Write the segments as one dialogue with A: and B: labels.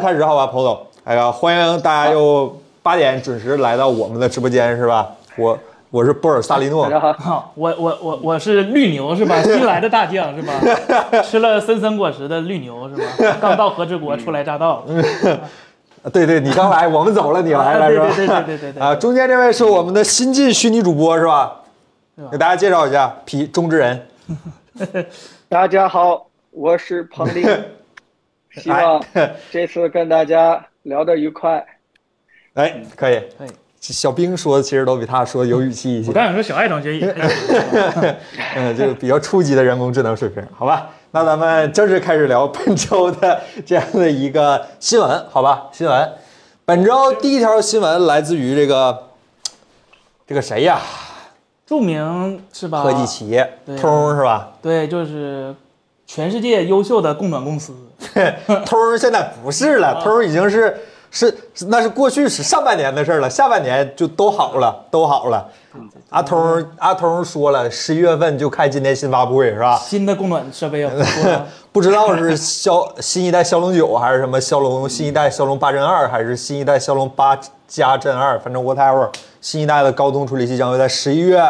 A: 开始好吧，彭总，哎呀，欢迎大家又八点准时来到我们的直播间，是吧？我我是波尔萨利诺
B: 哎
C: 大，家 好，
B: 好，啊我我我我是绿牛是吧？新来的大将是吧？ 吃了森森果实的绿牛是吧？刚到和之国初来乍到，
A: 嗯对对，你刚来，我们走了，你来了是吧？
B: 对对对对对对
A: 啊，中间这位是我们的新晋虚拟主播是吧？
B: 是吧
A: 给大家介绍一下，皮中之人，
C: 大家好，我是彭 丽，希望这次跟大家聊得愉快。
A: 哎，可以。
B: 嗯可以。
A: 小兵说的其实都比他说的有语气一些
B: 我，刚想说小爱同学也可以，
A: 嗯，就是比较初级的人工智能水平，好吧？那咱们正式开始聊本周的这样的一个新闻，好吧？新闻，本周第一条新闻来自于这个这个谁呀？
B: 著名是吧？
A: 科技企业
B: 对
A: 通儿是吧？
B: 对，就是全世界优秀的供暖公司，
A: 通儿现在不是了，通儿已经是是是那是过去是上半年的事儿了，下半年就都好了，都好了。阿通儿阿通儿说了，十一月份就开今年新发布会是吧？
B: 新的供暖设备要很多 啊了
A: 不知道是骁新一代骁龙九还是什么骁 龙新一代骁龙八针二，还是新一代骁龙八加针二，反正 whatever，新一代的高通处理器将会在十一月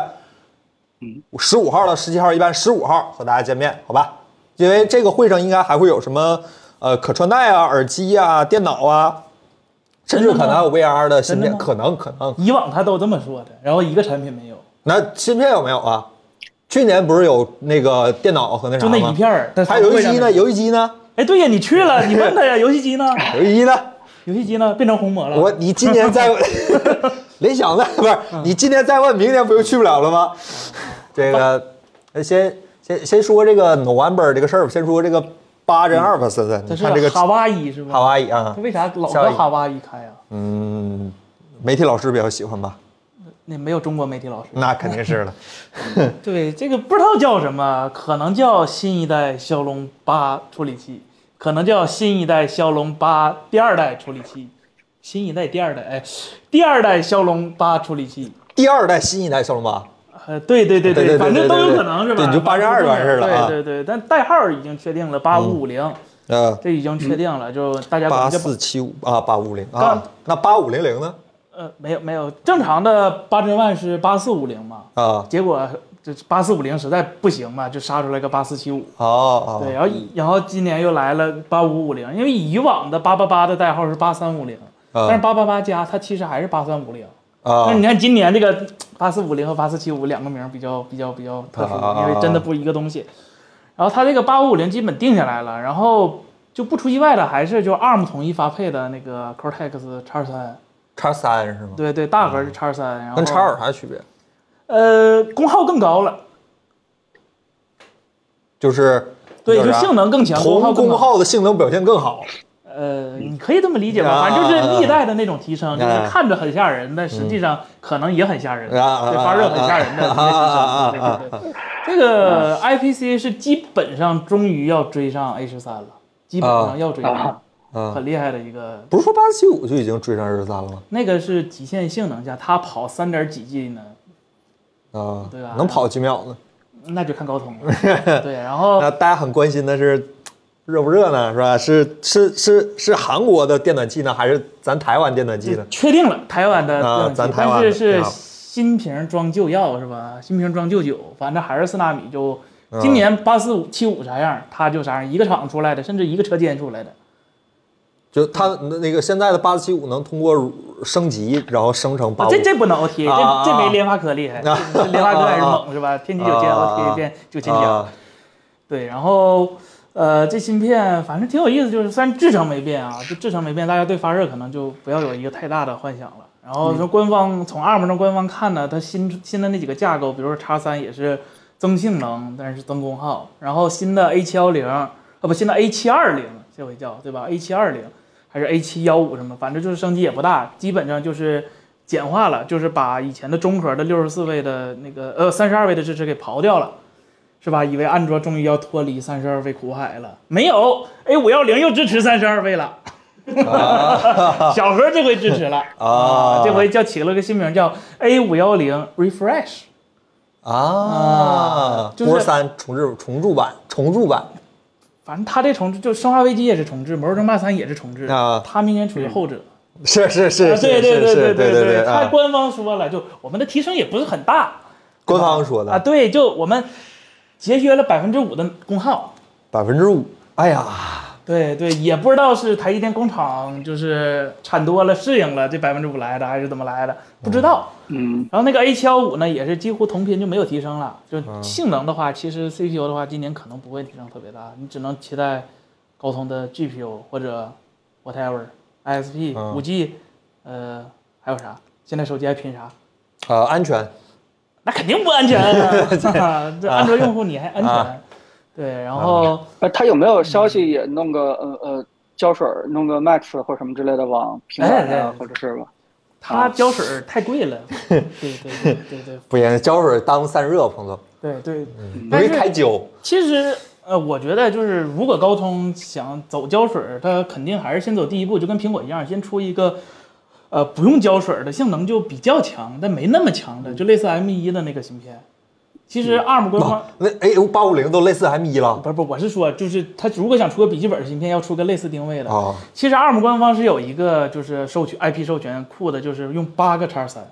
B: 嗯
A: 十五号到十七号，一般十五号和大家见面，好吧？因为这个会上应该还会有什么呃可穿戴啊、耳机啊、电脑啊，甚至
B: 真的
A: 可
B: 吗
A: 能还有 VR 的芯
B: 真的
A: 片，
B: 吗
A: 可能可能。
B: 以往他都这么说的，然后一个产品没有，
A: 那芯片有没有啊？去年不是有那个电脑和那啥
B: 就
A: 吗？
B: 那一片儿。但是
A: 还有游
B: 会
A: 戏
B: 上
A: 机呢？
B: 面
A: 游戏机呢？
B: 哎，对呀，你去了，你问他呀，游戏机呢？
A: 游戏机呢？
B: 游戏机呢？变成红魔了。
A: 我你今年 再联想的不是
B: 嗯
A: 你今年再问，明年不就去不了了 吗？这个呃先先先说这个 November 这个事儿吧，先说这个八针二吧，森森，
B: 这
A: 你
B: 是
A: 看这个
B: 哈哇伊是吧？
A: 哈哇伊啊
B: 他，为啥老
A: 夏威
B: 搁
A: 夷
B: 哈哇伊开啊？
A: 嗯，媒体老师比较喜欢吧？
B: 那没有中国媒体老师。
A: 那肯定是 了，
B: 对，这个不知道叫什么，可能叫新一代骁龙八处理器，可能叫新一代骁龙八第二代处理器，新一代第二代，哎，第二代骁龙八处理器。
A: 第二代新一代骁龙八，
B: 呃，对对对
A: 对对对
B: 反正都
A: 对对对
B: 有可能是吧？
A: 对你就八十二就完事儿了啊嗯
B: 对对对，但代号已经确定了，八五五零，
A: 呃，
B: 这已经确定了，就大家可
A: 八
B: 能就
A: 四七五啊，八五零啊
B: 刚，
A: 那八五零零呢？
B: 呃没有没有，正常的八针万是八四五零嘛，
A: 啊，
B: 结果这八四五零实在不行嘛，就杀出来个八四七五。
A: 哦哦
B: 对，，然后以然后今年又来了八五五零，因为以往的八八八的代号是八三五零，
A: 啊
B: 但是八八八加它其实还是八三五零。但
A: 啊
B: 是你看今年这个八四五零和八四七五两个名儿比较比较比较特殊
A: 啊啊啊，啊
B: 因为真的不是一个东西。然后它这个八五五零基本定下来了，然后就不出意外的还是就 ARM 统一发配的那个 Cortex X 三，
A: 叉三是吗？
B: 对对，大核是 X 三，然
A: 嗯
B: 后
A: 跟叉二有啥区别？
B: 呃功耗更高了，
A: 就是
B: 对，
A: 叫
B: 就
A: 啥
B: 性能更强，功耗
A: 啊同
B: 更
A: 功
B: 高。
A: 耗的性能表现更好。
B: 呃，你可以这么理解吧，
A: 啊
B: 反正就是历代的那种提升，就是
A: 啊
B: 看着很吓人，但实际上可能也很吓人，
A: 啊啊
B: 对，发热很吓人的
A: 啊啊啊
B: 那些提升，对对对。这个 IPC 是基本上终于要追上 A 十三了，基本上要追上，
A: 嗯，
B: 很厉害的一个。
A: 不是说八四七五就已经追上二十三了吗？
B: 那个是极限性能下，它跑三点几 G 呢，
A: 啊，
B: 对啊
A: 能跑几秒呢？
B: 那就看高通了。对，然后
A: 那大家很关心的是热不热呢？是吧？是是是是韩国的电暖气呢，还是咱台湾电暖气呢？
B: 确定了台湾的
A: 啊
B: 电动机
A: 咱台湾的
B: 但是
A: 挺
B: 是
A: 好
B: 新瓶装旧药是吧？新瓶装旧酒，反正还是四纳米就。
A: 嗯
B: 今年八四五七五啥样，它就啥样，一个厂出来的，甚至一个车间出来的。
A: 就它那那个现在的八四七五能通过升级，然后生成八五
B: 这这不能 OTA，这、
A: 啊
B: 这没联发科厉害，
A: 啊
B: 这联发科还是
A: 啊
B: 猛、是吧？天玑九千
A: 啊
B: OTA 变九千加，
A: 啊，
B: 对，然后呃这芯片反正挺有意思，就是虽然制程没变啊，就制程没变，大家对发热可能就不要有一个太大的幻想了。然后从官方、从 ARM 上官方看呢，它新新的那几个架构，比如说 X 三也是增性能，但是增功耗。然后新的 A 7 1 0啊不，新的 A 7 2 0这回叫对吧？A 7 2 0还是 A 7 1 5什么，反正就是升级也不大，基本上就是简化了，就是把以前的中核的六十四位的那个呃三十二位的支持给刨掉了。是吧？以为安卓终于要脱离三十二位苦海了，没有，A 五幺零又支持三十二位了， 小盒这回支持了
A: 啊
B: 这回叫起了个新名叫 A 五幺零 Refresh，
A: 啊，
B: 就是
A: 国三重置重铸版重铸版
B: 反正它这重置，就《生化危机》也是重置，《魔兽争霸三》也是重置
A: 啊
B: 它明显处于后者。
A: 是是是是
B: 啊对
A: 是
B: 对对
A: 是
B: 对
A: 对
B: 对它
A: 啊！
B: 官方说了，就我们的提升也不是很大
A: 官方说的
B: 啊，对，就我们节约了百分之五的功耗。
A: 百分之五，哎呀，
B: 对对，也不知道是台积电工厂就是产多了适应了这百分之五来的，还是怎么来的，不知道。
C: 嗯，
B: 然后那个 A 7 1 5呢，也是几乎同频就没有提升了。就
A: 嗯
B: 性能的话，其实 CPU 的话，今年可能不会提升特别大，你只能期待高通的 GPU 或者 whatever ISP、
A: 嗯
B: 5 G，呃，还有啥？现在手机还拼啥？
A: 啊，安全，
B: 那肯定不安全 啊！这安卓用户你还安全？
A: 啊嗯
B: 对，然后
C: 呃，他有没有消息也弄个呃呃胶水儿弄个 Max 或者什么之类的往平板
B: 哎哎
C: 上或者是吧？
B: 它胶水儿太 贵了。对对对对对
A: 不行，胶水耽误散热，彭总
B: 对对。
A: 容
B: 但
A: 易
B: 是
A: 开胶。
B: 其实，呃，我觉得就是，如果高通想走胶水儿，它肯定还是先走第一步，就跟苹果一样，先出一个，呃，不用胶水儿的，性能就比较强，但没那么强的，就类似 M 1的那个芯片。其实 ARM 官方、
A: 哦那 A 八五零都类似 M 一了
B: 不是不是，我是说，就是它如果想出个笔记本芯片，要出个类似定位的。
A: 啊
B: 其实 ARM 官方是有一个就是授权 IP 授权库的，就是用八个叉三。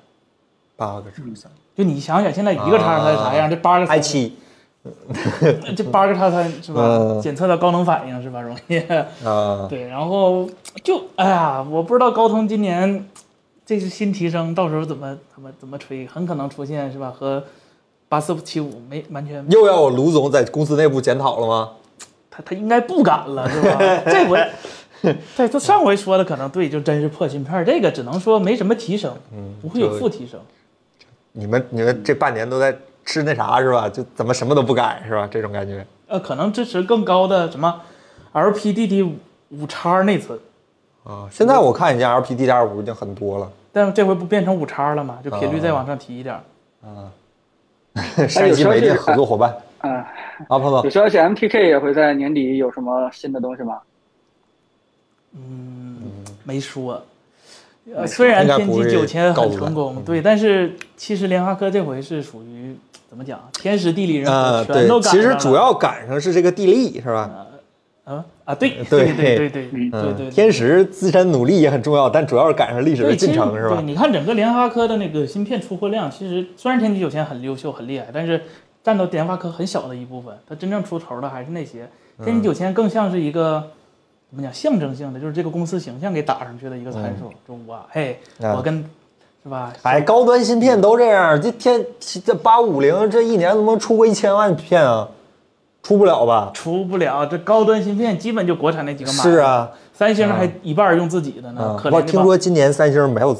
A: 八个乘三
B: 就你想想，现在一个叉三是啥
A: 啊
B: 样？这八个
A: i 七
B: 这八个叉三是吧？
A: 嗯
B: 检测到高能反应是吧？容易。
A: 啊，
B: 对，然后就哎呀，我不知道高通今年这是新提升，到时候怎么怎么怎么吹，很可能出现是吧？和八四七五没完全，
A: 又要我卢总在公司内部检讨了吗？
B: 他他应该不敢了是吧？ 这回，对他上回说的可能对，就真是破芯片儿，这个只能说没什么提升，不会有
A: 就
B: 负提升。
A: 你们你们这半年都在吃那啥是吧？就怎么什么都不改是吧？这种感觉
B: 呃，可能支持更高的什么 LPDD 五叉内存，
A: 啊。现在我看已经 LPDDR 五已经很多了。
B: 但是这回不变成五叉了吗？就频率再往上提一点儿。
A: 山西
C: 有消
A: 煤
C: 息
A: 电合作伙伴
C: 啊，
A: 啊，彭
C: 有
A: 总，
C: 消息 MTK 也会在年底有什么新的东西吗？
B: 没说。呃，虽然天玑九千很成功，
A: 嗯
B: 对，但是其实联发科这回是属于怎么讲，天时地利人和
A: 嗯，
B: 全都
A: 对，
B: 赶
A: 其
B: 上
A: 实
B: 了
A: 主要赶上是这个地利是吧？
B: 啊啊，对
A: 对
B: 对对对
C: 嗯
B: 对对对，
A: 嗯天时自身努力也很重要，但主要是赶上历史的
B: 对
A: 进
B: 其实
A: 程是吧
B: 对，？你看整个联发科的那个芯片出货量，其实虽然天玑九千很优秀很厉害，但是占到联发科很小的一部分，它真正出头的还是那些。天玑
A: 嗯
B: 九千更像是一个怎么讲象征性的，就是这个公司形象给打上去的一个参数，就我嘿，
A: 嗯啊
B: 我跟是吧？
A: 哎，高端芯片都这样，这天这八五零这一年能不能出过一千万片啊？出不了吧？
B: 出不了，这高端芯片基本就国产那几个买。
A: 是，啊，
B: 三星还一半儿用自己的呢，
A: 嗯
B: 可怜
A: 我
B: 的
A: 听
B: 吧
A: 说今年三星没有，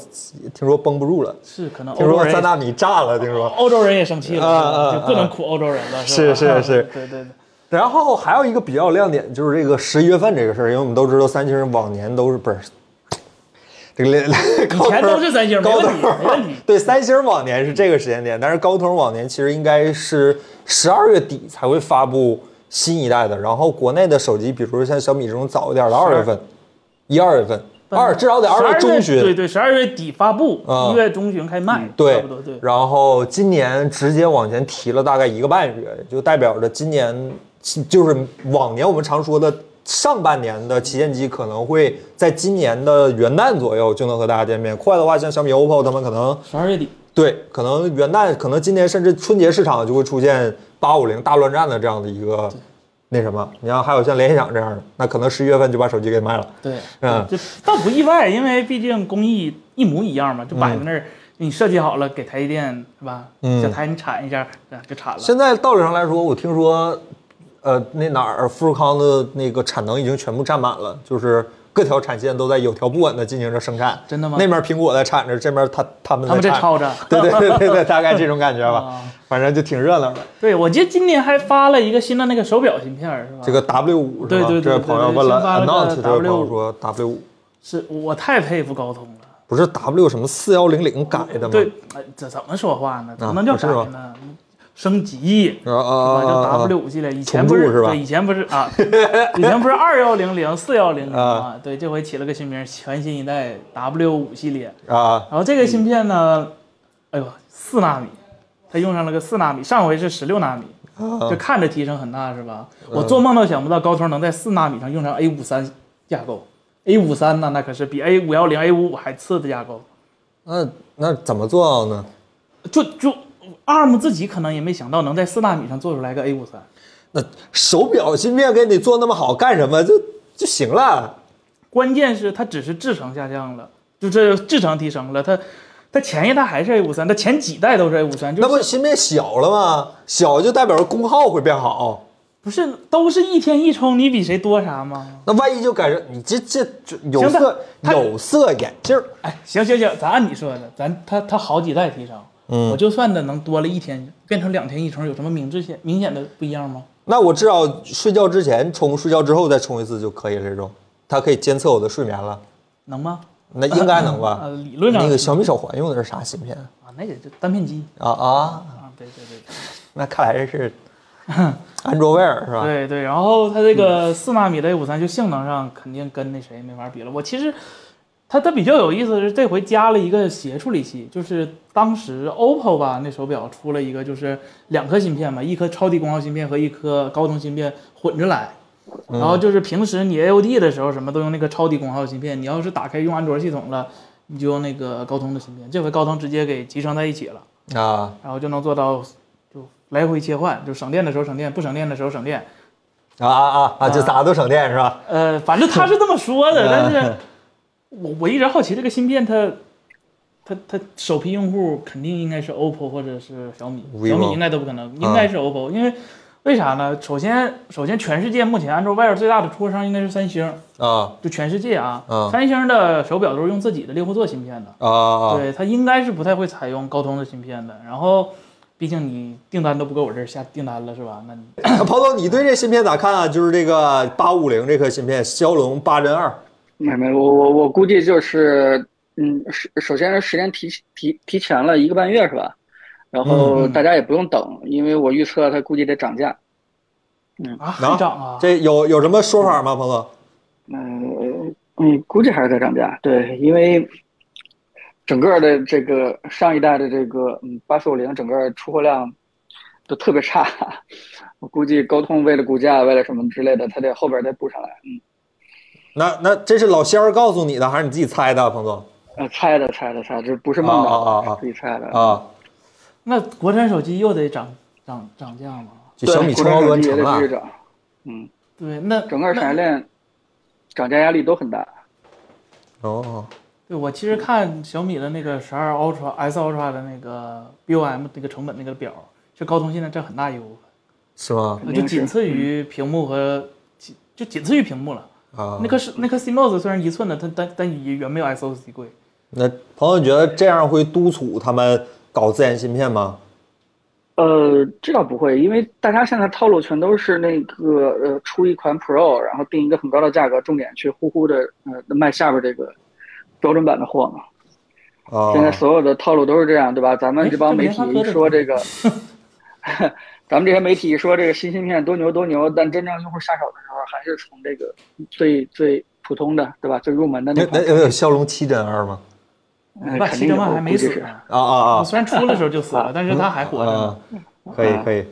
A: 听说绷不住了，
B: 是可能
A: 听
B: 欧洲
A: 说
B: 人
A: 三纳米炸了，听说。
B: 欧洲人也生气了，
A: 啊
B: 是吧
A: 啊
B: 就各
A: 啊
B: 种苦欧洲人了，
A: 是
B: 吧
A: 是是
B: 对对对，
A: 然后还有一个比较亮点就是这个十一月份这个事儿，因为我们都知道三星往年都是不是这个连
B: 以前都是三星，没
A: 高
B: 问
A: 通
B: 题，没问题。
A: 对三星往年是这个时间点，但是高通往年其实应该是十二月底才会发布新一代的。然后国内的手机，比如像小米这种早一点的二月份、一二月份、二至少得二
B: 月
A: 中旬，
B: 对对，十二月底发布，
A: 啊嗯
B: 一月中旬开卖，差
A: 对
B: 不多对。
A: 然后今年直接往前提了大概一个半月，就代表着今年就是往年我们常说的上半年的旗舰机可能会在今年的元旦左右就能和大家见面。快的话，像小米、OPPO 他们可能
B: 十二月底，
A: 对，可能元旦，可能今年甚至春节市场就会出现八五零大乱战的这样的一个那什么。你像还有像联想这样的，那可能十一月份就把手机给卖了。
B: 对，
A: 嗯
B: 这倒不意外，因为毕竟工艺一模一样嘛，就摆在那儿，你设计好了给台积电是吧？
A: 嗯
B: 小台你产一下，啊就产了。
A: 现在道理上来说，我听说，呃，那哪儿富士康的那个产能已经全部占满了，就是各条产线都在有条不紊的进行着生产。
B: 真的吗
A: 那面苹果在产着，这面他他们
B: 他们
A: 在
B: 在
A: 产
B: 吵着
A: 对对对对对，大概这种感觉吧
B: 啊。
A: 反正就挺热闹的。
B: 对，我记得今年还发了一个新的那个手表芯片儿，是吧？
A: 这个 W 五是吧？
B: 对对对
A: 这位朋友问
B: 对对对新发了个
A: announce，这位朋友
B: W5
A: 说 W 五
B: 是我太佩服高通了。
A: 不是 W 什么四幺零零改的吗？啊
B: 对，哎这怎么说话呢？怎么能叫
A: 不是
B: 改
A: 吗
B: 呢？升级。
A: 啊啊
B: 是
A: 啊
B: 吧
A: 啊啊
B: 叫
A: 啊
B: W 五系列，以
A: 重
B: 前不
A: 铸
B: 是
A: 是吧
B: 对，以前不是 啊，以前不是二幺零零、四幺零零
A: 啊
B: 啊，对，这回起了个新名儿，全新一代 W 五系列。
A: 啊！
B: 然后这个芯片呢，哎呦，四纳米，它用上了个四纳米，上回是十六纳米，就看着提升很大是吧？我做梦都想不到高通能在四纳米上用上 A 五三架构，A 五三呢，那可是比 A 五幺零、A 五五还次的架构。
A: 那那怎么做到呢？
B: 就就 ARM 自己可能也没想到能在四纳米上做出来个 A 五三。
A: 那手表芯片给你做那么好干什么？就就行了。
B: 关键是它只是制程下降了，就这制程提升了，它它前一代还是 A 五三，它前几代都是 A 五三，
A: 那
B: 就
A: 不
B: 是
A: 芯片小了吗？小就代表功耗会变好。
B: 不是都是一天一充，你比谁多啥吗？
A: 那万一就改成你这这这有
B: 行的
A: 色
B: 他
A: 有色眼镜儿，
B: 哎，行行行，咱按你说的，咱它它好几代提升，
A: 嗯
B: 我就算它能多了一天，变成两天一充，有什么明显明显的不一样吗？
A: 那我至少睡觉之前充，睡觉之后再充一次就可以了。这种它可以监测我的睡眠了，
B: 能吗？
A: 那应该能吧？
B: 呃，理论上
A: 啊那个小米手环用的是啥芯片啊？
B: 啊，那个就单片机
A: 啊啊，
B: 啊，对对对。
A: 那看来 是安卓 Wear 是吧？嗯
B: 对对，然后它这个四纳米的 A 五三就性能上肯定跟那谁没法比了。我其实它它比较有意思的是这回加了一个协处理器，就是当时 OPPO 吧那手表出了一个就是两颗芯片嘛，一颗超低功耗芯片和一颗高通芯片混着来。
A: 嗯
B: 然后就是平时你 AOD 的时候，什么都用那个超低功耗芯片，你要是打开用安卓系统了，你就用那个高通的芯片。这回高通直接给集成在一起了。
A: 啊
B: 然后就能做到就来回切换，就省电的时候省电，不省电的时候省电。
A: 啊啊啊啊！就
B: 啊
A: 咋都省电是吧？
B: 呃，反正他是这么说的，但 是
A: 啊
B: 我我一直好奇这个芯片它。它它首批用户肯定应该是 OPPO 或者是小米
A: vivo 嗯
B: 小米应该都不可能，应该是 OPPO，、因为为啥呢？首先首先全世界目前安卓 Wear 最大的出货商应该是三星，
A: 啊
B: 就全世界啊，
A: 嗯
B: 三星的手表都是用自己的猎户座芯片的，
A: 啊啊！
B: 对，它应该是不太会采用高通的芯片的。然后，毕竟你订单都不搁我这儿下订单了是吧？那你
A: 那彭总，你对这芯片咋看啊？就是这个八五零这颗芯片，骁龙八针二
C: 没没，我我我估计就是，嗯，首首先是时间提提提前了一个半月是吧？然后
B: 嗯嗯
C: 大家也不用等，因为我预测它估计得涨价。
B: 啊，还
A: 能
B: 涨啊？
A: 这有有什么说法吗？彭总，
C: 嗯嗯，估计还是在涨价。对，因为整个的这个上一代的这个嗯八四五零整个出货量都特别差， 我估计高通为了估价，为了什么之类的，它得后边再补上来。嗯，
A: 那那这是老仙儿告诉你的，还是你自己猜的？彭总
C: 呃，猜的猜的猜的，这不是梦
A: 啊啊啊
C: 到
A: 啊
C: 的，自己猜的。
A: 啊，
B: 那国产手机又得涨涨涨价吗？
A: 就小米
C: 对
A: 冲高
C: 国
A: 端
C: 产手机也
A: 成
C: 得
A: 了
C: 继续涨。嗯，
B: 对，那
C: 整个产业
B: 那
C: 链涨价压力都很大。
A: 哦，
B: 对我
C: 嗯
B: 其实看小米的那个十二 Ultra S Ultra 的那个 BOM 那个成本那个表，是高通现在占很大一部
A: 是吗？
B: 分，
C: 定嗯
B: 就是仅次于屏幕和仅就仅次于屏幕了。
A: 啊，
B: 那颗是那颗 CMOS 虽然一寸的，它但但也远没有 SOC 贵。
A: 那朋友，你觉得这样会督促他们搞自研芯片吗？
C: 呃，这倒不会，因为大家现在套路全都是那个呃，出一款 Pro，然后定一个很高的价格，重点去呼呼的呃卖下边这个标准版的货嘛。
A: 啊，
C: 现在所有的套路都是这样，对吧？咱们
B: 哎
C: 这帮
B: 这
C: 媒
B: 棉
C: 体
B: 花哥的
C: 说这个， 咱们这些媒体说这个新芯片多牛多牛，但真正用户下手的时候，还是从这个最最普通的，对吧？最入门的
A: 那
C: 那
A: 那
C: 款，
A: 有骁龙七针二吗？
C: 呃
B: 那
C: 肯
B: 七
C: 定
B: 千
C: 有，
B: 万还没
C: 估计
B: 死
C: 是
B: 呢，
A: 啊啊啊！
B: 虽然出的时候就死了，但是它还活着呢
A: 啊。，可
C: 嗯
A: 以可以。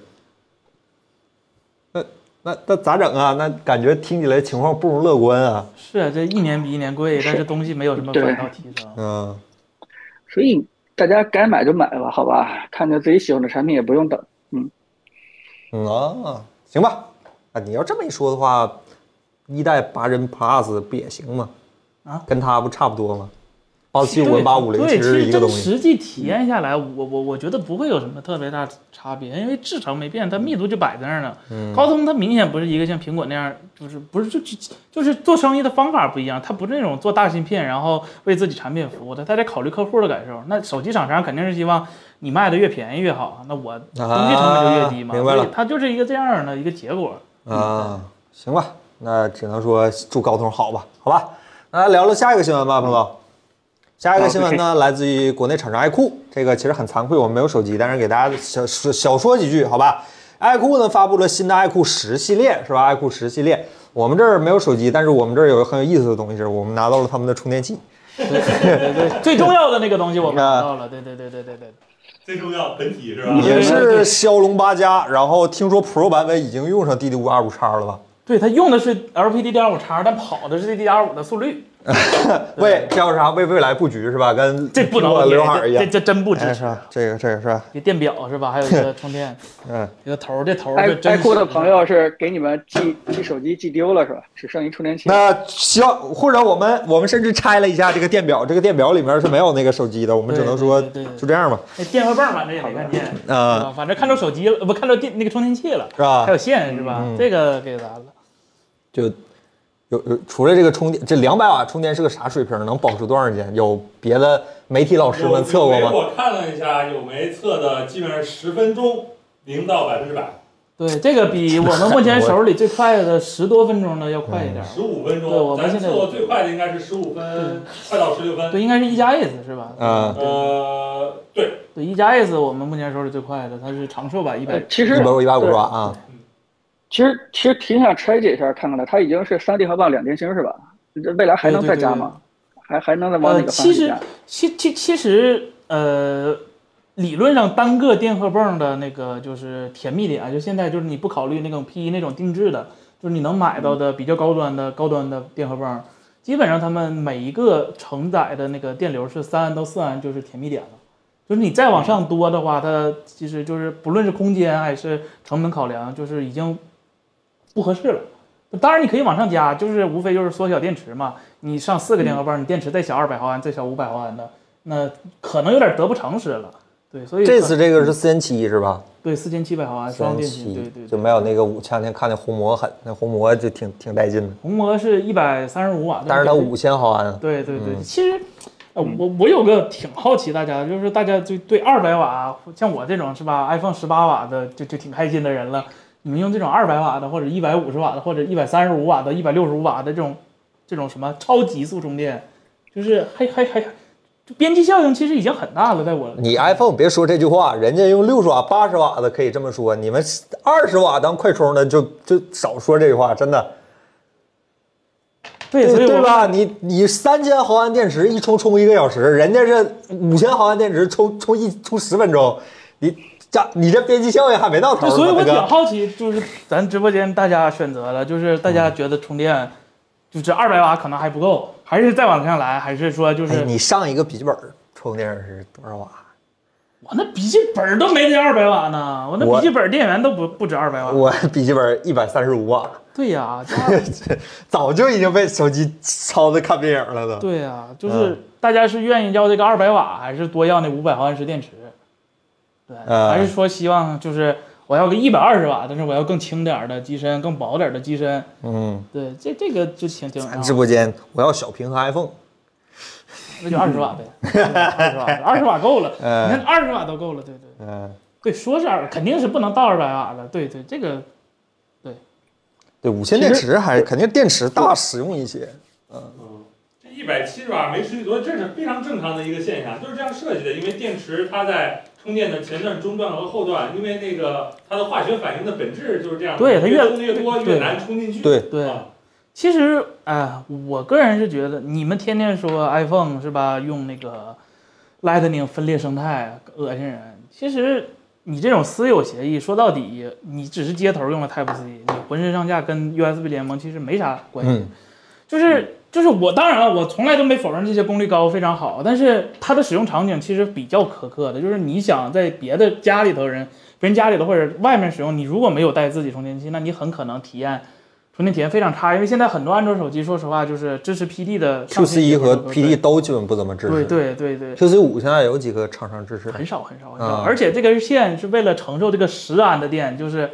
A: 那那那咋整啊？那感觉听起来情况不容乐观啊。
B: 是啊，这一年比一年贵，但是东西没有什么
C: 对
B: 反倒提升。
A: 嗯，
C: 所以大家该买就买吧，好吧？看着自己喜欢的产品也不用等，嗯。
A: 嗯啊，行吧，啊，你要这么一说的话，一代八针 Plus 不也行吗？
B: 啊，
A: 跟它不差不多吗？八七
B: 对
A: 五跟八五零其
B: 对，其
A: 实是一个
B: 真
A: 东西。
B: 实际体验下来，我我我觉得不会有什么特别大差别，因为制程没变，它密度就摆在那儿呢。
A: 嗯
B: 高通它明显不是一个像苹果那样，就是不是就就就是做生意的方法不一样，它不是那种做大芯片然后为自己产品服务的，它得考虑客户的感受。那手机厂商肯定是希望你卖的越便宜越好，那我东西成本就越低
A: 啊
B: 嘛。
A: 啊明白了
B: 所以它就是一个这样的一个结果。
A: 啊，行吧，那只能说祝高通好吧，好吧。那聊聊下一个新闻吧，彭总。下一个新闻呢，来自于国内厂商爱酷。这个其实很惭愧，我们没有手机，但是给大家小说小说几句，好吧？爱酷呢发布了新的爱酷十系列，是吧？爱酷十系列，我们这儿没有手机，但是我们这儿有一个很有意思的东西，是我们拿到了他们的充电器。
B: 对对对对，最重要的那个东西我们
A: 那
B: 拿到了，对对对对对对。
D: 最重要本体是吧？
B: 嗯
A: 也是骁龙八加，然后听说 Pro 版本已经用上 DD 五 R 五叉了吧？
B: 对，它用的是 LPDDR 五叉，但跑的是 DDR 五的速率，
A: 为叫啥？为未来布局是吧？跟
B: 这不能
A: 跟刘海儿一样
B: 这。这真不支
A: 哎，是
B: 持。
A: 吧这个这个是吧？
B: 一电表是吧？还有一个充电，
A: 嗯，
B: 一个头儿，这头儿
C: 爱
B: 是真
C: 爱
B: 是
C: 酷的朋友是给你们寄寄手机寄丢了是吧？只剩一充电器。
A: 那行，或者我们我们甚至拆了一下这个电表，这个电表里面是没有那个手机的，我们只能说
B: 对对对对嗯
A: 就这样吧，
B: 那电话棒反正也没看见
A: 啊
B: 是吧反正看着手机了，呃不看着电那个充电器了，
A: 是吧嗯
B: 还有？线是吧？这个给咱了。
A: 就有有除了这个充电，这两百瓦充电是个啥水平？能保持多长时间？有别的媒体老师们测过
D: 有没
A: 吗？
D: 我看了一下，有没测的，基本上十分钟零到百分之百，
B: 对，这个比我们 目前手里最快的十多分钟的要快一点儿。
A: 嗯
D: 十五分
B: 对我们
D: 钟。咱
B: 现在
D: 测过最快的应该是十五分，快到十六分。
B: 对，应该是一加 S 是吧？
A: 嗯
D: 呃，对，
B: 对，一加 S 我们目前手里最快的，它是长寿版一
C: 呃
B: 百，，
C: 其实
A: 一百五一百五十
C: 对
A: 瓦啊，
C: 其实其实挺想拆解一下看看的，它已经是三 D 和棒两电星是吧？这未来还能再加吗？还还能再往哪
B: 呃，
C: 个方向
B: 其实
C: 加？
B: 其其其实呃，理论上单个电荷泵的那个就是甜蜜点啊，就现在就是你不考虑那种 P 那种定制的，就是你能买到的比较高端的高端的电荷泵，基本上他们每一个承载的那个电流是三安到四安，就是甜蜜点了。就是你再往上多的话，它其实就是不论是空间还是成本考量，就是已经不合适了。当然你可以往上加，就是无非就是缩小电池嘛。你上四个电荷泵，你电池再小二百毫安，再小五百毫安的，那可能有点得不偿失了。对，所以
A: 这次这个是四千七是吧？
B: 对四千七百毫安
A: 四
B: 双
A: 千
B: 电池，对
A: 七
B: 对
A: 就
B: 对。
A: 没有那个五前两天看那红魔狠，那红魔就挺挺带劲的，
B: 红魔是一百三十五瓦，
A: 但是它五千毫安，啊
B: 对对
A: 嗯
B: 对，其实，呃，我我有个挺好奇大家，就是大家就对二百瓦，啊像我这种是吧，iPhone 十八瓦的就就挺开心的人了。你们用这种二百瓦的，或者一百五十瓦的，或者一百三十五瓦的、一百六十五瓦的这种，这种什么超极速充电，就是还还还，就边际效应其实已经很大了，在我
A: 你 iPhone 别说这句话，人家用六十瓦、八十瓦的可以这么说，你们二十瓦当快充的就就少说这句话，真的，
B: 对，所以我
A: 对吧？你你三千毫安电池一充充一个小时，人家是五千毫安电池充充一充十分钟，你这你这边际效应还没到头
B: 对，
A: 呢，
B: 所以我
A: 大
B: 挺
A: 哥。
B: 好奇，就是咱直播间大家选择了，就是大
A: 嗯
B: 家觉得充电，就是二百瓦可能还不够，还是再往上来，还是说就是、
A: 哎，你上一个笔记本充电是多少瓦？
B: 我那笔记本都没这二百瓦呢，我那
A: 我
B: 笔记本电源都不不止二百瓦。
A: 我 笔记本一百三十五瓦，
B: 对呀、这
A: 早就已经被手机抄着看电影了都。
B: 对呀、就是
A: 嗯
B: 大家是愿意要这个二百瓦，还是多要那五百毫安时电池？对，
A: 嗯
B: 还是说希望就是我要个一百二十瓦，但是我要更轻点儿的机身，更薄点儿的机身。
A: 嗯，
B: 对，这这个就挺挺，
A: 咱直播间我要小屏和 iPhone。
B: 那就二十 瓦呗，二十瓦，二十瓦够了。
A: 嗯
B: 你看二十瓦都够了，对对对
A: 嗯。
B: 对，说是二，肯定是不能到二百瓦了。对对，这个
A: 对，无线
C: 其
A: 电
C: 实
A: 池还是肯定电池大使用一些。
D: 嗯，这一百七十瓦没持续多，这是非常正常的一个现象，就是这样设计的。因为电池它在充电的前段、中段和后段，因为那个它的化学反应的本质就是这样的，
B: 对它越
D: 充越多
B: 对
D: 越难充进去。
A: 对
B: 对
D: 啊
B: 其实，哎、我个人是觉得，你们天天说 iPhone 是吧，用那个 Lightning 分裂生态恶心人。其实你这种私有协议，说到底，你只是接头用了 Type C，你浑身上下跟 USB 联盟其实没啥关系。
A: 嗯
B: 就是就是我当然了，我从来都没否认这些功率高非常好，但是它的使用场景其实比较苛刻的，就是你想在别的家里头人别人家里头或者外面使用，你如果没有带自己充电器，那你很可能体验充电体验非常差，因为现在很多安卓手机说实话就是支持 PD 的上
A: Q
B: 线
A: C
B: 接
A: 一
B: 口
A: 和
B: 都是
A: PD 都基本不怎么支
B: 对
A: 持。
B: 对对对。
A: q C 五现在有几个厂商支持？
B: 很少很少很少，
A: 啊
B: 而且这根线是为了承受这个十安的电，就是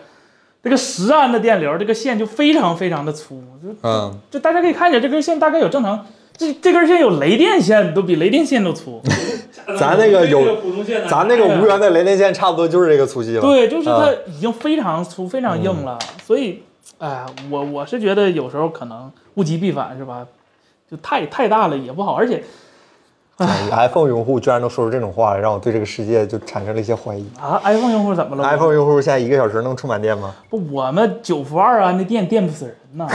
B: 这个十安的电流，这个线就非常非常的粗，就
A: 嗯，
B: 就大家可以看见这根线大概有正常，这这根线有雷电线都比雷电线都粗。
A: 咱那个有
D: 这普通线呢，
A: 咱那个无源的雷电线差不多就是这个粗细了。
B: 对，就是它
A: 啊
B: 已经非常粗、非常硬了，所以，哎，我我是觉得有时候可能物极必反是吧？就太太大了也不好，而且
A: 嗯哎 iPhone 用户居然能说出这种话，让我对这个世界就产生了一些怀疑。
B: 啊，iPhone 用户怎么了
A: iPhone 用户现在一个小时能充满电吗？
B: 不，我们九伏二啊，那电电不死人呐！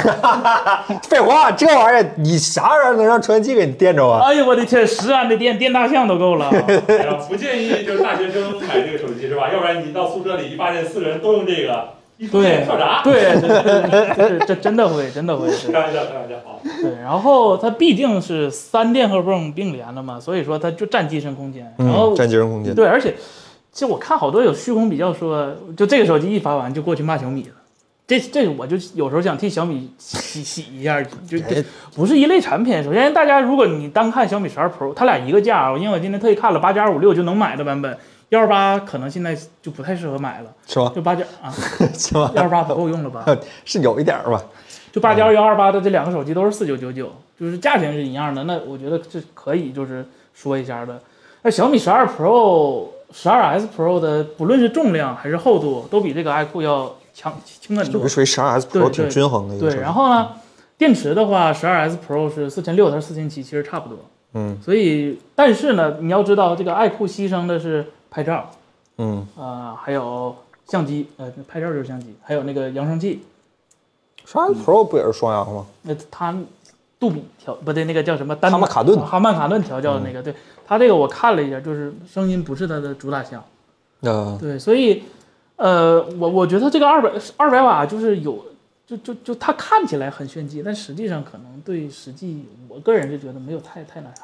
A: 废话，这玩意儿你啥玩意儿能让传感器给你电着啊？
B: 哎呦我的天，十安的电电大象都够了。
D: 哎呀不建议就是大学生买这个手机是吧？要不然你到宿舍里一发现四个人都用这个，一出
B: 对
D: 现跳闸。
B: 对，这这这真的会，真的会。
D: 开玩笑，开玩笑，好。
B: 对，然后它毕竟是三电和 ROM 并联了嘛，所以说它就占机身空间。然后
A: 嗯，占节省空间。
B: 对，而且其实我看好多有虚空比较说，就这个手机一发完就过去骂小米了。这这我就有时候想替小米洗洗一下，就就
A: 哎
B: 不是一类产品。首先，大家如果你单看小米十二 Pro，它俩一个价，因为我今天特意看了八加五六就能买的版本，幺二八可能现在就不太适合买了，
A: 是吗？
B: 就八加啊
A: 是吗？
B: 幺二八不够用了吧？
A: 是有一点儿吧。
B: 就八加幺二八的这两个手机都是四九九九，就是价钱是一样的。那我觉得这可以就是说一下的。那小米十二 Pro、十二 S Pro 的，不论是重量还是厚度，都比这个 iQOO 要强轻很
A: 有
B: 多
A: 个。属于十二 S
B: 对
A: Pro
B: 对
A: 挺均衡的一个
B: 对，
A: 车。
B: 然后呢，电池的话，十二 S Pro 是四千六，它是四千七，其实差不多。
A: 嗯
B: 所以，但是呢，你要知道，这个爱酷牺牲的是拍照，
A: 嗯，
B: 呃，还有相机，呃，拍照就是相机，还有那个扬声器，
A: 十二 Pro 不也是双扬吗？
B: 那它杜比调不对，那个叫什么单
A: 哈曼卡顿嗯
B: 哈曼卡顿调教的那个，对它这个我看了一下，就是声音不是它的主打项，
A: 嗯，
B: 对，所以呃，我我觉得这个二百二百瓦就是有，就就就它看起来很炫技，但实际上可能对实际，我个人是觉得没有太太那啥。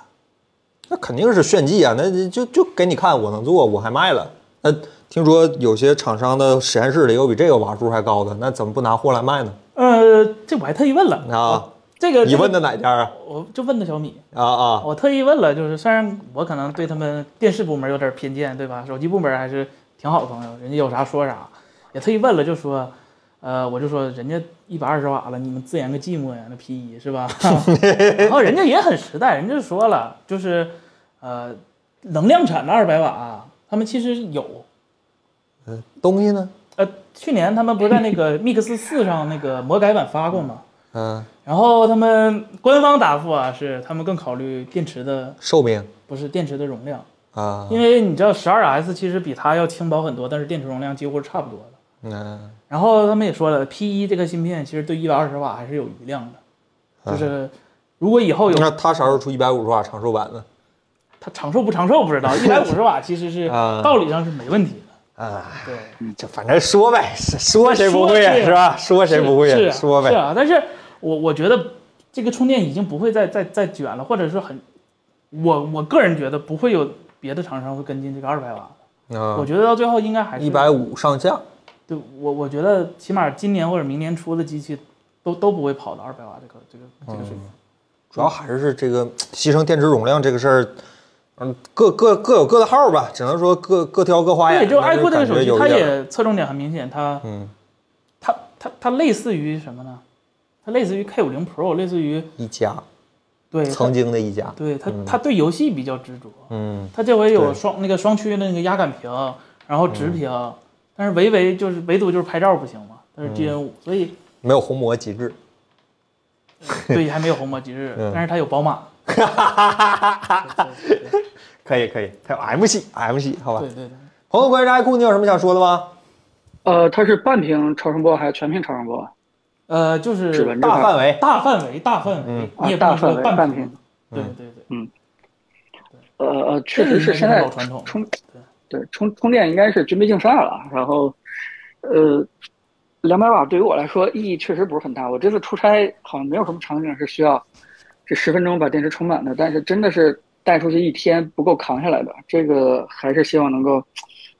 A: 那肯定是炫技啊！那就就给你看，我能做，我还卖了。那听说有些厂商的实验室里有比这个瓦数还高的，那怎么不拿货来卖呢？
B: 呃，这我还特意问了，
A: 啊，
B: 这个
A: 你问
B: 的，
A: 的哪家啊？
B: 我就问的小米，
A: 啊啊，
B: 我特意问了，就是虽然我可能对他们电视部门有点偏见，对吧？手机部门还是挺好的朋友，人家有啥说啥，也特意问了，就说，呃，我就说人家一百二十瓦了，你们自研个寂寞呀，那 P 一是吧？ 然后人家也很实在，人家就说了，就是，呃，能量产的二百瓦啊，他们其实有，嗯
A: 东西呢？
B: 呃，去年他们不是在那个 Mix 四上那个魔改版发过吗？
A: 嗯，
B: 然后他们官方答复啊，是他们更考虑电池的，
A: 寿命
B: 不是电池的容量。
A: 啊，
B: 因为你知道十二 S 其实比它要轻薄很多，但是电池容量几乎是差不多的。
A: 嗯
B: 然后他们也说了，P 1这个芯片其实对一百二十瓦还是有余量的，就是如果以后有
A: 哎那他啥时候出一百五十瓦长寿版呢？
B: 它长寿不长寿不知道，一百五十瓦其实是
A: 啊
B: 道理上是没问题的。
A: 啊，
B: 对，
A: 这反正说呗，说谁不会呀啊
B: 说
A: 是吧？说谁不会
B: 是
A: 呀？
B: 啊
A: 说
B: 是
A: 呗，
B: 啊，但是我我觉得这个充电已经不会再再再卷了，或者是很，我我个人觉得不会有别的厂商会跟进这个二百瓦。我
A: 嗯，
B: 觉得到最后应该还是
A: 一百五上下，
B: 对我，我觉得起码今年或者明年出的机器都都不会跑到二百瓦这个这个这个水平。
A: 主要还是这个牺牲电池容量这个事儿，嗯，各各各有各的号儿吧，只能说各各挑各花眼。
B: 对，就
A: 但
B: 爱酷这个手
A: 感觉
B: 机
A: 有，一
B: 它
A: 点
B: 也侧重点很明显，它
A: 嗯，
B: 它它它类似于什么呢？它类似于 K 5 0 Pro，类似于
A: 一家，
B: 对它
A: 曾经的一家，
B: 对它它对游戏比较执着。
A: 嗯，
B: 它这回有
A: 对
B: 双那个双区的那个压感屏，然后直屏，
A: 嗯
B: 但是唯唯就是唯独就是拍照不行嘛，它是 GN 5所以
A: 没有红魔极致，
B: 对还没有红魔极致，
A: 嗯
B: 但是它有宝马。
A: 可以可以，它有 M 系 M 系，好吧
B: 对。对对。
A: 朋友，关于这 iQOO，你有什么想说的吗？
C: 呃，它是半屏超声波还是全屏超声波？
B: 呃，就是
C: 指纹这块
A: 大
C: 儿
A: 范围，
B: 大范围，大范围，
A: 嗯
B: 你
C: 啊
B: 也不能
C: 大
B: 说
C: 范围
B: 半
C: 半
B: 屏
C: 屏。
B: 对对对，
C: 呃呃，嗯确实是现
B: 这个应该
C: 在
B: 老传统
C: 充对充充电应该是军备竞赛了。然后，呃，两百瓦对于我来说意义确实不是很大。我这次出差好像没有什么场景是需要这十分钟把电池充满的，但是真的是带出去一天不够扛下来的。这个还是希望能够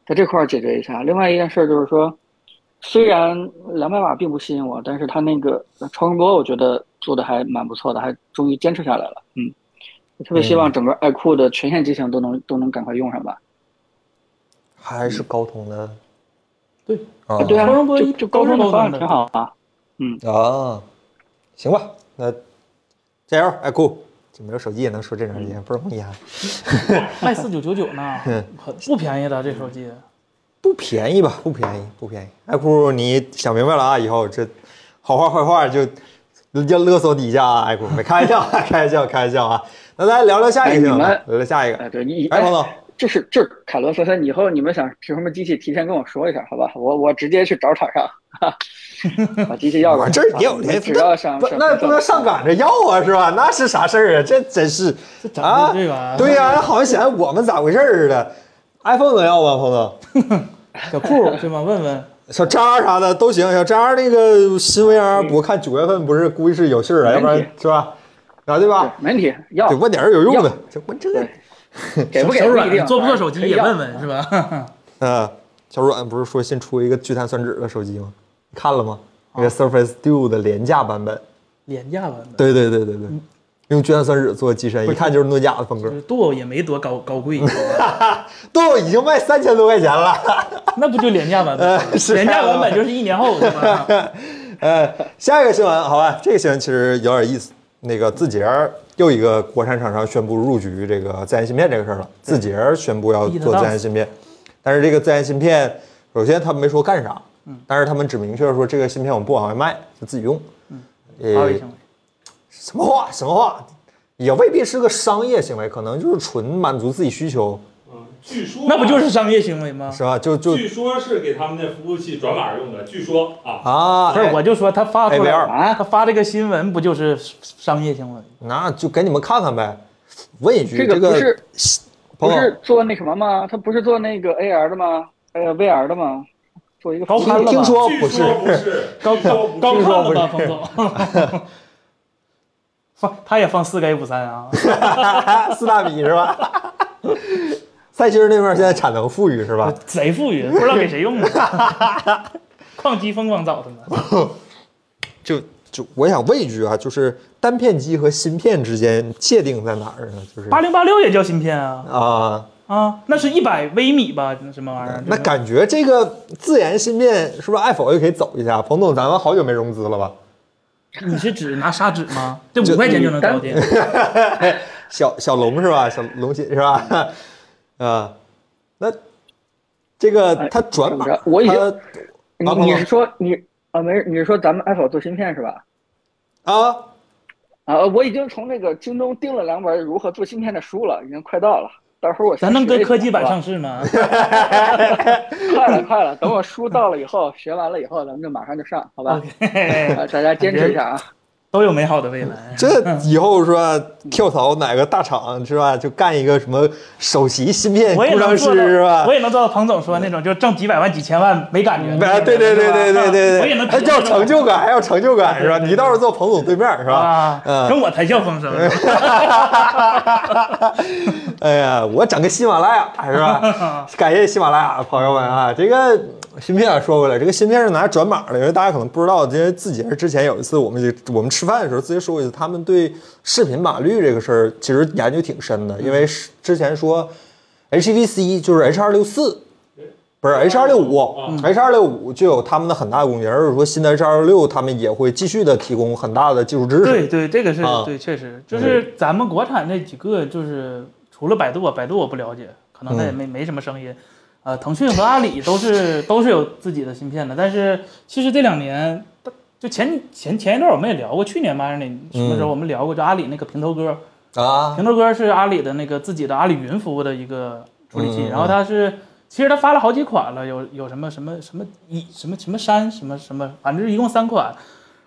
C: 在这块儿解决一下。另外一件事就是说，虽然两百瓦并不吸引我，但是它那个超声波我觉得做的还蛮不错的，还终于坚持下来了。嗯，我特别希望整个爱酷的全线机型都能都能赶快用上吧。
A: 还是高通的
B: 对
A: 啊
C: 对啊，
B: 高中不是
C: 就就高中
B: 高中
C: 的方案
B: 的
C: 挺好啊。
A: 啊，行吧，那加油，iQOO，就没有手机也能说这两年，不容易啊，
B: 卖四九九九 呢
A: 嗯，
B: 可不便宜的这手机。
A: 不便宜吧？不便宜，不便宜。iQOO，你想明白了啊，以后这好话坏话就要勒索你一下啊，iQOO，没开玩笑，开玩笑，开玩笑啊。那咱聊聊下一个新闻
C: 哎你
A: 吧
C: 们，
A: 聊聊下一个。
C: 哎，对你，
A: 哎，
C: 哎
A: 王，总，
C: 这是这是凯罗森森，以后你们想是什么机器，提前跟我说一声，好吧？我我直接去找厂商，哈，把机器要过
A: 我
C: 来。
A: 这儿也有
C: 啊
A: 联
C: 只要想
A: 不
C: 想
A: 那不能上赶着要啊，是吧？那是啥事儿啊？这真是
B: 这长
A: 啊
B: 得，对吧？
A: 对呀、好像显得我们咋回事儿似的。iPhone 能要吗，彭总？
B: 小库对吧？问问，
A: 小渣啥的都行。小渣那个新 VR，我看九月份不是估计是有信儿啊，
C: 没
A: 要
C: 问
A: 不
C: 题
A: 然是吧？啊，对
C: 对
A: 吧？
C: 没问题，要
A: 得问点哦儿有用的
C: 要，
A: 就问这个
C: 对。 给不给
B: 小
C: 不一定哎
B: 软做不做手机也问，
C: 反
B: 问
C: 正
B: 是吧？
A: 嗯，小软不是说新出一个聚碳酸酯的手机吗？你看了吗？那个 Surface Duo 的廉价版本。
B: 廉价版本。
A: 对对对对对，用聚碳酸酯做机身，一嗯看就是嗯诺基亚的风格
B: 就。是剁也没多高高贵，
A: Duo 已经卖三千多块钱了。
B: 那不就廉价版本吗？
A: 呃
C: 啊
A: 是
B: 廉价版本就是一年后是吧？
A: 呃，下一个新闻，好吧，这个新闻其实有点意思。那个字节儿又一个国产厂商宣布入局这个自研芯片这个事儿了。字节儿宣布要做自研芯片，但是这个自研芯片，首先他们没说干啥，但是他们只明确说这个芯片我们不往外卖，就自己用。嗯
B: 华为行为，
A: 什么话？什么话？也未必是个商业行为，可能就是纯满足自己需求，
D: 嗯，据说
B: 那不就是商业行为吗？
C: 啊
A: 是吧？就就
D: 据说是给他们的服务器转码用的，据说啊，
A: 啊，
B: 不是，我就说他发出来
A: AVR
C: 啊
B: 他发这个新闻不就是商业行为？
A: 那就给你们看看呗。问一句，
C: 这
A: 个
C: 个不是
A: 朋
C: 不
A: 友
C: 是做那什么吗？他不是做那个 AR 的吗？呃，VR 的吗？做一个
B: 高
C: 服务器
B: 攀
A: 听
B: 了
A: 听
B: 吧
A: 说
D: 据
A: 不是
D: 说不是，
B: 高
D: 据说不是
B: 高
A: 听说
B: 亢
A: 不是
B: 了吧，冯总？ 放他也放四 K 五三啊，
A: 四大米是吧？ 赛区那边现在产能富裕是吧？
B: 贼富裕，不知道给谁用的。 矿机疯狂找他们，
A: 就就我想问一句啊，就是单片机和芯片之间界定在哪儿呢？就是
B: 八零八六也叫芯片啊
A: 啊、
B: 啊，那是一百微米吧？那什么玩意儿？
A: 那
B: 就是
A: 感觉这个自研芯片是不是爱否也可以走一下？彭总，咱们好久没融资了吧？
B: 你是指拿砂纸吗？这五块钱就能搞定？
A: 小小龙是吧？小龙姐是吧？ 啊、那这个它转码
C: 哎怎么着，我已经
A: 它
C: 你
A: 啊
C: 你
A: 不
C: 是说你啊没事，你是说咱们 Apple 做芯片是吧？
A: 啊，
C: 啊，我已经从那个京东订了两本如何做芯片的书了，已经快到了。到时候我
B: 咱能
C: 学
B: 跟
C: 一下
B: 科技版
C: 好吧
B: 上市吗？
C: 快了，快了！等我书到了以后，学完了以后，咱们就马上就上，好吧？啊，大家坚持一下啊！
B: 都有美好的未 来。
A: 这以后是吧？跳槽哪个大厂是吧？就干一个什么首席芯片
B: 我也
A: 工
B: 能
A: 程
B: 做
A: 师
B: 到，
A: 是吧
B: 我？也能做到彭总说那种，就挣几百万、几千万没感觉。
A: 啊，对对对对对对对，
B: 我也能
A: 还要成就感，还要成就感是吧？
B: 对对对
A: 你到时候坐彭总对面是吧
B: 啊？，
A: 嗯，
B: 跟我谈笑 风生。
A: 哎呀，我整个喜马拉雅是 吧？感谢喜马拉雅朋友们啊！这个芯片啊说回来，这个芯片是拿来转码的，因为大家可能不知道，因为自己之前有一次我们就我们吃饭的时候自己说过一次，他们对视频码率这个事儿其实研究挺深的，因为是之前说 HVC 就是 H 二六四。不是 H 二六五，H 嗯二六五就有他们的很大的贡献，而且说新的 H 二六他们也会继续的提供很大的技术支持。
B: 对对，这个是
A: 啊
B: 对，确实就是咱们国产这几个，就是除了百度，啊，百度我不了解，可能它也没没什么声音。呃，腾讯和阿里都是都是有自己的芯片的，但是其实这两年，就前前前一段我们也聊过，去年吧还是哪什么时候我们聊过，就阿里那个平头哥，
A: 啊，
B: 平头哥是阿里的那个自己的阿里云服务的一个处理器，然后它是其实它发了好几款了，有有什么什么什么一什么什么山什么什么，反正一共三款，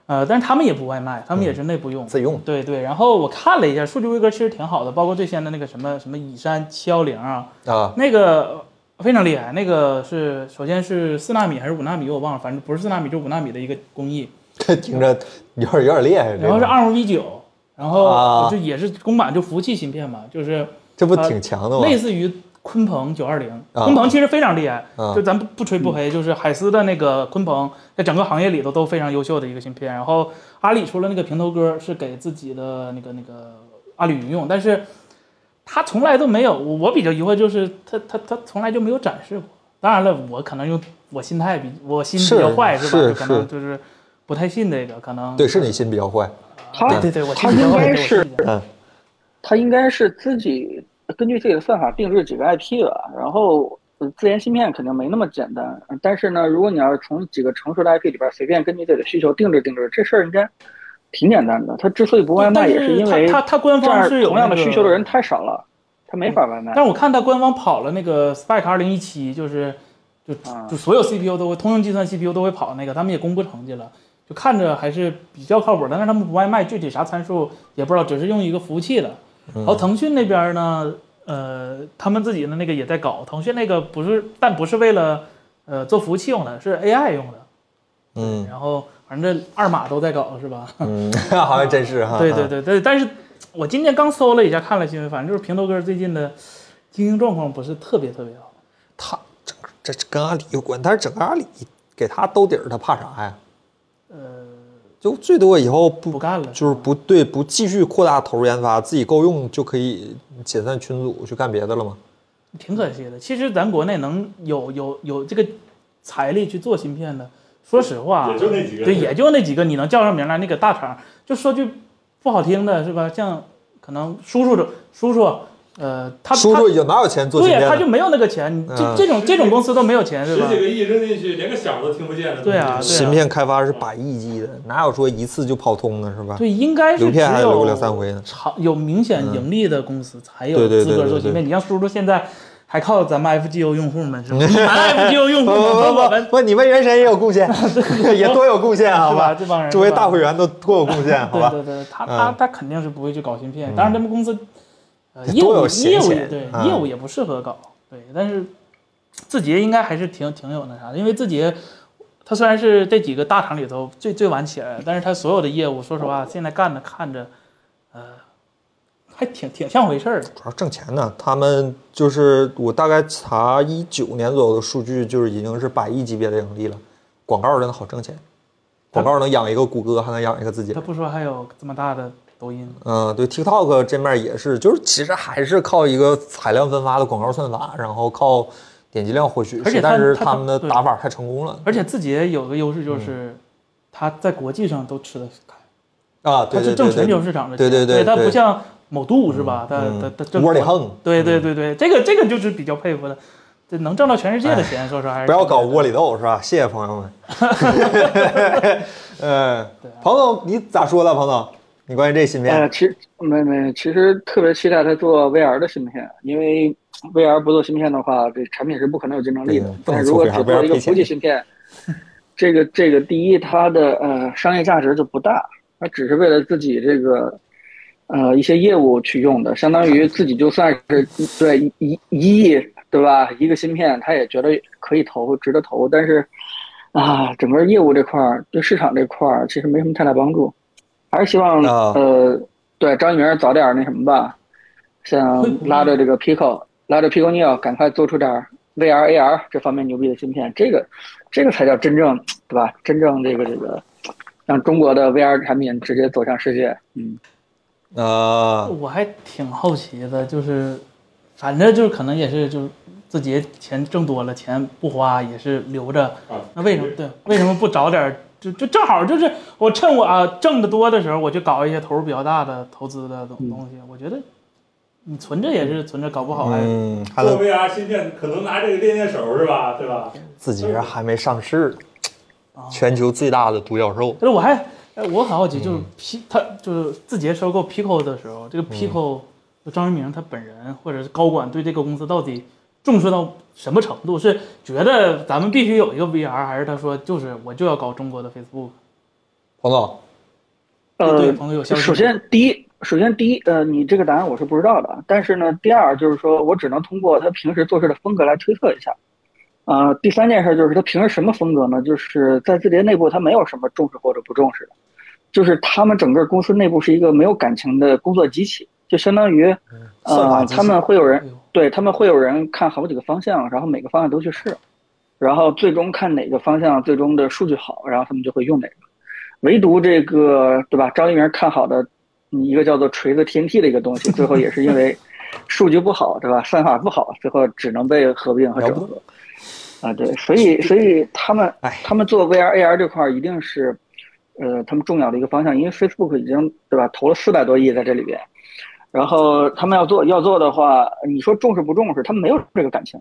B: 呃，但是他们也不外卖，他们也是内部用。
A: 自己用
B: 对对，然后我看了一下数据规格，其实挺好的，包括最先的那个什么什么乙山七幺零啊，
A: 啊，
B: 那个非常厉害，那个是首先是四纳米还是五纳米我忘了，反正不是四纳米就五纳米的一个工艺，
A: 这听着有点有点厉害。这
B: 然后是
A: 个
B: 二五 V 九，然
A: 啊
B: 后就也是公版就服务器芯片嘛，就是。
A: 这不挺强的吗？
B: 类似于鲲鹏九二零，
A: 哦啊
B: 鲲鹏其实非常厉害，
A: 啊嗯
B: 就咱不不吹不黑，就是海思的那个鲲鹏，在整个行业里头都非常优秀的一个芯片。然后阿里出了那个平头哥，是给自己的那个那个阿里云用，但是他从来都没有，我我比较疑惑就是他他他从来就没有展示过。当然了，我可能用我心态比我心比较
A: 是
B: 坏是吧？
A: 是
B: 就可能
A: 是
B: 就是不太信这个，可能
A: 对，是你心比较坏。
C: 他
B: 对对对，我
C: 他
B: 心比较
C: 应
B: 坏，
C: 该
B: 对我心
C: 是
B: 比较坏
A: 嗯，
C: 他应该是自己根据自己的算法定制几个 IP 吧，然后呃自研芯片肯定没那么简单。但是呢，如果你要是从几个成熟的 IP 里边随便根据自己的需求定制定制，这事儿应该挺简单的。它之所以不外卖，
B: 但
C: 也因为
B: 它它它官
C: 这
B: 方
C: 样
B: 是有
C: 同样的
B: 那个嗯
C: 需求的人太少了，它没法外卖。
B: 但我看它官方跑了那个 Spike 二零一七，就是就
C: 啊
B: 就所有 CPU 都会，通用计算 CPU 都会跑那个，他们也公布成绩了，就看着还是比较靠谱。但是他们不外卖，具体啥参数也不知道，只是用一个服务器的。然后腾讯那边呢，呃，他们自己的那个也在搞，腾讯那个不是，但不是为了呃做服务器用的，是 AI 用的。
A: 嗯
B: 然后反正这二码都在搞是吧？
A: 嗯，好像真是哈。
B: 对对对对，但是我今天刚搜了一下，看了新闻，反正就是平头哥最近的经营状况不是特别特别好。
A: 他整个这这跟阿里有关，但是整个阿里给他兜底儿，他怕啥呀？
B: 呃，
A: 就最多以后不
B: 不干了，
A: 就是不对不继续扩大投入研发，自己够用就可以解散群组去干别的了吗？
B: 挺可惜的。其实咱国内能有有有这个财力去做芯片的，说实话，
D: 也就那几个。
B: 对，也就那几个你能叫上名来那个大厂，就说句不好听的是吧？像可能叔叔这叔叔，呃，他
A: 叔叔有哪有钱
B: 他
A: 做芯
B: 对
A: 片
B: 呀，他就
A: 的？
B: 没有那个钱，你
A: 嗯
B: 这这种这种公司都没有钱是
D: 十
B: 吧
D: 几？个亿扔进去，连个响都听不见的。
B: 对啊
A: 芯片开发是百亿级的，哪有说一次就跑通的，是吧？
B: 对，应该
A: 留
B: 是只
A: 片还留
B: 有
A: 过两三回呢嗯
B: 长有明显盈利的公司才有
A: 对对
B: 资
A: 对
B: 格
A: 对
B: 做
A: 对
B: 芯片。你像叔叔现在还靠咱们 FGO 用户 们是吧？你们 FGO 用
A: 不
B: 户们
A: 不
B: 把我
A: 不
B: 们
A: 不，你们原神也有贡献，也多有贡献，啊好
B: 是吧？
A: 吧？
B: 这帮人，
A: 诸位
B: 是吧
A: 大会员都多有贡 献，好吧？
B: 对对对，他他
A: 嗯
B: 他肯定是不会去搞芯片，当然他们公司呃
A: 多
B: 业务
A: 有闲
B: 业务也
A: 钱
B: 对
A: 嗯
B: 业务也不适合搞，对，但是字节应该还是挺挺有那啥的，因为字节它虽然是这几个大厂里头最最晚起来的，但是它所有的业务，说实话，现在干的看着呃还挺挺像回事儿的，
A: 主要挣钱呢，他们就是我大概查一九年左右的数据，就是已经是百亿级别的盈利了。广告真的好挣钱，广告能养一个谷歌，还能养一个自己
B: 他。不说还有这么大的抖音，
A: 嗯，对，TikTok 这面也是，就是其实还是靠一个海量分发的广告算法，然后靠点击量获取。
B: 而且它
A: 但是
B: 它
A: 他们的
B: 对
A: 打法太成功了
B: 而且字节有个优势
A: 嗯
B: 就是它在国际上都吃得开。
A: 啊！对
B: 它是
A: 对
B: 挣
A: 对
B: 全
A: 对
B: 球
A: 对，
B: 市场的
A: 对
B: 钱，
A: 对对
B: 它不
A: 对
B: 像某度是吧？它
A: 嗯
B: 它它
A: 窝里嗯
B: 国
A: 横
B: 对对对对，这个这个就是比较佩服的，这能挣到全世界的钱，说实话还是
A: 哎不要搞
B: 挺
A: 窝里斗是吧？谢谢朋友 们。
B: 啊
A: 嗯，彭总，你咋说的？彭总，你关于这芯
C: 呃，
A: 片，
C: 其实没没，其实特别期待他做 VR 的芯片，因为 VR 不做芯片的话，这产品是不可能有竞争力的
A: 对。不能
C: 但如果
A: 做
C: 只
A: VR
C: 做一个
A: 赔钱
C: 服务器芯片，这个这个第一，它的呃商业价值就不大，它只是为了自己这个呃一些业务去用的，相当于自己就算是对一一一亿对吧，一个芯片，他也觉得可以投，值得投，但是。啊，整个业务这块儿对市场这块儿其实没什么太大帮助，还是希望、
A: 啊
C: 呃，对张一鸣早点儿那什么吧，像拉着这个 Pico，拉着 Pico Neo 赶快做出点儿 VR AR 这方面牛逼的芯片，这个这个才叫真正对吧？真正这个这个让中国的 VR 产品直接走向世界，嗯，
A: 呃，
B: 我还挺好奇的，就是反正就是可能也是就是自己钱挣多了，钱不花也是留着，
D: 啊
B: 那为什么对为什么不找点儿就就正好就是我趁我、啊、挣得多的时候，我就搞一些投入比较大的投资的
A: 嗯
B: 东东西，我觉得你存着也是存着，搞不好还。
A: 嗯，还
D: 做
A: 能
D: VR 芯片啊可能拿这个练练手是吧？对吧？
A: 自己人还没上市，
B: 哦
A: 全球最大的独角兽，
B: 但是我还，哎我很好奇，就是 P，他就是字节收购 Pico 的时候，这个 Pico 就张一鸣他本人或者是高管对这个公司到底重视到什么程度？是觉得咱们必须有一个 VR，还是他说就是我就要搞中国的 Facebook？
A: 彭总，
B: 对
C: 呃
B: 朋友有，消息吗
C: 首先第一，首先第一，呃，你这个答案我是不知道的。啊但是呢，第二就是说我只能通过他平时做事的风格来推测一下。呃，第三件事就是他平时什么风格呢？就是在字节内部他没有什么重视或者不重视的，就是他们整个公司内部是一个没有感情的工作机器，就相当于，
B: 嗯
A: 算法
C: 呃，
A: 机器
C: 他们会有人
B: 哎呦
C: 对他们会有人看好几个方向，然后每个方向都去试，然后最终看哪个方向最终的数据好，然后他们就会用哪个。唯独这个对吧？张一鸣看好的嗯一个叫做锤子 TNT 的一个东西，最后也是因为数据不好，对吧？算法不好，最后只能被合并和整合。啊，对，所以所以他们
A: 哎
C: 他们做 VR AR 这块儿一定是，呃，他们重要的一个方向，因为 Facebook 已经对吧投了四百多亿在这里边，然后他们要做要做的话，你说重视不重视？他们没有这个感情，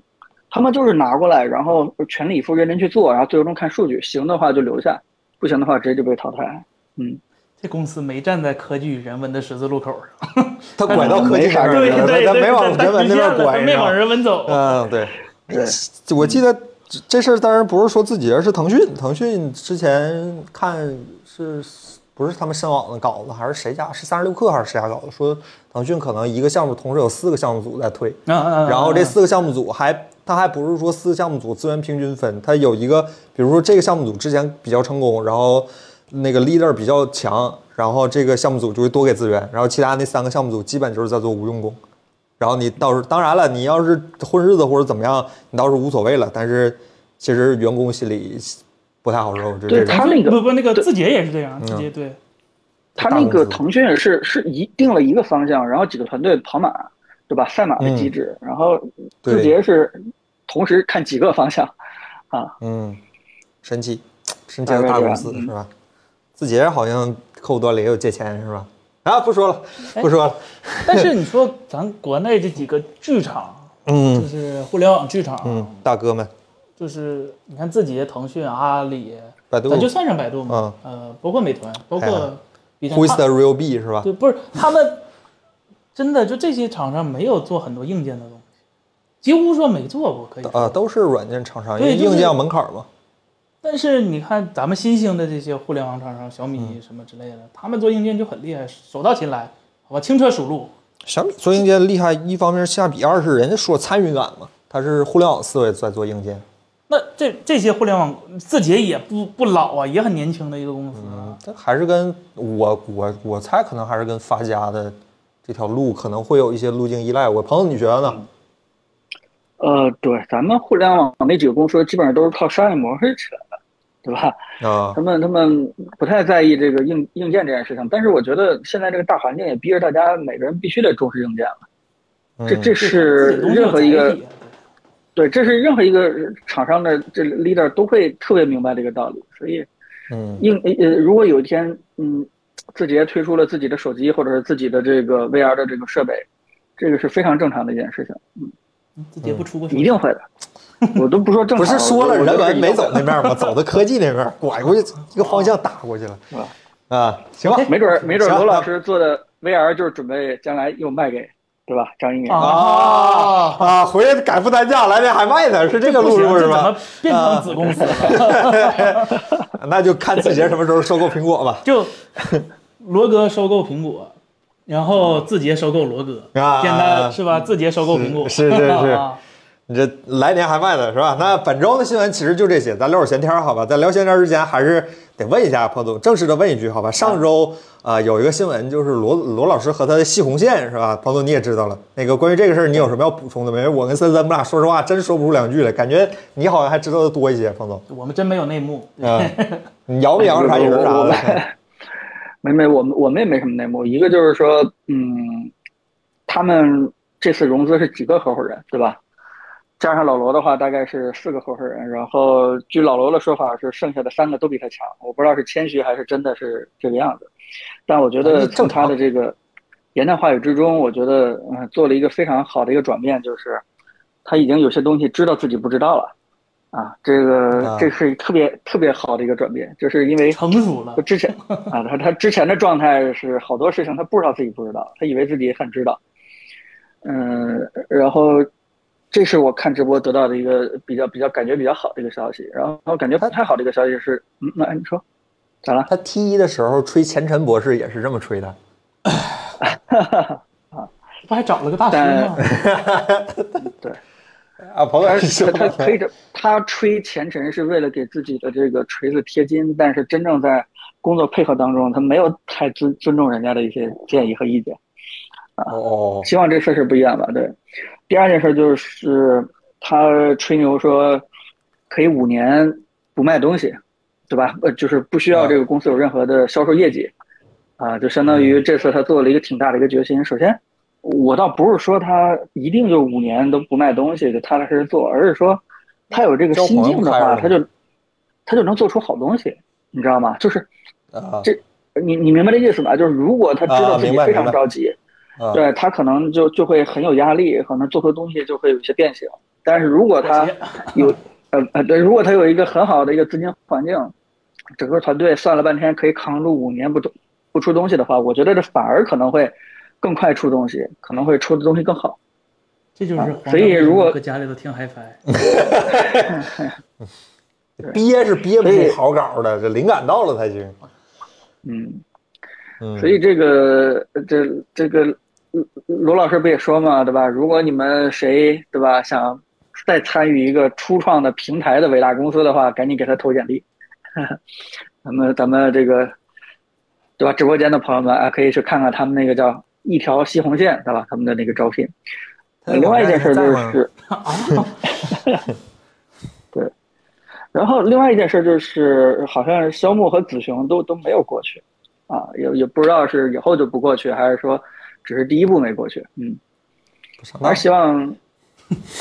C: 他们就是拿过来，然后全力以赴认真去做，然后最终看数据，行的话就留下，不行的话直接就被淘汰。嗯，
B: 这公司没站在科技与人文的十字路口上，
A: 他拐到科技上面
B: 对
A: 去了，
B: 对
A: 他
B: 对，
A: 他没往
B: 它
A: 人文那边
B: 它
A: 拐，
B: 它
A: 你
B: 没
A: 知道
B: 往
A: 吗
B: 人文走。
A: 嗯，对，
C: 对，
A: 我记得这这事儿，当然不是说自己，而是腾讯。腾讯之前看是不是他们深网的稿子，还是谁家？是三十六氪还是谁家稿子？说腾讯可能一个项目同时有四个项目组在推，
B: 啊啊
C: 嗯
B: 啊
A: 然后这四个项目组还，它还不是说四个项目组资源平均分，它有一个，比如说这个项目组之前比较成功，然后那个 leader 比较强，然后这个项目组就会多给资源，然后其他那三个项目组基本就是在做无用功。然后你倒是，当然了，你要是混日子或者怎么样，你倒是无所谓了。但是其实员工心里不太好受，这
C: 对
A: 这
C: 他
A: 种。
C: 那个
B: 不不那个字节也是这样，字节对
C: 他那
A: 大公
C: 个
A: 司
C: 腾讯也是是一定了一个方向，然后几个团队跑马，对吧？赛马的机制，然后
A: 嗯对
C: 字节是同时看几个方向，
A: 嗯，神奇，神奇的大公司
C: 大概嗯
A: 是
C: 是
A: 吧？字节好像客户端里也有借钱是吧？啊，不说了，
C: 哎
A: 不说了。
B: 但是你说咱国内这几个剧场，
A: 嗯
B: 就，是互联网剧场，
A: 嗯，大哥们，
B: 就是你看字节、腾讯、阿里，
A: 百度
B: 咱就算上百度嘛，呃，包括美团，包
A: 嗯哎呀
B: 括 B 站，
A: ，Who is
B: 它
A: the real B 是吧？
B: 对，不是他们真的就这些厂商没有做很多硬件的东西，几乎说没做过，可以说
A: 啊，都是软件厂商，因
B: 对
A: 为
B: 就是
A: 硬件有门槛嘛。
B: 但是你看咱们新兴的这些互联网厂商，小米
A: 嗯
B: 什么之类的，他们做硬件就很厉害，手到擒来，好吧，轻车熟路。
A: 小米做硬件厉害，一方面是性价比，二是人家说参与感嘛，它是互联网思维在做硬件。
B: 那这这些互联网字节也不不老啊，也很年轻的一个公司啊。
A: 但还是跟我我我猜可能还是跟发家的这条路可能会有一些路径依赖。我朋友你觉得呢？
C: 呃，对，咱们互联网那几个公司基本上都是靠商业模式起来的，对吧？
A: 啊
C: 他，们他们不太在意这个硬硬件这件事情，但是我觉得现在这个大环境也逼着大家每个人必须得重视硬件了。这
A: 嗯
C: 这是
B: 自己东西有
C: 任
B: 啊
C: 何一个
B: 载体
C: 对，这是任何一个厂商的这 leader 都会特别明白这个道理，所以
A: 嗯
C: 硬呃，如果有一天嗯，字节推出了自己的手机或者是自己的这个 VR 的这个设备，这个是非常正常的一件事情，
B: 字节不出过手
C: 一定会的。我都不说正常，
A: 不是说了
C: 我
A: 人文没走
C: 我
A: 那面吗？走的科技那面，拐过去一个方向打过去了
C: 是吧。
A: 啊，行吧
C: 都，没 准儿没准
A: 行
C: 儿罗老师做的 VR 就是准备将来又卖给对吧张一鸣。
A: 啊
B: 啊。
A: 啊，回去改负担架，来年还卖呢，是这个
B: 不
A: 路
B: 行，
A: 数
B: 这
A: 是
B: 怎
A: 吧啊
B: 么？变成子公司 了？
A: 那就看字节什么时候收购苹果吧。
B: 就罗哥收购苹果，然后字节收购罗哥，
A: 啊
B: 简单是吧？字节收购苹果，
A: 是是是
B: 啊
A: 你这来年还卖呢是吧？那本周的新闻其实就这些，咱聊会儿闲天儿好吧？在聊闲天儿之前，还是得问一下彭总，正式的问一句好吧？上周啊、呃有一个新闻，就是罗罗老师和他的系红线是吧？彭总你也知道了，那个关于这个事儿，你有什么要补充的没？我跟森森，我们俩说实话真说不出两句来，感觉你好像还知道的多一些，彭总。
B: 我们真没有内幕。
A: 啊、 你摇没摇着啥啊人儿啥
C: 我
A: 的？
C: 没没，我们我们也没什么内幕。一个就是说，嗯，他们这次融资是几个合伙人，对吧？加上老罗的话，大概是四个合伙人。然后据老罗的说法是，剩下的三个都比他强。我不知道是谦虚还是真的是这个样子。但我觉
A: 啊那
C: 得
A: 正
C: 从
A: 常
C: 他的这个言谈话语之中，我觉得嗯、呃做了一个非常好的一个转变，就是他已经有些东西知道自己不知道了。啊，这
A: 啊
C: 个这是特别特别好的一个转变，就是因为
B: 成熟了
C: 就，之前啊，他他之前的状态是好多事情他不知道自己不知道，他以为自己很知道。嗯，然后这是我看直播得到的一个比较比较感觉比较好的一个消息。然后感觉不太好的一个消息是，嗯，那哎你说咋了？
A: 他 T 一的时候吹钱晨博士也是这么吹的。
B: 不还找了个大师吗？
C: 对，
A: 啊，朋友，
C: 他
A: 你说
C: 他他推着他吹前程是为了给自己的这个锤子贴金，但是真正在工作配合当中，他没有太尊尊重人家的一些建议和意见。
A: 哦
C: 希望这事儿是不一样吧？对。第二件事就是他吹牛说可以五年不卖东西，对吧？呃，就是不需要这个公司有任何的销售业绩，啊，就相当于这次他做了一个挺大的一个决心。首先，我倒不是说他一定就五年都不卖东西，就踏踏实实做，而是说他有这个
A: 交
C: 心
A: 朋友
C: 境的
A: 开
C: 话，
A: 了
C: 他就他就能做出好东西，你知道吗？就是
A: 哦啊
C: 这你你明白这意思吧？就是如果他知
A: 啊
C: 道自
A: 明
C: 己
A: 白
C: 非
A: 明白
C: 常着急。
A: 啊
C: 对他可能就就会很有压力，可能做出的东西就会有一些变形。但是如果他
B: 妥协
C: 有呃呃，对，如果他有一个很好的一个资金环境，整个团队算了半天可以扛住五年不动不出东西的话，我觉得这反而可能会更快出东西，可能会出的东西更好。
B: 这就是
C: 啊
B: 黄
C: 所以
B: 章为什
C: 如
B: 么
C: 果
B: 搁家里头听 HiFi，
A: 憋是憋不
C: 所以
A: 出好稿的，这灵感到了才行。
C: 嗯，
A: 嗯，
C: 所以这个呃这这个呃罗老师不也说嘛，对吧？如果你们谁对吧想再参与一个初创的平台的伟大公司的话，赶紧给他投简历。咱们咱们这个对吧？直播间的朋友们啊，可以去看看他们那个叫“一条西红线”对吧？他们的那个招聘。
A: 他
C: 呃另外一件事儿就
A: 网站还在吗
C: 是，对，然后另外一件事儿就是，好像是肖木和子雄都都没有过去，啊，也也不知道是以后就不过去，还是说只是第一步没过去，嗯，
A: 不上
C: 还
A: 当
C: 是希望，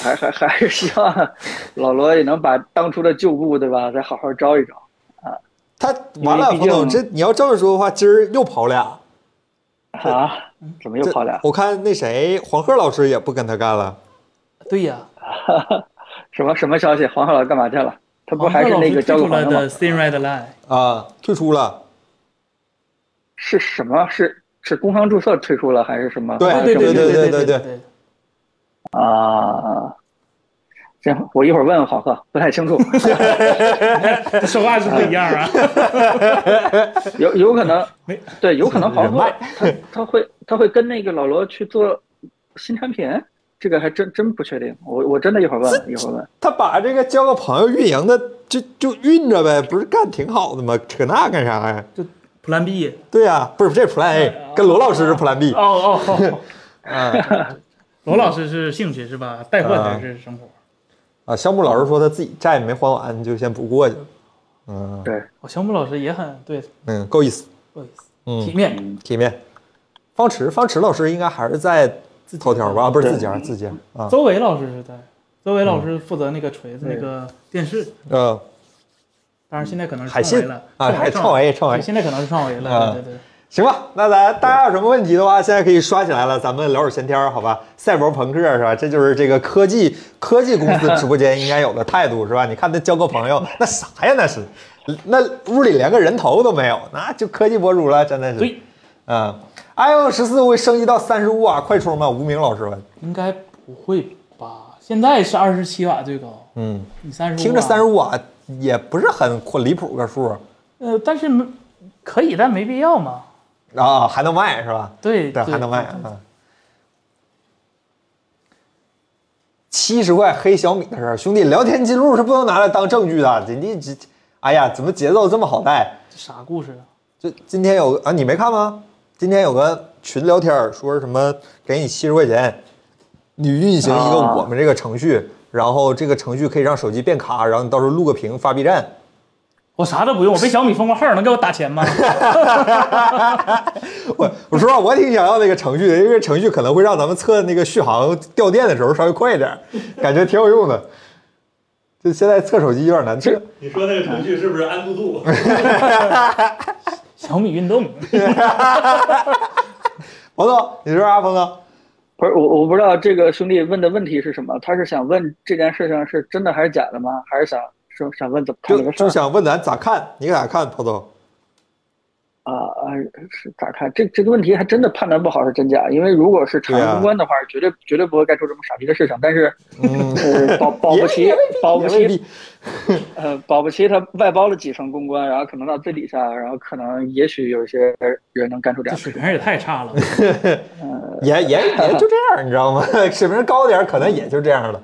C: 还还还是希望老罗也能把当初的旧部对吧，再好好招一招，
A: 他完了，
C: 因为
A: 彭
C: 毕
A: 总，
C: 竟
A: 这你要这么说的话，今儿又跑俩。
C: 啊，怎么又
A: 这
C: 跑俩
A: 我看那谁黄鹤老师也不跟他干了。
B: 对呀，
C: 什么什么消息？黄鹤老师干嘛去了？他不
B: 黄
C: 还
B: 鹤
C: 是
B: 老
C: 那
B: 师
C: 个
B: 退
C: 交给
B: 出
C: 黄
B: 来
C: 鹤吗
B: 的？Thin Red Line，
A: 啊，退出了，
C: 是什么？是是工商注册退出了还是什么？
A: 对
C: 还是
B: 啊对
C: 什么
B: 对
A: 对对
B: 对
A: 对
B: 对
A: 对
B: 对，
C: 啊，行，我一会儿问问好哥，不太清 楚，
B: 这说话是不一样啊。
C: 有有可能
B: 没，
C: 对，有可能好
A: 人脉
C: 哥他他会他会跟那个老罗去做新产品，这个还真真不确定，我我真的一会儿问一会儿问，
A: 他把这个交个朋友运营的就就运着呗，不是干挺好的吗？扯那干啥呀？
B: 就 Plan B，
A: 对呀、不是这 Plan
C: 啊
A: A 跟罗老师是 Plan B
B: 哦哦哦，
A: 啊
B: 罗老师是兴趣是吧？带货才是生活。
A: 啊！肖木老师说他自己债没还完，就先不过去了。嗯
C: 对，
B: 我哦小木老师也很对，
A: 嗯，够意思，
B: 不好意思，体
A: 嗯，
B: 面。
A: 体面。方池，方池老师应该还是在
B: 自己嗯
A: 头条吧？啊不是
C: 对
A: 自家，自家啊，
B: 周伟老师是在，周伟老师负责那个锤子那个电视，
A: 嗯，
B: 当然现在可能是
A: 海信
B: 创维了
A: 啊，还创维，创维啊
B: 对，。现在可能是创维了。对对对，
A: 行吧，那咱大家有什么问题的话，现在可以刷起来了，咱们聊会儿闲天儿，好吧？赛博朋克是吧？这就是这个科技科技公司直播间应该有的态度是吧？你看他交个朋友，那啥呀？那是，那屋里连个人头都没有，那就科技博主了，真的是。
B: 对，
A: 嗯，iPhone 十四会升级到三十五瓦快充吗？无名老师问。
B: 应该不会吧？现在是二十七瓦最高，
A: 嗯，
B: 你三十
A: 听着三十五瓦也不是很离谱个数
B: 呃，但是没可以，但没必要嘛。
A: 啊，还能卖是吧？
B: 对
A: 对，还能卖啊。七十块黑小米的事儿，兄弟，聊天记录是不能拿来当证据的。你你这，哎呀，怎么节奏这么好带？
B: 这啥故事啊？
A: 就今天有啊，你没看吗？今天有个群聊天儿说什么给你七十块钱，你运行一个
C: 啊
A: 我们这个程序，然后这个程序可以让手机变卡，然后你到时候录个屏发 B 站。
B: 我啥都不用，我被小米封过号，能给我打钱吗？
A: 我我说实话，我挺想要那个程序的，因为程序可能会让咱们测那个续航掉电的时候稍微快一点儿，感觉挺有用的。就现在测手机有点难测，
D: 你说那个程序是不是安 度度？
B: 小米运动，
A: 彭总，你说啥、啊彭总？
C: 不是我我不知道这个兄弟问的问题是什么，他是想问这件事情是真的还是假的吗？还是想说想问怎么看这
A: 就
C: 个事儿
A: 就想问咱咋看？你咋看，彭总？
C: 啊啊是咋看？这这个问题还真的判断不好是真假，因为如果是查
A: 对啊
C: 公关的话，绝对绝对不会干出这么傻逼的事情，但是。
A: 嗯，
C: 呃，保保不齐
A: 也未必，
C: 保不
A: 也未
C: 齐，
A: 必
C: 呃，保不齐他外包了几层公关，然后可能到最底下，然后可能也许有一些人能干出这
B: 这
C: 样的
B: 水
C: 事。
B: 平也太差了。
A: 也也 也就这样，你知道吗？ 水平高点儿可能也就这样了。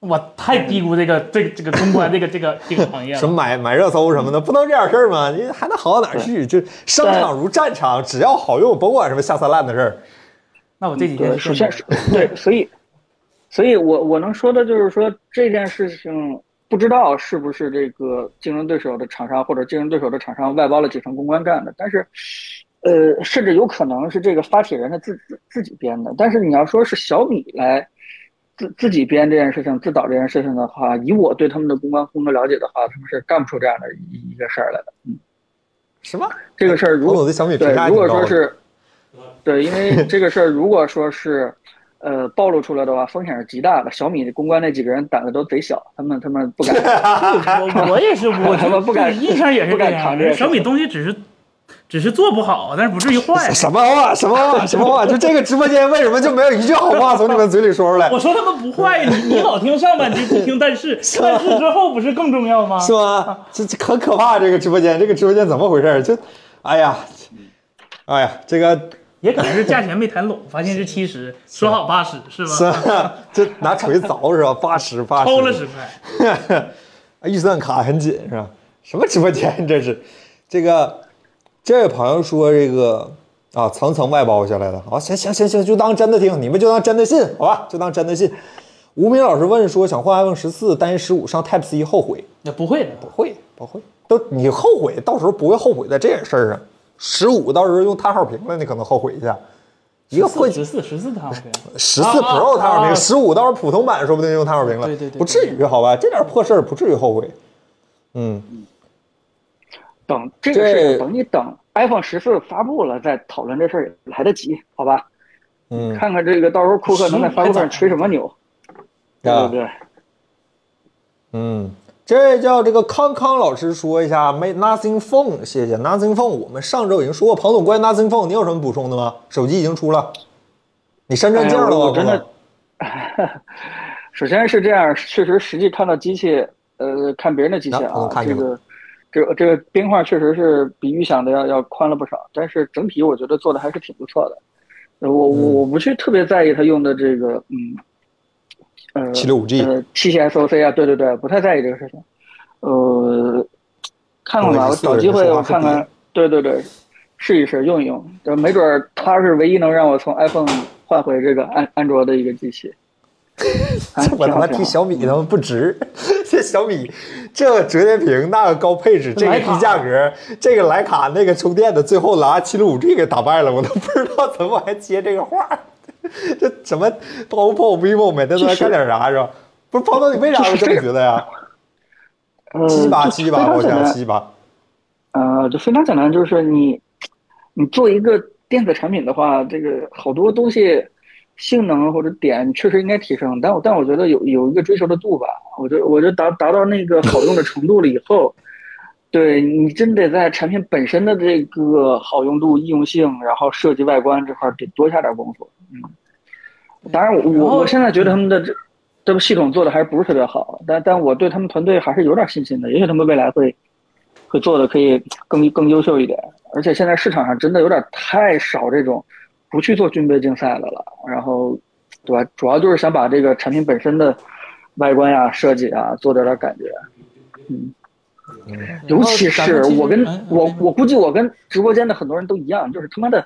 B: 我太低估这个这个这个公关这个这个这个行业
A: 什么
B: 了。
A: 买买热搜什么的，不能这样事儿吗？你还能好到哪儿去？就商场如战场，只要好用，甭管什么下三滥的事儿。
B: 那我这几天
C: 嗯对，
B: 就
C: 首先
B: 顺便
C: 是，啊对，所以，所以我我能说的就是说这件事情，不知道是不是这个竞争对手的厂商或者竞争对手的厂商外包了几层公关干的，但是，呃，甚至有可能是这个发起人他自自自己编的。但是你要说是小米来自自己编这件事情、自导这件事情的话，以我对他们的公关工作了解的话，他们是干不出这样的一一个事儿来的。嗯，
A: 什么？
C: 这个事儿如
A: 彭
C: 果
A: 总对小米评
C: 对
A: 价，
C: 如
A: 挺
C: 果
A: 高
C: 说
A: 的。。
C: 是，对，因为这个事儿，如果说是，呃，暴露出来的话，风险是极大的。小米公关那几个人胆子都贼小，他们他们不敢。
B: 哎
C: 啊
B: 我我也是，我
C: 他们不敢
B: 印象也是
C: 不敢
B: 样
C: 扛这个
B: 小米东西只是只是做不好，但是不至于坏
A: 什么话？什么话？什么话？就这个直播间为什么就没有一句好话 从你们嘴里说出来
B: 我？说他们不坏，你你老听上半句，不听但是， 但是之后不是更重要吗？
A: 是吗？这这很可怕，这个直播间，这个直播间怎么回事儿？这，哎呀，哎呀，这个
B: 也可能是价钱没谈拢，发现是七十，说好八十是吧？
A: 是 吧这拿锤凿是吧？八十八十，
B: 偷了十块，
A: 啊预算卡很紧是吧？什么直播间这是？这个这位朋友说这个啊，层层外包下来的。好，行行行行，就当真的听，你们就当真的信，好吧？就当真的信。吴明老师问说，想换 iPhone 十四单一十五上 Type C 后悔？
B: 也不会的。
A: 不会，不会，都你后悔，到时候不会后悔在这件事儿上。十五到时候用碳号屏了，你可能后悔一下。一个会
B: 十四十四他们
A: 十四
B: 啊啊
A: Pro 碳号
B: 啊
A: 屏，十五到时候普通版说不定用碳号屏了，
B: 对对对对
A: 不至于好吧？这点破事儿不至于后悔。嗯，
C: 等这个事
A: 这
C: 儿，等你等 iPhone 十四发布了再讨论这事儿来得及，好吧？
A: 嗯
C: 看看这个到时候库克能在发布会上吹什么牛，对
A: 啊
C: 不对？
A: 嗯，这叫这个康康老师说一下没 Nothing Phone，谢谢 Nothing Phone。我们上周已经说过，庞总关于 Nothing Phone，你有什么补充的吗？手机已经出了，你山
C: 哎
A: 川
C: 呀
A: 镜了
C: 我
A: 吗？
C: 我真
A: 庞
C: 的
A: 总，
C: 首先是这样，确实实际看到机器，呃，看别人的机器
A: 那我
C: 啊，
A: 看见
C: 这
A: 了
C: 个这个这个边框确实是比预想的要要宽了不少，但是整体我觉得做的还是挺不错的。呃我我我不去特别在意它用的这个嗯，呃，
A: 765G
C: 呃，七七 SOC 啊，对对对，不太在意这个事情。呃，看看吧，我找机会我看看，对对对，试一试用一用，这没准儿它是唯一能让我从 iPhone 换回这个安安卓的一个机 器。哎
A: 这我他妈
C: 挺好
A: 替小米他妈不值，这小米这个折叠屏那个高配置，这个
B: 徕卡
A: 低价格，这个徕卡那个充电的，最后拿七六五 G 给打败了，我都不知道怎么还接这个话儿。这什么 OPPO、vivo 每天都在干点啥是吧？不是，庞总，你为啥会这么觉得呀？
C: 呃
A: 七八
C: 就
A: 七
C: 非
A: 八，
C: 常
A: 我
C: 简
A: 想
C: 单
A: 七八。
C: 呃，就非常简单，就是你，你做一个电子产品的话，这个好多东西性能或者点确实应该提升，但我但我觉得有有一个追求的度吧，我觉得我觉得达达到那个好用的程度了以后， 对你真得在产品本身的这个好用度、易用性，然后设计、外观这块儿得多下点功夫。嗯，当然我
B: 然
C: 我
B: 后嗯
C: 我现在觉得他们的这这个系统做的还不是特别好，但但我对他们团队还是有点信心的，也许他们未来会会做的可以更更优秀一点。而且现在市场上真的有点太少这种不去做军备竞赛的了，然后对吧？主要就是想把这个产品本身的外观呀、设计啊做点点感觉。 尤其是我
B: 嗯
C: 跟我我估计我跟直播间的很多人都一样，就是他妈的，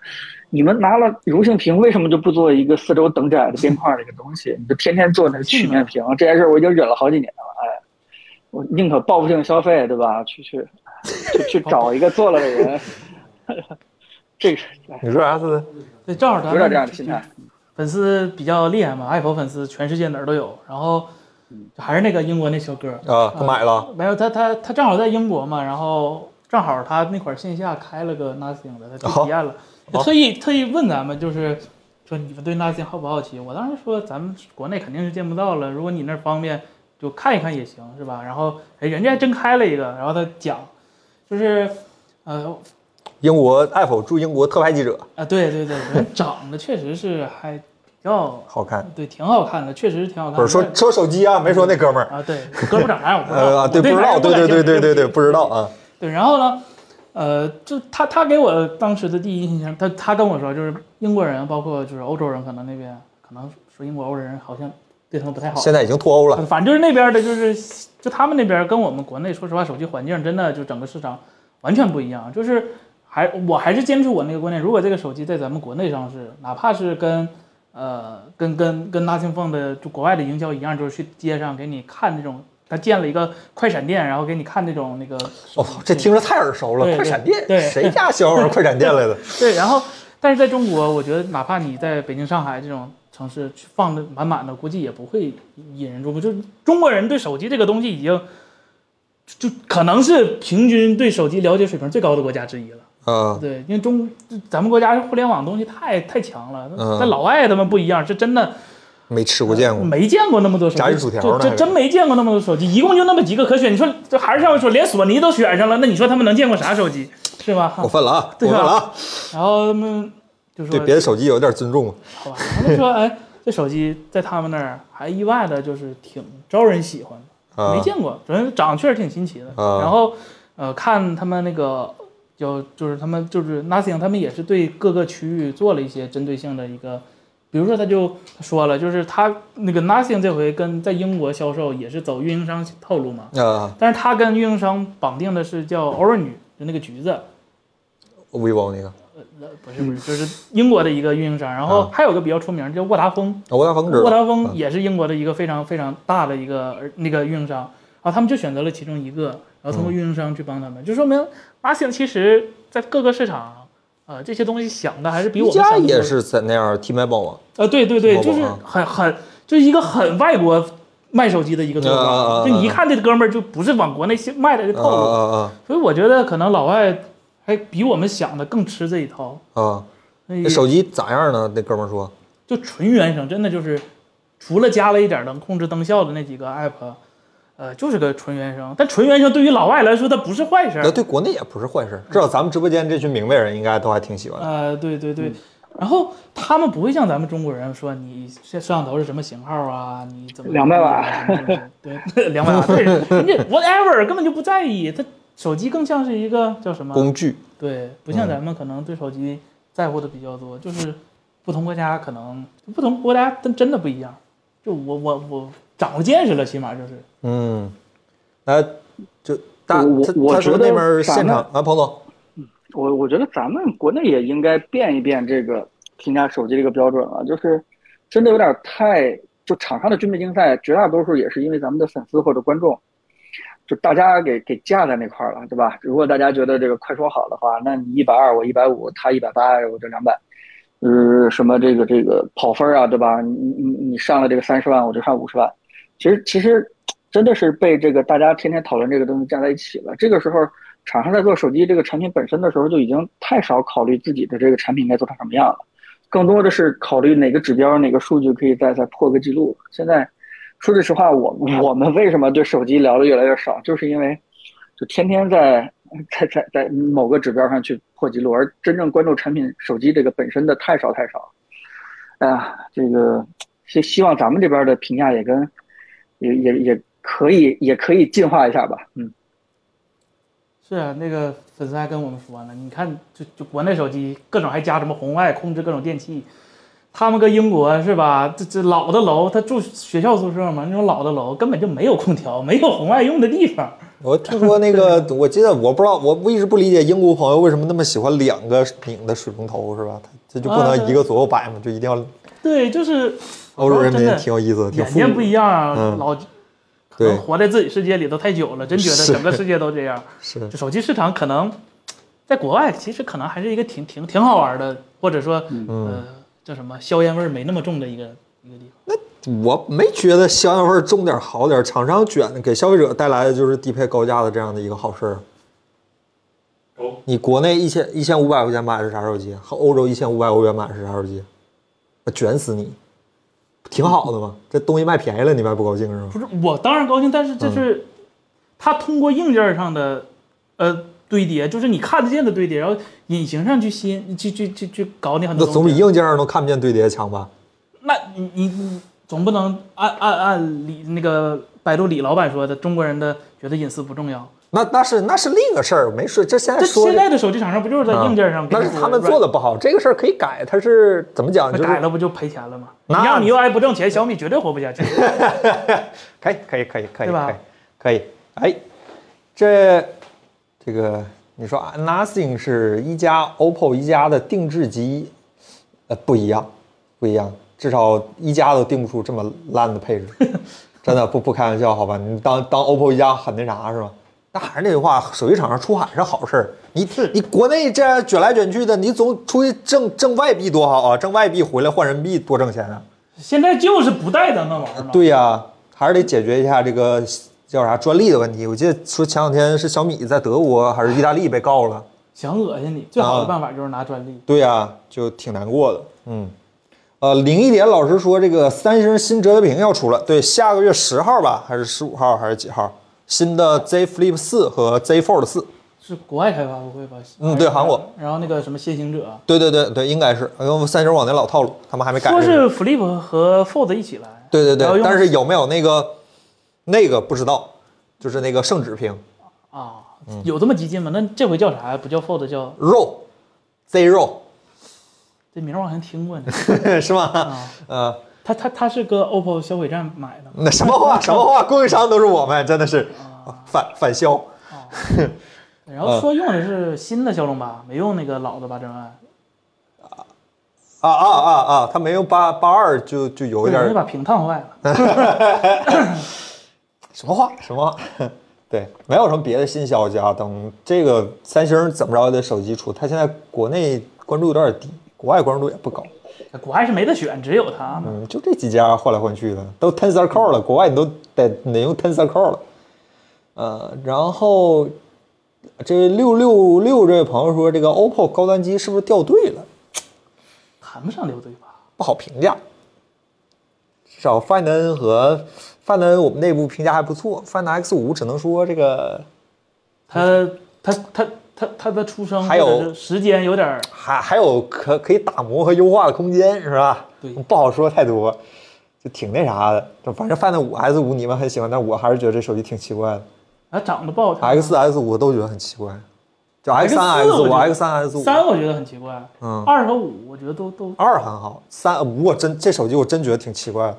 C: 你们拿了柔性屏，为什么就不做一个四周等窄的边框的一个东西？你就天天做那个曲面屏，这件事儿我已经忍了好几年了，哎，我宁可报复性消费，对吧？去去去去找一个做了的人， 这个哎
A: 你说啥似的？
B: 对，正好咱们
C: 有点这样的心态。
B: 粉丝比较厉害嘛，爱否粉丝全世界哪儿都有。然后
C: 嗯
B: 还是那个英国那小哥，
A: 啊，他买了。
B: 没有他他他正好在英国嘛，然后正好他那块儿线下开了个 Nothing 的，他去
A: 哦
B: 体验了，他特意特意问咱们就是。说你们对 Nothing 好不好奇？我当时说咱们国内肯定是见不到了，如果你那儿方便，就看一看也行，是吧？然后哎，人家还真开了一个，然后他讲，就是，呃，
A: 英国爱否驻英国特派记者，
B: 啊，对对对，人长得确实是还比较
A: 好看。
B: 对，挺好看的，确实是挺好看的。
A: 不是说说手机啊，没说那哥们儿。
B: 啊，对，哥们长啥样我不知道。
A: 呃，啊
B: 哦我
A: 对，不知
B: 男
A: 道，
B: 人
A: 对对
B: 感
A: 对
B: 兴趣
A: 对对对，不知道。
B: 对
A: 啊。
B: 对，然后呢，呃，就他他给我当时的第一印象，他他跟我说，就是英国人，包括就是欧洲人，可能那边可能说英国欧洲人好像对他们不太好。
A: 现在已经脱欧了，
B: 反正就是那边的，就是就他们那边跟我们国内，说实话，手机环境真的就整个市场完全不一样。就是还我还是坚持我那个观念，如果这个手机在咱们国内上市，哪怕是跟呃跟跟跟 Nothing Phone 的就国外的营销一样，就是去街上给你看那种他建了一个快闪店，然后给你看那种那个
A: 哦，这听着太耳熟了，
B: 对对
A: 快闪电，
B: 对
A: 谁家小伙儿快闪电来 的？
B: 对，然后但是在中国，我觉得哪怕你在北京、上海这种城市去放的满满的，估计也不会引人注目。就是中国人对手机这个东西已经就就可能是平均对手机了解水平最高的国家之一了。
A: 嗯，
B: 对，因为中咱们国家互联网东西太太强了，
A: 嗯
B: 但老外他们不一样，是真的
A: 没吃过见过。
B: 没见过那么多手机，
A: 炸鱼薯条
B: 就
A: 呢
B: 这
A: 还
B: 真没见过那么多手机，一共就那么几个可选。你说这还是上面说连索尼都选上了，那你说他们能见过啥手机？是吧？
A: 过分了啊，过
B: 对啊
A: 分
B: 吧
A: 了啊！
B: 然后他们就说
A: 对别的手机有点尊重，
B: 好吧，他们说哎，这手机在他们那儿还意外的就是挺招人喜欢的。
A: 啊
B: 没见过，主要长得确实挺新奇的。
A: 啊
B: 然后呃，看他们那个有就是他们就是 Nothing，他们也是对各个区域做了一些针对性的一个。比如说，他就说了，就是他那个 Nothing 这回跟在英国销售也是走运营商套路嘛，
A: 啊
B: 但是他跟运营商绑定的是叫 Orange，就那个橘子，
A: ，vivo 那个，
B: 呃不是不是，就是英国的一个运营商。然后还有个比较出名叫沃达丰，
A: 啊沃达丰知
B: 沃
A: 道，
B: 达丰也是英国的一个非常非常大的一个呃那个运营商，然后他们就选择了其中一个，然后通过
A: 嗯
B: 运营商去帮他们，就说明阿信其实在各个市场，呃，这些东西想的还是比我
A: 一
B: 们想
A: 加
B: 的
A: 也
B: 多，
A: 是在那样 T Mobile 啊，
B: 呃，对对对，
A: 某某
B: 就是
A: 啊
B: 很很就是一个很外国卖手机的一个做
A: 啊啊啊
B: 法，
A: 啊
B: 就你一看这哥们儿就不是往国内先卖的这
A: 啊
B: 套路，
A: 啊
B: 所以我觉得可能老外还比我们想的更吃这一套，
A: 啊啊！
B: 那
A: 那手机咋样呢？那哥们儿说，
B: 就纯原生，真的就是除了加了一点能控制灯效的那几个 app，呃，就是个纯原生。但纯原生对于老外来说，它不是坏事
A: 那
B: 儿。
A: 对国内也不是坏事，至少咱们直播间这群明白人应该都还挺喜欢的。
B: 呃，对对
A: 嗯
B: 对。然后他们不会像咱们中国人说你摄摄像头是什么型号啊，你怎么
C: 200瓦
B: 怎么怎么对， 两百瓦，对，人家 whatever 根本就不在意。他手机更像是一个叫什么
A: 工具，
B: 对，不像咱们可能对手机在乎的比较多，就是不同国家可能不同国家真真的不一样。就我我我长了见识了，起码就是
A: 嗯，那就大
C: 我我
A: 他
C: 我
A: 他
C: 觉
A: 说
C: 得
A: 那边
C: 咱
A: 现
C: 们
A: 场啊，彭总，
C: 我我觉得咱们国内也应该变一变这个评价手机这个标准了，就是真的有点太就场上的军备竞赛，绝大多数也是因为咱们的粉丝或者观众，就大家给给架在那块儿了，对吧？如果大家觉得这个快手好的话，那你一百二，我一百五，他一百八，我这两百，呃，什么这个这个跑分儿啊，对吧？你你你上了这个三十万，我就上五十万，其实其实真的是被这个大家天天讨论这个东西站在一起了。这个时候，厂商在做手机这个产品本身的时候，就已经太少考虑自己的这个产品该做成什么样了，更多的是考虑哪个指标、哪个数据可以再再破个记录。现在说句实话，我我们为什么对手机聊的越来越少，就是因为就天天在。在在在某个指标上去破记录，而真正关注产品手机这个本身的太少太少了。哎呀，这个希希望咱们这边的评价也跟也也也可以也可以进化一下吧。嗯，
B: 是啊，那个粉丝还跟我们说呢，你看就就国内手机各种还加什么红外控制各种电器，他们搁英国是吧？这这老的楼，他住学校宿舍嘛，那种老的楼根本就没有空调，没有红外用的地方。
A: 我听说那 个，我记得我不知道，我我一直不理解英国朋友为什么那么喜欢两个拧的水龙头是吧？他这就不
B: 啊
A: 能一个左右摆吗？就一定要
B: 对，就是
A: 欧洲人民
B: 真的
A: 挺有意思的，挺
B: 眼
A: 富
B: 界不
A: 裕
B: 一样啊，
A: 嗯
B: 老可
A: 对
B: 能活在自己世界里头太久了，真觉得
A: 是
B: 整个世界都 这样。
A: 是
B: 就手机市场可能在国外其实可能还是一个挺挺挺好玩的，或者说、
A: 嗯
B: 呃叫什么硝烟味儿没那么重的一个一个地方。
A: 我没觉得香烟味儿重点儿好点儿，厂商卷给消费者带来的就是低配高价的这样的一个好事儿。
D: 哦，
A: 你国内一千一千五百块钱买的是啥手机？和欧洲一千五百欧元买的是啥手机？我卷死你！挺好的嘛，这东西卖便宜了，你们还不高兴是吗？
B: 不是我当然高兴，但是
A: 嗯
B: 这是它通过硬件上的呃堆叠，就是你看得见的堆叠，然后隐形上去吸引去去去去搞你很
A: 那
B: 多
A: 总
B: 东
A: 比
B: 西。
A: 硬件上都看不见堆叠强吧？
B: 那你你你总不能按按按李那个百度李老板说的，中国人的觉得隐私不重要。
A: 那那是那是另一个事儿，没说这现在
B: 这
A: 说
B: 现
A: 这
B: 在的手机厂商不就是在硬件上给
A: 但
B: 你
A: 是
B: 做的？
A: 他们做的不好，这个事儿可以改。它是怎么讲？
B: 那
A: 就是
B: 改了不就赔钱了吗？你
A: 那
B: 让米 UI 不挣钱，小米绝对活不下去。
A: 可以，可以，可以，可以，
B: 对吧
A: 可以，可以。哎，这这个你说啊 Nothing 是一加 OPPO 一加的定制机，呃，不一样，不一样，至少一加都定不出这么烂的配置， 真的不不开玩笑，好吧？你当当 OPPO 一加很那啥是吧？那还是那句话，手机厂商出海是好事儿。你
B: 是
A: 你国内这样卷来卷去的，你总出去挣挣外币多好啊，挣外币回来换人民币多挣钱啊。
B: 现在就是不带咱们玩嘛。，
A: 对呀、还是得解决一下这个叫啥专利的问题。我记得说前两天是小米在德国还是意大利被告了。
B: 想恶心你，最好
A: 啊
B: 的办法就是拿专利。
A: 对呀、就挺难过的。嗯，呃，零一点老师说这个三星新折叠屏要出了，对，下个月十号吧，还是十五号还是几号？新的 Z Flip 四和 Z Fold 四，
B: 是国外开发布会吧？
A: 嗯对韩国。
B: 然后那个什么先行者，
A: 对对对对，应该是，因为三轴网那老套路，他们还没改。
B: 说是 Flip 和 Fold 一起来，
A: 对对
B: 然后
A: 对，
B: 用
A: 但是有没有那个那个不知道，就是那个圣旨屏
B: 啊，有这么激进吗？那这回叫啥？不叫 Fold，叫
A: row zero
B: 这名儿我好像听过 呢。
A: 是吗？
B: 啊，
A: 呃，
B: 他他他是跟 OPPO 销毁站买的吗？
A: 那什么话什么话，供应商都是我们，真的是反反销。
B: 啊，
A: 嗯
B: 然后说用的是新的骁龙八，没用那个老的八针二，
A: 啊啊啊啊！他没用八八二就就有一点
B: 容
A: 儿
B: 易把屏烫坏了。
A: 什么话什么话， 对，没有什么别的新消息啊。等这个三星怎么着也得手机出，他现在国内关注有点低，国外关注度也不高。
B: 国外是没得选，只有它嘛。
A: 嗯，就这几家换来换去的，都 Tensor Core 了，国外你都得你得用 Tensor Core 了。呃，然后这六六六这位朋友说，这个 OPPO 高端机是不是掉队了？
B: 谈不上留对吧？
A: 不好评价。至少 Find N 和 Find N 我们内部评价还不错，Find X 五只能说这个
B: 它它它它它的出生
A: 还有
B: 或者是时间有点儿
A: 还还有可可以打磨和优化的空间，是吧？
B: 对
A: 不好说太多，就挺那啥的。就反正 Find 五 S 五你们很喜欢，但我还是觉得这手机挺奇怪的。
B: 啊长得不好看。
A: X 四 S 五都觉得很奇怪，就 X 三
B: X4
A: S
B: 我
A: 五、
B: 觉得
A: X 三 S 五，
B: 三我觉得很奇怪，
A: 嗯
B: 二和五我觉得都都
A: 二很好，三呃五我真这手机我真觉得挺奇怪，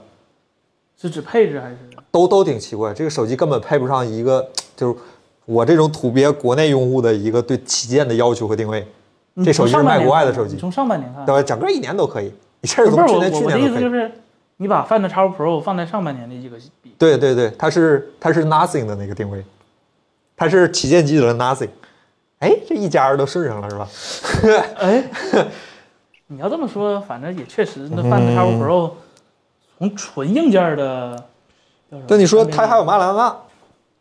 B: 是指配置还是
A: 都都挺奇怪。这个手机根本配不上一个，就是我这种土鳖国内用户的一个对旗舰的要求和定位。
B: 你
A: 这手
B: 从
A: 机是
B: 上半
A: 卖
B: 年
A: 国外的
B: 看
A: 手机
B: 你，从上半年看，
A: 对吧？整个一年都可以，你这是
B: 嗯不
A: 从
B: 是
A: 去
B: 我
A: 年去
B: 我的
A: 年
B: 意
A: 都
B: 思
A: 可以
B: 就。是，你把 Find X5 Pro 放在上半年的这个比，
A: 对对对，它是它是 Nothing 的那个定位，它是旗舰机里的 Nothing。哎，这一家人都顺上了是吧？
B: 哎， 你要这么说，反正也确实，那 Find X5
A: 嗯
B: Pro 从纯硬件的，叫什么
A: 对，你说
B: 上面
A: 它还有马里亚纳，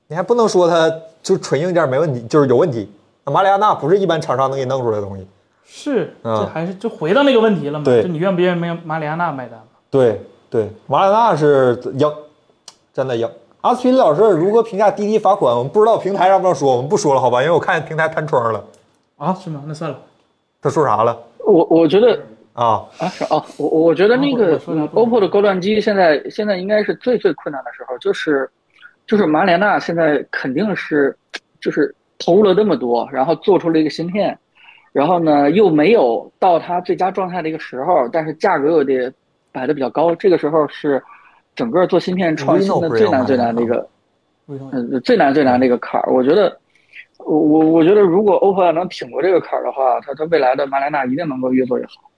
A: 你还不能说它就纯硬件没问题，就是有问题。那马里亚纳不是一般厂商能给你弄出来的东西。
B: 是这
A: 嗯
B: 还是就回到那个问题了嘛？
A: 对啊
B: 就你愿不愿意为马里亚纳买单嘛？
A: 对对，马里亚纳是硬，真的硬。阿司匹林老师如何评价滴滴罚款？我们不知道平台让不让说，我们不说了好吧？因为我看见平台弹窗了，
B: 啊，是吗？那算了，
A: 他说啥了
C: 我我觉得
A: 啊？
C: 啊是哦，我我觉得那
B: 啊我
C: 个
B: 我说两句
C: OPPO 的高端机现在现在应该是最最困难的时候，就是就是马里亚纳现在肯定是就是投入了这么多，然后做出了一个芯片，然后呢又没有到它最佳状态的一个时候，但是价格又得摆的比较高，这个时候是整个做芯片创新
A: Reno
C: 的
A: 不是
C: 最
A: 要
C: 难
A: 买
C: 最
A: 吗
C: 难的一个
B: 为什么？
C: 嗯，最难最难的一个坎儿，我觉得，我我我觉得，如果 OPPO 要能挺过这个坎儿的话，它它未来的马里亚纳一定能够越做越好。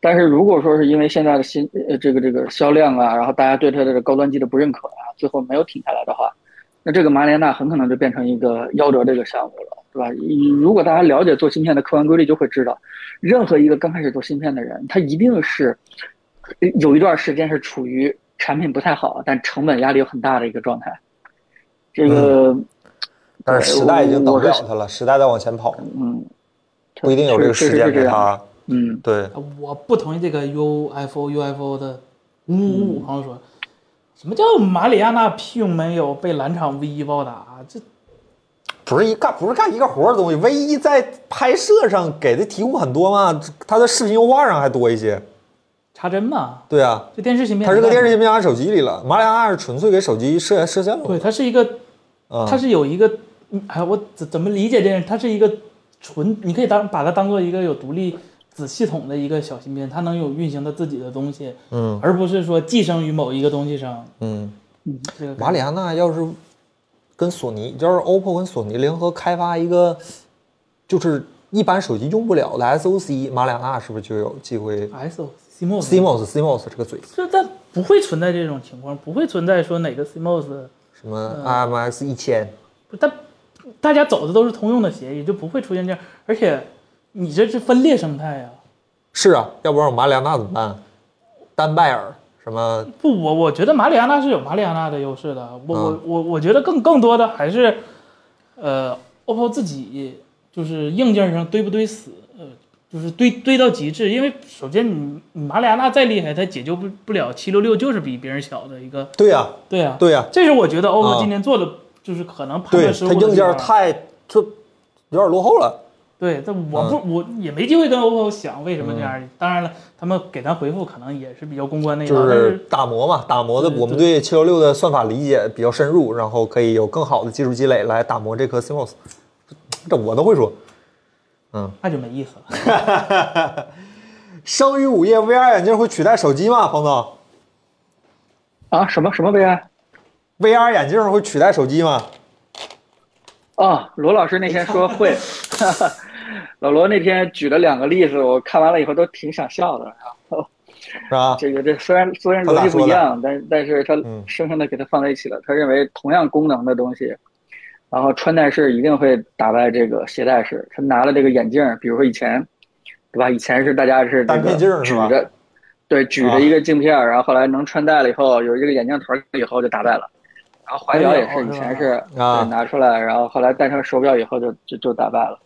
C: 但是如果说是因为现在的新呃这个这个销量啊，然后大家对它的高端机的不认可啊，最后没有挺下来的话，那这个马里亚纳很可能就变成一个夭折的一个项目了，对吧？一如果大家了解做芯片的客观规律，就会知道，任何一个刚开始做芯片的人，他一定是呃有一段时间是处于产品不太好，但成本压力又很大的一个状态。这个，
A: 但是时代已经等
C: 我
A: 不
C: 我
A: 了
C: 是
A: 他了，时代在往前跑，
C: 嗯，
A: 不一定有这个时间给他。
C: 嗯，
A: 对，
B: 我不同意这个 UFO UFO 的五五五朋友说，什么叫马里亚纳屁用没有被蓝厂 V 一暴打？这
A: 不是一干不是干一个活儿的东西，唯一在拍摄上给的题目很多嘛，它的视频优化上还多一些。
B: 插针嘛？
A: 对啊，
B: 这电视芯片，
A: 它是个电视，芯片安手机里了，马里亚纳是纯粹给手机摄摄像的
B: 对，它是一个，
A: 啊。
B: 它是有一个，嗯哎，我怎怎么理解这件事？它是一个纯，你可以当把它当做一个有独立子系统的一个小芯片，它能有运行它自己的东西，
A: 嗯
B: 而不是说寄生于某一个东西上。
A: 嗯，
B: 这个
A: 马里亚纳要是跟索尼，要是 OPPO 跟索尼联合开发一个，就是一般手机用不了的 SOC，马里亚纳是不是就有机会
B: S O CMOS
A: ？CMOS CMOS 这个嘴，
B: 这但不会存在这种情况，不会存在说哪个 CMOS，
A: 什么 IMX 一千，
B: 不但大家走的都是通用的协议，就不会出现这样。而且你这是分裂生态呀、
A: 是啊，要不然我马里亚纳怎么办？丹拜尔什么？
B: 不，我我觉得马里亚纳是有马里亚纳的优势的。我
A: 嗯
B: 我我我觉得更更多的还是，呃，OPPO 自己就是硬件上堆不堆死，呃，就是堆堆到极致。因为首先你你马里亚纳再厉害，它解救不不了766就是比别人小的一个。
A: 对呀、
B: 对啊，
A: 对呀、
B: 这是我觉得
A: 啊
B: OPPO 今年做的，就是可能判
A: 对
B: 断失误
A: 它
B: 的地方。
A: 硬件太就有点落后了。
B: 对，但我不、
A: 嗯
B: 我也没机会跟 OPPO 想为什么这样。当然了，他们给咱回复可能也是比较公关那一套，
A: 就
B: 但
A: 是
B: 是
A: 打磨嘛，打磨的
B: 对
A: 我们对七幺六的算法理解比较深入，然后可以有更好的技术积累来打磨这颗 CMOS。这我都会说。
B: 那就没意思了。
A: 生于午夜，VR 眼镜会取代手机吗？彭总
C: 啊，什么什么悲哀
A: ，VR 眼镜会取代手机吗？
C: 啊？罗老师那天说会，老罗那天举了两个例子，我看完了以后都挺想笑的。
A: 是吧？
C: 这个这虽然虽然
A: 啊他
C: 逻
A: 咋
C: 辑不
A: 说
C: 一
A: 的
C: 样，但但是他
A: 嗯
C: 生生的给它放在一起了。他认为同样功能的东西，然后穿戴式一定会打败这个携带式。他拿了这个眼镜儿，比如说以前，对吧？以前是大家是这
A: 单
C: 个
A: 片镜儿是
C: 举
A: 吧
C: 着，对，举
A: 啊
C: 着一个镜片儿，然后后来能穿戴了以后，有这个眼镜头儿以后就打败了。然后怀表也是以前是
A: 啊
C: 对拿出来，然后后来戴上手表以后就就就打败了。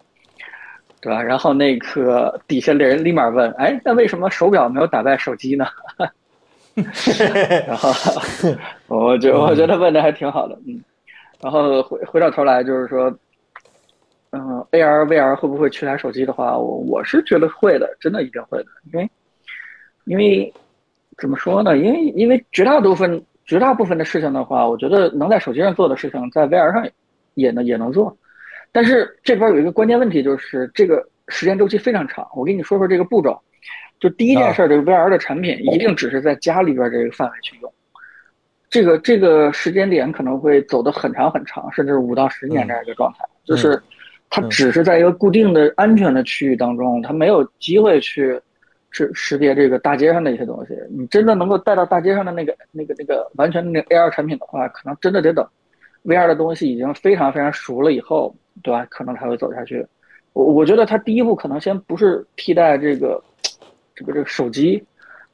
C: 对吧？然后那个底下的人立马问：“哎，那为什么手表没有打败手机呢？” 然后我觉我觉得问的还挺好的，嗯。然后回回到头来就是说，嗯、a r VR 会不会取代手机的话，我我是觉得会的，真的一定会的，因为因为怎么说呢？因为因为绝大部分绝大部分的事情的话，我觉得能在手机上做的事情，在 VR 上也能也能做。但是这里边有一个关键问题，就是这个时间周期非常长。我跟你说说这个步骤，就第一件事儿，这个 VR 的产品一定只是在家里边这个范围去用。这个这个时间点可能会走得很长很长，甚至五到十年这样一个状态，就是它只是在一个固定的安全的区域当中，它没有机会去识识别这个大街上的一些东西。你真的能够带到大街上的那个那个那个完全的那个 AR 产品的话，可能真的得等 VR 的东西已经非常非常熟了以后，对吧？可能才会走下去。我我觉得它第一步可能先不是替代这个这个这个手机。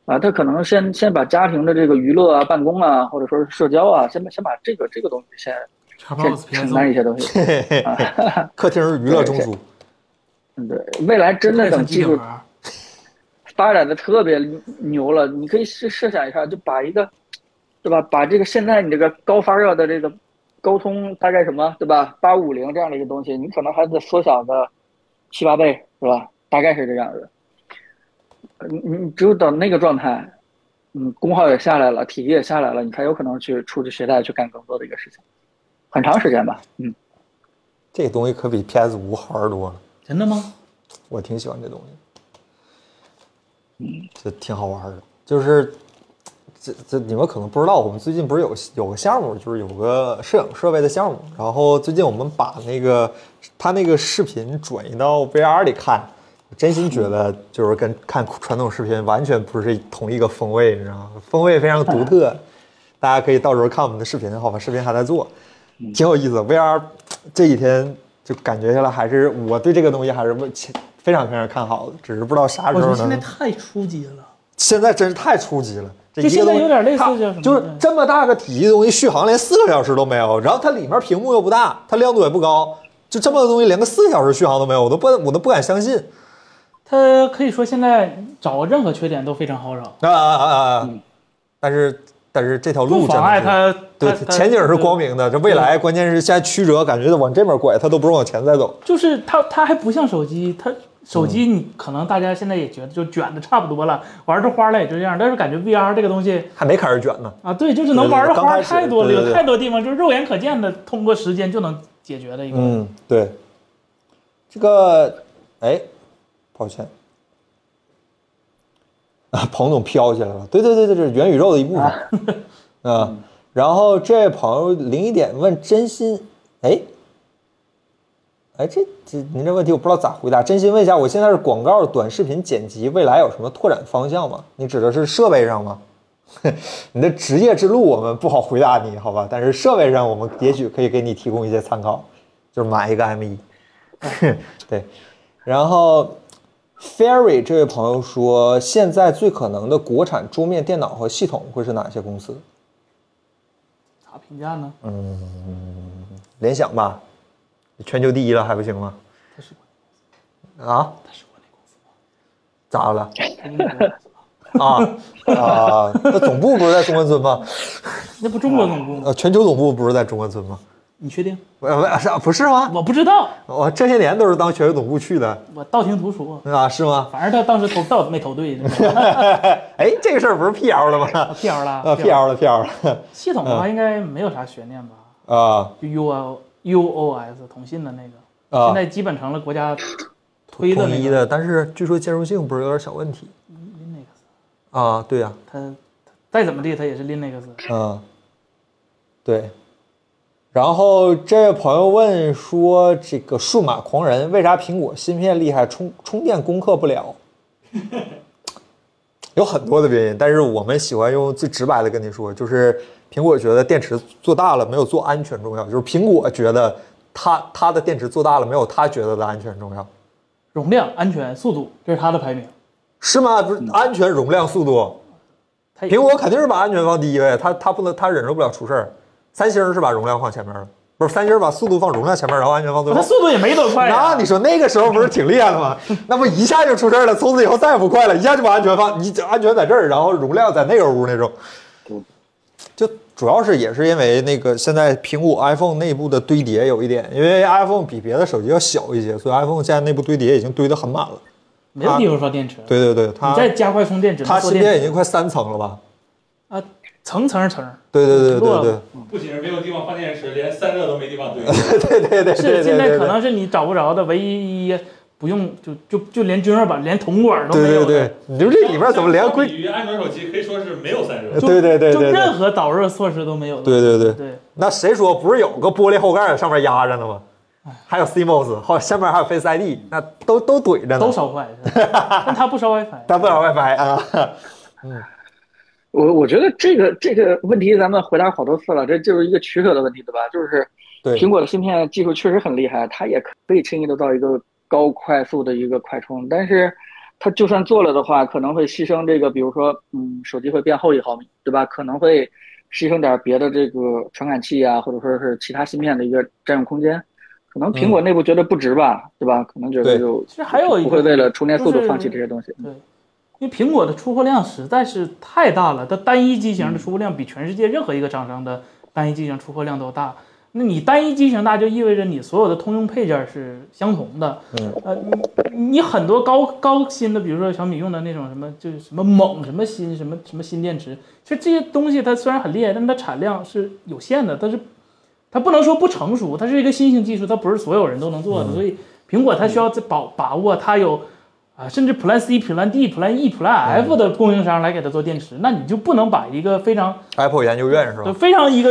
C: 啊，它可能先先把家庭的这个娱乐啊、办公啊，或者说是社交啊，先把先把这个这个东西先
E: 叉 box
C: 先
E: PS
C: 承担一些东西。
A: 嘿嘿嘿 客厅娱乐中枢，
C: 嗯，对，未来真的等技术发展的特别牛了，你可以试设想一下，就把一个，对吧？把这个现在你这个高发热的这个高通大概什么，对吧？八五零这样的一个东西，你可能还得缩小个七八倍，是吧？大概是这样子。呃你你你只有等那个状态，嗯，功耗也下来了，体积也下来了，你才有可能去出去携带去干更多的一个事情，很长时间吧，嗯。
A: 这东西可比 PS 五好玩多了。
B: 真的吗？
A: 我挺喜欢这东西，这挺好玩的。就是这这你们可能不知道，我们最近不是有有个项目，就是有个摄影设备的项目。然后最近我们把那个他那个视频转移到 VR 里看，我真心觉得就是跟看传统视频完全不是同一个风味，你知道吗？风味非常独特。大家可以到时候看我们的视频，好吧？视频还在做，挺有意思。VR 这几天就感觉下来，还是我对这个东西还是为非常非常看好的，只是不知道啥时
B: 我觉
A: 候
B: 得现在
A: 能。
B: 太初级了。
A: 现在真是太初级了，这
B: 就
A: 一个东
B: 现
A: 西
B: 在有点类似
A: 它
B: 叫什么
A: 就是
B: 对
A: 这么大个体积的东西，续航连四个小时都没有，然后它里面屏幕又不大，它亮度也不高，就这么个东西连个四个小时续航都没有，我都不我都不敢相信。
B: 它可以说现在找任何缺点都非常好找，
A: 啊啊啊啊啊！但是但是这条路
B: 不
A: 真的
B: 妨碍
A: 是
B: 它。
A: 对
B: 它，它
A: 前景是光明的，这未来关键是现在曲折，感觉往这边拐，它都不是往前再走。
B: 就是它它还不像手机，它手机
A: 嗯
B: 你可能大家现在也觉得就卷的差不多了，玩出花来也就这样。但是感觉 VR 这个东西
A: 还没开始卷呢。
B: 啊，对，就是能玩
A: 对
B: 的
A: 对对刚
B: 花
A: 开始
B: 太多了，
A: 对对对
B: 有太多地方就是肉眼可见的，通过时间就能解决的一个。
A: 嗯，对。这个，哎，抱歉，啊，彭总飘起来了。对对对对，这是元宇宙的一部分。 啊，然后这位朋友零一点问真心，哎，哎，这这您这问题我不知道咋回答。真心问一下，我现在是广告、短视频剪辑，未来有什么拓展方向吗？你指的是设备上吗？ 你的职业之路我们不好回答你，好吧？但是设备上我们也许可以给你提供一些参考，就是买一个 M 一。
B: 嗯
A: 对，然后 Ferry 这位朋友说，现在最可能的国产桌面电脑和系统会是哪些公司？
B: 咋
A: 嗯
B: 评价呢？
A: 联想吧，全球第一了还不行吗？
B: 它是
A: 啊？
B: 它是国内公司
A: 咋了？
B: 它是美国公司吧，
A: 啊 啊！那总部不是在中关村吗？
B: 那不中国总部吗？
A: 呃，全球总部不是在中关村吗？
B: 你确定？
A: 呃，不是不是吗？
B: 我不知道，
A: 我这些年都是当学术总部去的
B: 我道听途说。
A: 啊，是吗？
B: 反正他当时投票没投对，
A: 哎，这个事儿不是辟谣了吗？
B: 辟谣了，
A: 啊，辟谣了，辟谣了。
B: 系统的话应该没有啥悬念吧？
A: 啊
B: 就 U L U O S 通信的那个，
A: 啊
B: 现，在基本成了国家推的
A: 统
B: 那
A: 一
B: 个
A: 的，但是据说兼容性不是有点小问题
B: Linux，
A: 啊？对呀、
B: 它再怎么地它也是 Linux。
A: 嗯，对。然后这位朋友问说，这个数码狂人为啥苹果芯片厉害，充充电攻克不了？ 有很多的原因，但是我们喜欢用最直白的跟你说，就是苹果觉得电池做大了没有做安全重要，就是苹果觉得它它的电池做大了没有它觉得的安全重要，
B: 容量、安全、速度，这是它的排名。
A: 是吗？不是安全、容量、速度，
B: 它也
A: 苹果肯定是把安全放第一位，它它不能，它忍受不了出事儿。三星是把容量放前面了，不是三星把速度放容量前面，然后安全放最
B: 它
A: 后。
B: 速度也没多快啊呀、
A: 那你说那个时候不是挺厉害的吗？那不一下就出事儿了，从此以后再也不快了，一下就把安全放，你这安全在这儿，然后容量在那个屋那种。就主要是也是因为那个现在苹果 iPhone 内部的堆叠有一点，因为 iPhone 比别的手机要小一些，所以 iPhone 现在内部堆叠已经堆得很满了。
B: 没有地方放电池。
A: 对对对，
B: 你
A: 它
B: 再加快充电，只能
A: 它
B: 缩
A: 芯
B: 电
A: 片已
B: 池
A: 经快三层了吧？
B: 啊，层层层，
A: 对对对
B: 落
A: 对
B: 了
A: 对。
D: 不仅是没有地方放电池，连散热都没地方堆。
A: 对对对对
B: 是
A: 对对
B: 现在
A: 对
B: 可能是你找不着的唯一不用就就就连均热板、连铜管都没
A: 对
B: 有
A: 对
B: 的
A: 对，，你就这里面怎么连
D: 相
A: 硅？
D: 比于安卓手机可以说是没有散热
A: 对。对对对
B: 就
A: 对对
B: 任何导热措施都没有的。
A: 对对对。
B: 对，
A: 那谁说不是有个玻璃后盖儿上面压着呢吗？还有 CMOS，后下面还有 Face ID，那都都怼着呢。
B: 都烧坏，是吧但它不烧 WiFi。
A: 但不了 WiFi 啊。
C: 我我觉得这个这个问题咱们回答好多次了，这就是一个取舍的问题，对吧？就是
A: 对，
C: 苹果的芯片技术确实很厉害，它也可以轻易的到一个高快速的一个快充，但是它就算做了的话，可能会牺牲这个，比如说，嗯，手机会变厚一毫米，对吧？可能会牺牲点别的这个传感器啊，或者说是其他芯片的一个占用空间。可能苹果内部觉得不值吧，对吧？可能觉得
A: 对
C: 就
B: 其实还有一个
C: 不会为了充电速
B: 就
C: 度
B: 是
C: 放弃这些东西。
B: 对，因为苹果的出货量实在是太大了，它单一机型的出货量比全世界任何一个厂商的单一机型出货量都大。那你单一机型大，就意味着你所有的通用配件是相同的。
A: 嗯，
B: 呃，你你很多高高新的，比如说小米用的那种什么，就是什么锰、什么锌、什么什么锌电池，其实这些东西它虽然很厉害，但它产量是有限的，它是它不能说不成熟，它是一个新型技术，它不是所有人都能做的，所以苹果它需要在把把握它有啊，甚至 Plan C、Plan D、Plan E、Plan F 的供应商来给它做电池，那你就不能把一个非常
A: Apple 研究院是
B: 就
A: 吧？
B: 非常一个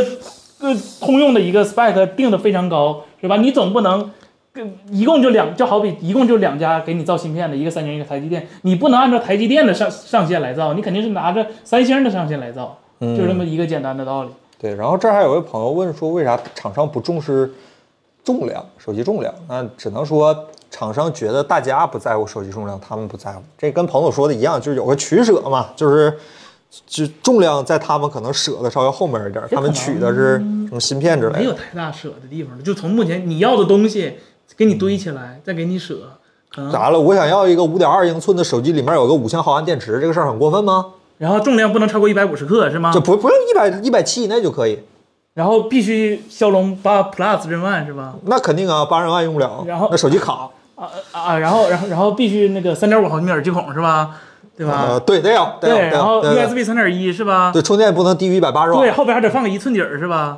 B: 呃通用的一个 spec 定的非常高，是吧？你总不能跟一共就两，就好比一共就两家给你造芯片的，一个三星，一个台积电，你不能按照台积电的上上限来造，你肯定是拿着三星的上限来造，
A: 嗯
B: 就这么一个简单的道理。
A: 对，然后这儿还有位朋友问说，为啥厂商不重视重量，手机重量？那只能说厂商觉得大家不在乎手机重量，他们不在乎。这跟彭总说的一样，就是有个取舍嘛，就是就重量在他们可能舍得稍微后面一点，他们取的是什么芯片之
B: 嗯没
A: 类
B: 有
A: 的。
B: 太大舍的地方了，就从目前你要的东西给你堆起来，再给你舍，可能
A: 咋了？我想要一个五点二英寸的手机，里面有个五千毫安电池，这个事儿很过分吗？
B: 然后重量不能超过一百五十克，是吗
A: 就？不不用一百一百七以内就可以。
B: 然后必须骁龙八 Plus 任万是吧？
A: 那肯定啊，八十万用不了，
B: 然后
A: 那手机卡，
B: 啊啊，然后然后然后必须那个三点五毫米耳机孔是吧？对吧？
A: 呃，对，得有，得有，
B: 啊对，
A: 得
B: 然后
A: 有，得有，
B: USB 三点一是吧？
A: 对，充电不能低于一百八十
B: 对，
A: 瓦，
B: 后边还得放个一寸底儿是吧？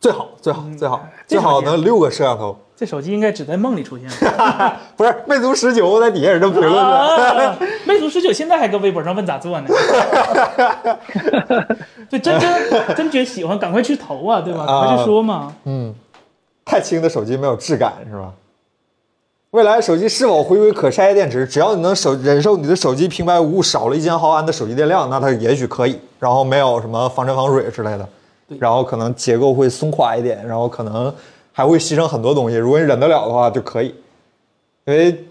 A: 最好，最好，最好，
B: 嗯这
A: 最好
B: 手机
A: 能六个摄像头。
B: 这手机应该只在梦里 出现。
A: 不是，魅族十九在底下有人这么评论的，
B: 啊魅族十九现在还搁微博上问咋做呢？ 对，真真真觉喜欢，赶快去投啊，对吧？赶快去说嘛。
A: 嗯，太轻的手机没有质感是吧？未来手机是否回归可拆电池？只要你能手忍受你的手机平白无故少了一千毫安的手机电量，那它也许可以。然后没有什么防尘防水之类的
B: 对，
A: 然后可能结构会松垮一点，然后可能还会牺牲很多东西。如果你忍得了的话，就可以。因为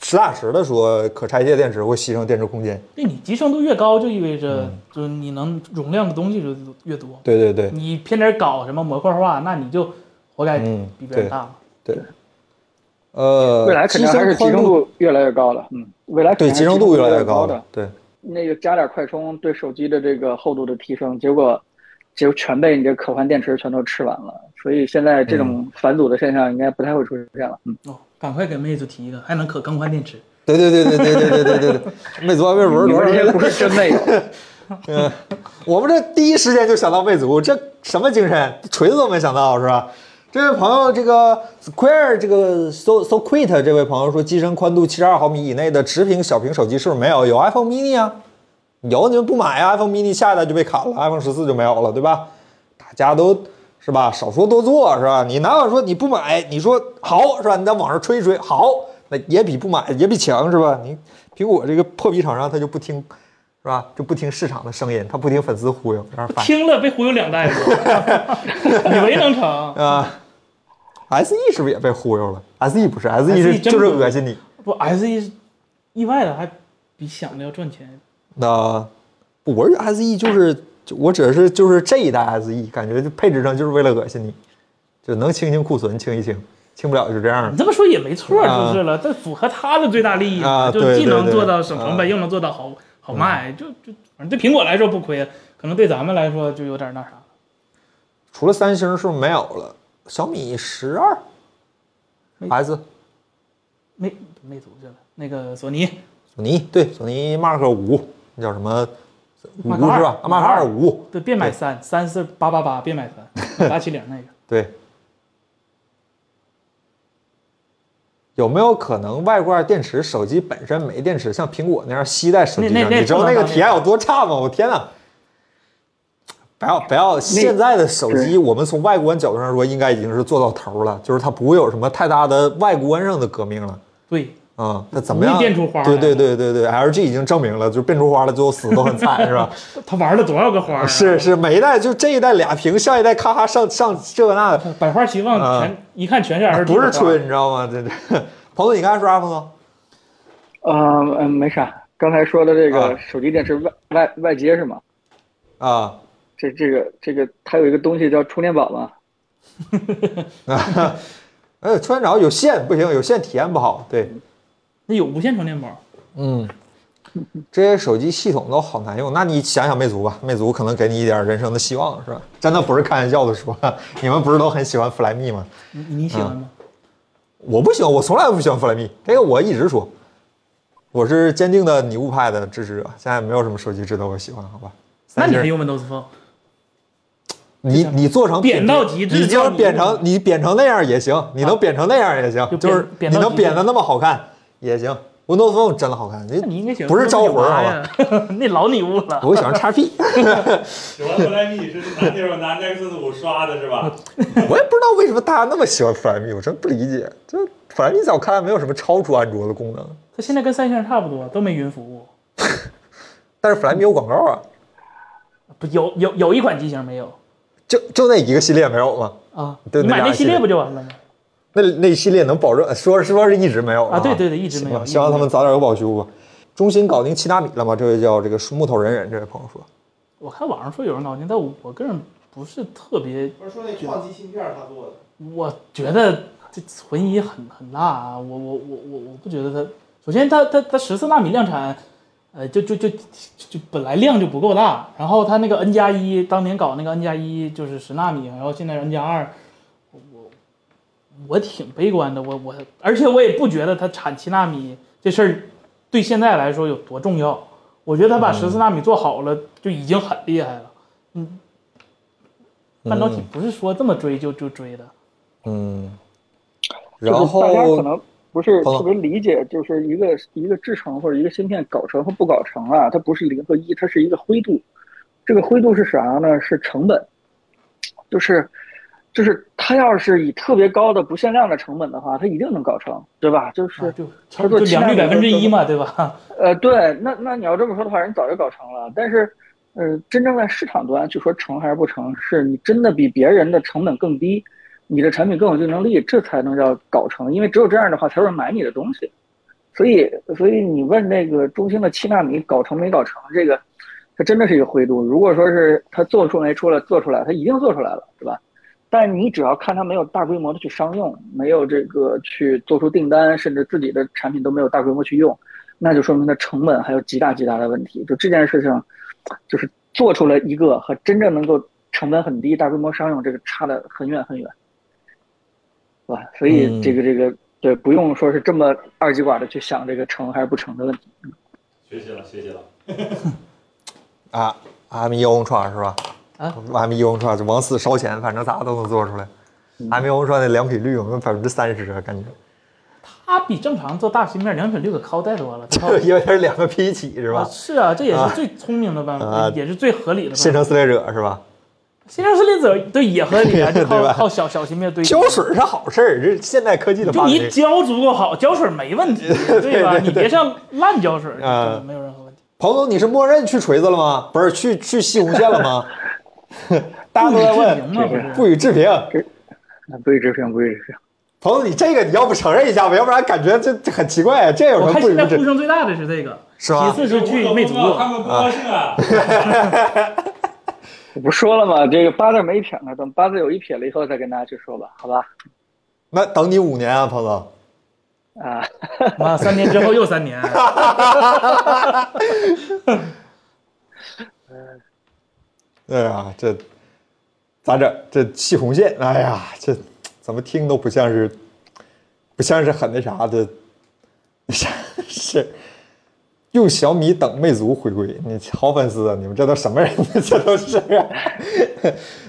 A: 实打实的说，可拆卸电池会牺牲电池空间。
B: 对你集成度越高，就意味着就是你能容量的东西就越多。
A: 对对对，
B: 你偏点搞什么模块化，那你就活该
A: 嗯
B: 比别人大嘛。
A: 呃，
C: 未来肯定还是集
A: 宽
C: 成度越来越高了，嗯，未来肯
A: 对
C: 定还
A: 集
C: 是
A: 成度
C: 度
A: 越来
C: 来
A: 越
C: 高
A: 高
C: 的
A: 了，。对。
C: 那个加点快充对手机的这个厚度的提升，结果结果全被你这可换电池全都吃完了。所以现在这种返祖的现象应该不太会出现了。嗯，
B: 哦，赶快给妹子提一个，还能可更换电池。
A: 对对对对对对对对对对，魅族外
C: 你
A: 文多少
C: 们这
A: 人
C: 些不是真妹子，
A: 嗯，我们这第一时间就想到魅族，这什么精神？锤子都没想到是吧？这位朋友，这个 Square 这个 So So Quit 这位朋友说，机身宽度七十二毫米以内的直屏小屏手机是不是没有？有 iPhone mini 啊？有你们不买啊？iPhone mini 下一代就被砍了，iPhone 十四就没有了，对吧？大家都是吧，少说多做是吧？你哪有说你不买，你说好是吧？你在网上吹一吹好，那也比不买也比强是吧？你苹果这个破逼厂商他就不听是吧？就不听市场的声音，他不听粉丝忽悠，有点烦
B: 听了被忽悠两代子， 以为能成，
A: 啊。S E 是不是也被忽悠了？S E 不是，S E
B: SE
A: 是
B: 真
A: 就是
B: 不
A: 恶心你。
B: 不 S E 意外的还比想的要赚钱。
A: 那我是 S E 就是，就我只是就是这一代 S E，感觉就配置上就是为了恶心你，就能清清库存清一清，清不了就这样了
B: 你。这么说也没错，
A: 啊
B: 就是了，但符合他的最大利益嘛，
A: 啊
B: 就
A: 对
B: 既能
A: 对对
B: 做到省成
A: 啊
B: 本，
A: 嗯
B: 又能做到好好卖，就就反正对苹果来说不亏，可能对咱们来说就有点那啥。
A: 除了三星是不是没有了？小米十二
B: 没
A: S，
B: 魅魅族去了，那个索尼
A: 索尼对索尼 Mark 五，那叫什么五
B: Mark 二
A: 是吧？Mark 啊二五
B: 对，别买
A: 对
B: 三三四八八八，别买三八七零那个。
A: 对。有没有可能外挂电池手机本身没电池，像苹果那样吸在手机
B: 那那
A: 上？
B: 那
A: 你知道
B: 不能
A: 那个
B: 当
A: 体验有多差吗？我天哪！不要不要！现在的手机，我们从外观角度上说，应该已经是做到头了，就是它不会有什么太大的外观上的革命了。
B: 对，
A: 啊、它怎么样
B: 容易变出花来
A: 对对对对对，LG 已经证明了，就是变出花了，最后死都很惨，是 吧？
B: 他玩了多少个花、啊？
A: 是是，每一代就这一代俩屏，下一代咔咔上上这个那的，
B: 百花齐放，全、一看全是 LG，
A: 啊不是
B: 的花
A: 吹，你知道吗？这这，彭总，你刚才说啥？彭总，
C: 呃嗯，没啥。刚才说的这
A: 啊
C: 个手机电池外外外接是吗？
A: 啊，
C: 这这个这个它有一个东西叫充电宝嘛，
A: 啊 哎，穿着有线不行，有线体验不好。对，
B: 那有无线充电宝，
A: 嗯，这些手机系统都好难用。那你想想魅族吧，魅族可能给你一点人生的希望，是吧？真的不是开玩笑的说， 你们不是都很喜欢 Flyme 吗？
B: 你你喜欢
A: 啊
B: 吗？
A: 我不喜欢，我从来不喜欢 Flyme，这个我一直说，我是坚定的拟物派的支持者。现在没有什么手机值得我喜欢，好吧？
B: 那
A: 三
B: 你
A: 星
B: 还用 Windows Phone？
A: 你你做成
B: 贬
A: 品质
B: 到极致
A: 你就是
B: 叫你
A: 扁成你扁成那样也行，你能扁成那样也
B: 啊
A: 行，
B: 就扁
A: 就是
B: 扁
A: 你
B: 到
A: 能
B: 极致
A: 扁的那么好看也行。Windows Phone 真的好看，
B: 那你应该喜欢
A: 不是招魂儿啊好吧？
B: 呀， 那老你误了。
A: 我喜欢 XP，
D: 喜欢弗莱米是拿那种拿 Nexus 五刷的是吧？
A: 我也不知道为什么大家那么喜欢 Flyme，我真不理解。这 Flyme 在我看来没有什么超出安卓的功能，
B: 它现在跟三星差不多，都没云服务，
A: 但是 Flyme 有广告啊，
B: 不有有有一款机型没有
A: 就就那一个系列没有吗？
B: 啊？
A: 对
B: 你买
A: 那俩
B: 那
A: 系
B: 系列
A: 列
B: 不就完了吗？
A: 那那系列能保证说说是一直没有
B: 啊对对对一直没有
A: 行吧希望他们早点有保修吧。中兴搞定七纳米了吗？这位叫这个木头人人这位朋友说，
B: 我看网上说有人搞定，但我个人不是特别，
E: 不是说那创极芯片儿他做的，
B: 我觉得这存疑很很大啊。我我我我我不觉得它，首先它它它十四纳米量产，呃，就就就就就本来量就不够大，然后它那个 N 加一当年搞那个 N 加一就是十纳米，然后现在 N 加二，我我挺悲观的，我我而且我也不觉得它产七纳米这事儿对现在来说有多重要。我觉得它把十四
A: 嗯
B: 纳米做好了就已经很厉害了。嗯，半导体不是说这么追就就追的。
A: 嗯，
C: 就
A: 然
C: 是
A: 后
C: 大家可能不是
A: 彭总
C: 特别理解，就是一个一个制程或者一个芯片搞成和不搞成啊，它不是零和一，它是一个灰度。这个灰度是啥呢？是成本，就是就是它要是以特别高的不限量的成本的话，它一定能搞成，对吧？就是、
B: 啊就
C: 差不
B: 就
C: 多
B: 良率
C: 700
B: 百分之一嘛，对吧？
C: 呃，对，那那你要这么说的话，人早就搞成了。但是，呃，真正在市场端，就说成还是不成，是你真的比别人的成本更低，你的产品更有竞争力，这才能叫搞成。因为只有这样的话，才有人买你的东西。所以，所以你问那个中兴的七纳米搞成没搞成，这个它真的是一个灰度。如果说是它做出没出来，做出来，它一定做出来了，对吧？但你只要看它没有大规模的去商用，没有这个去做出订单，甚至自己的产品都没有大规模去用，那就说明它成本还有极大极大的问题。就这件事情，就是做出来一个和真正能够成本很低、大规模商用，这个差得很远很远，是吧？所以这个这个对，不用说是这么二极管的去想这个成还是不成的问题。
D: 学习了，学习了。
A: 啊，M 一 Ultra 是吧？
B: 啊
A: ，M 一 Ultra 就往死烧钱，反正咋都能做出来。M
C: 嗯
A: 一 Ultra 的良品率有没有百分之三十啊？感觉，
B: 它比正常做大芯片良品率可高太多了，它高
A: 因为它是两个批起是
B: 啊
A: 吧？
B: 是啊，这也是最聪明的办法，
A: 啊
B: 也是最合理的
A: 新
B: 办
A: 城
B: 法。
A: 撕裂者是吧？
B: 新生四粒子对也合理啊，就 靠
A: 对吧
B: 靠小小芯片堆积。
A: 胶水是好事儿，这是现代科技的
B: 就
A: 发
B: 你
A: 明。
B: 胶足够好，胶水没问题， 对吧？你别像烂胶水，
A: 啊
B: 这没有任何问题。
A: 彭总，你是默认去锤子了吗？不是，去去西红县了吗？ 大家都在
B: 不
A: 问
B: 予置评嘛啊不是，
A: 不予置评。
C: 那不予置评，不予置评。
A: 彭总，你这个你要不承认一下吧，要不然感觉这这很奇怪，啊这有什
B: 我
A: 么
B: 看
A: 不
B: 现
A: 予
B: 在
A: 置
B: 呼
A: 评？
B: 声最大的是这个，
A: 是吧
B: 其次是 去魅族，
D: 他们不高兴啊。
C: 我不说了吗？这个八字没一撇呢，等八字有一撇了以后再跟大家去说吧，好吧？
A: 那等你五年啊，彭总。
C: 啊，
B: 妈，三年之后又三年，
A: 对啊，这咋整？这气红线，哎呀，这怎么听都不像是，不像是很那啥的，那啥哎是用小米等魅族回归，你好粉丝啊！你们这都什么人？这都是、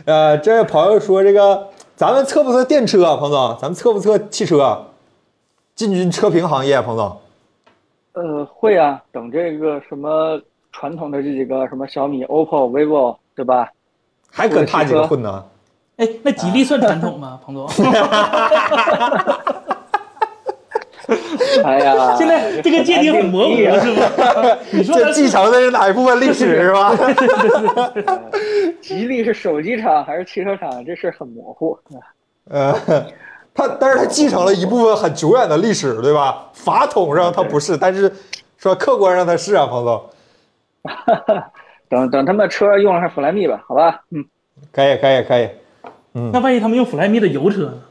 A: 呃，这位朋友说这个，咱们测不测电车啊，彭总？咱们测不测汽车啊？进军车评行业啊，彭总。
C: 呃，会啊，等这个什么传统的这几个什么小米、OPPO、vivo，对吧？
A: 还跟他几
C: 我
A: 个
C: 是说
A: 混呢？
B: 哎，那吉利算传统吗，彭总？
C: 哎呀，
B: 现在这个界定很模糊，
C: 很难
B: 是吧？你说
A: 这
B: 它
A: 继
B: 是
A: 承的是哪一部分历史是吧？
C: 吉利是手机厂还是汽车厂？这事儿很模糊。啊
A: 呃，他但是他继承了一部分很久远的历史，对吧？法统上他不是，但是说客观上他是啊，彭总。
C: 等等他们车用上弗莱密吧，好吧？嗯，
A: 可以，可以，可以，
B: 那万一他们用弗莱米的油车呢？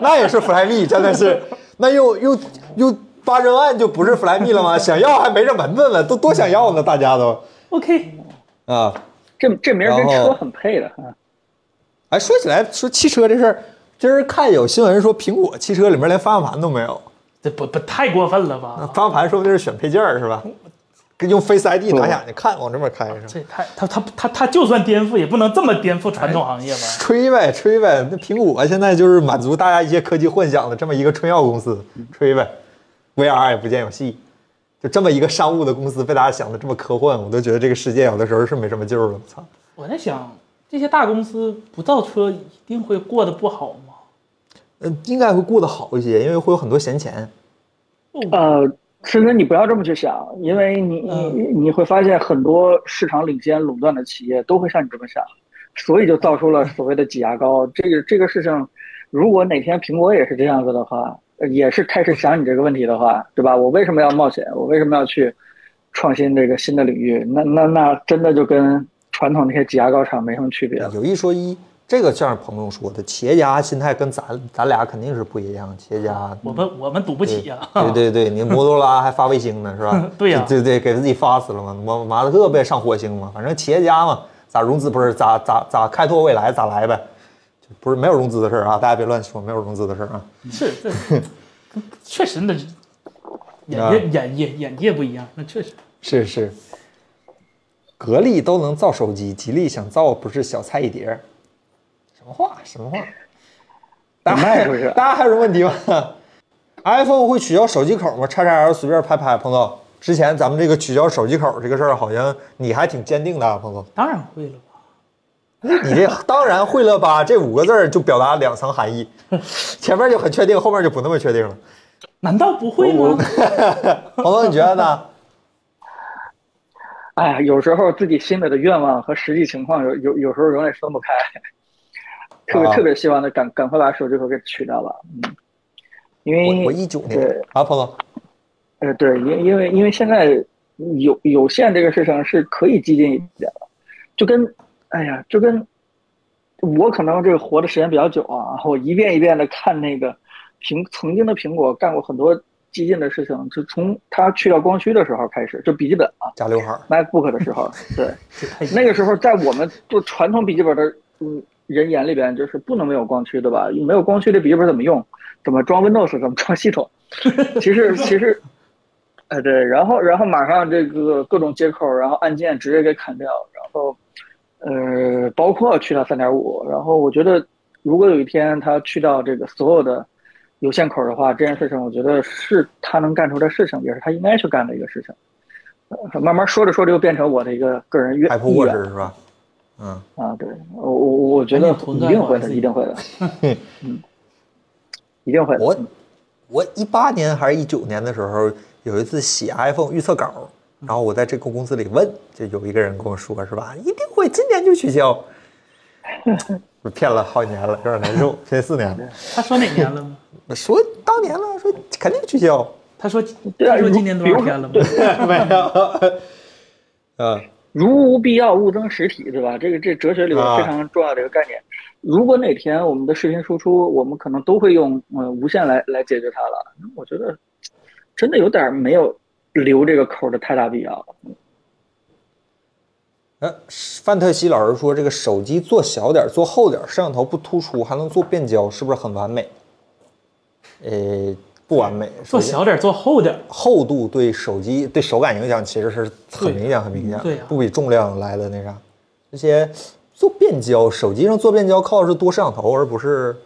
A: 那也是 fly me，真的是。 那用用用八针案就不是 fly me 了吗？ 想要还没这门子呢，都多想要呢，大家都
B: OK，
A: 啊。
C: 这这名儿跟
A: 然后
C: 车很配的啊。
A: 哎，说起来说汽车这事儿，今儿看有新闻说苹果汽车里面连方向盘都没有，
B: 这不不太过分了
A: 那
B: 吧？
A: 方向盘说不定是选配件儿是吧？跟用 Face ID 拿眼睛看，往这边开是吧？
B: 这太他他他他就算颠覆，也不能这么颠覆传统行业吧？
A: 吹呗，吹呗。那苹果现在就是满足大家一些科技幻想的这么一个春药公司，吹呗。VR 也不见有戏，就这么一个商务的公司被大家想的这么科幻，我都觉得这个世界有的时候是没什么救了。我操！
B: 我在想，这些大公司不造车一定会过得不好吗？
A: 嗯，应该会过得好一些，因为会有很多闲钱。
C: 呃，深圳，你不要这么去想，因为你你你会发现很多市场领先垄断的企业都会像你这么想，所以就造出了所谓的挤牙膏。这个这个事情，如果哪天苹果也是这样子的话，呃也是开始想你这个问题的话，对吧？我为什么要冒险？我为什么要去创新这个新的领域？那那那真的就跟传统那些挤牙膏厂没什么区别了。
A: 有一说一，这个像是彭总说的，企业家心态跟咱咱俩肯定是不一样。企业家，
B: 我们我们赌不起啊呀、？
A: 对对对，你摩托罗拉还发卫星呢，是吧
B: 对呀
A: 对对，给自己发死了嘛。马马斯克不也上火星嘛？反正企业家嘛，咋融资不是咋咋咋开拓未来咋来呗，就不是没有融资的事儿啊，大家别乱说，没有融资的事儿啊。
B: 是这确实那眼界眼界眼界不一样，那确实
A: 是是，格力都能造手机，吉利想造不是小菜一碟儿。什么话？什么话？大家
C: 卖出去了
A: 大家还有什么问题吗 ？iPhone 会取消手机口吗？叉叉 L 随便拍拍，彭总。之前咱们这个取消手机口这个事儿，好像你还挺坚定的、啊，彭总。
B: 当然会了吧？
A: 你这当然会了吧？这五个字儿就表达两层含义， 前面就很确定，后面就不那么确定了。
B: 难道不会吗？
A: 彭总，你觉得呢？
C: 哎呀，有时候自己心里的愿望和实际情况有有有时候永远分不开，特别
A: 啊
C: 特别希望的赶赶快把手机口给取掉吧，嗯，因
A: 我我
C: 为
A: 一九年
C: 对
A: 啊，彭总，
C: 呃对，因因为因为现在有有线这个事情是可以激进一点的，就跟哎呀就跟我可能这个活的时间比较久啊，我一遍一遍的看那个苹曾经的苹果干过很多激进的事情，就从它去掉光驱的时候开始，就笔记本啊
A: 加刘海儿，
C: ，MacBook 的时候，对，
B: 这太
C: 那个时候在我们做传统笔记本的嗯人眼里边，就是不能没有光驱，对吧？没有光驱的笔记本怎么用？怎么装 Windows？怎么装系统？其实其实，呃对，然后然后马上这个各种接口，然后按键直接给砍掉，然后呃包括去掉三点五，然后我觉得如果有一天它去掉这个所有的。有线口的话，这件事情我觉得是他能干出的事情，也是他应该去干的一个事情。呃慢慢说着说着，又变成我的一个个人愿
A: Apple
C: 意愿
A: Watch 是吧？嗯，
C: 啊，对，我我我觉
B: 赶
C: 得
B: 紧囤
C: 一
B: 个
C: 定会
B: FSE
C: 的，一定会的，嗯，一定会的。
A: 我我一八年还是一九年的时候，有一次写 iPhone 预测稿，然后我在这个公司里问，就有一个人跟我说是吧，一定会今年就取消。 我骗了好几年了，有点难受，骗四年了。
B: 他说哪年了吗？
A: 我说当年了，说肯定取消，
B: 他说
C: 对啊
B: 他说今年多少天了吗？
A: 没 有。嗯，
C: 如无必要，勿增实体，对吧？这个这哲学里边非常重要的一个概念。如果哪天我们的视频输出，我们可能都会用呃无线来来解决它了，那我觉得真的有点没有留这个口的太大必要。
A: 呃，范特西老师说这个手机做小点儿、做厚点儿，摄像头不突出，还能做变焦，是不是很完美？呃，不完美。
B: 做
A: 首先
B: 小点儿，做厚点儿。
A: 厚度对手机对手感影响其实是很明显、很明显，
B: 对啊呀
A: 不比重量来的那啥。这些做变焦，手机上做变焦靠的是多摄像头，而不是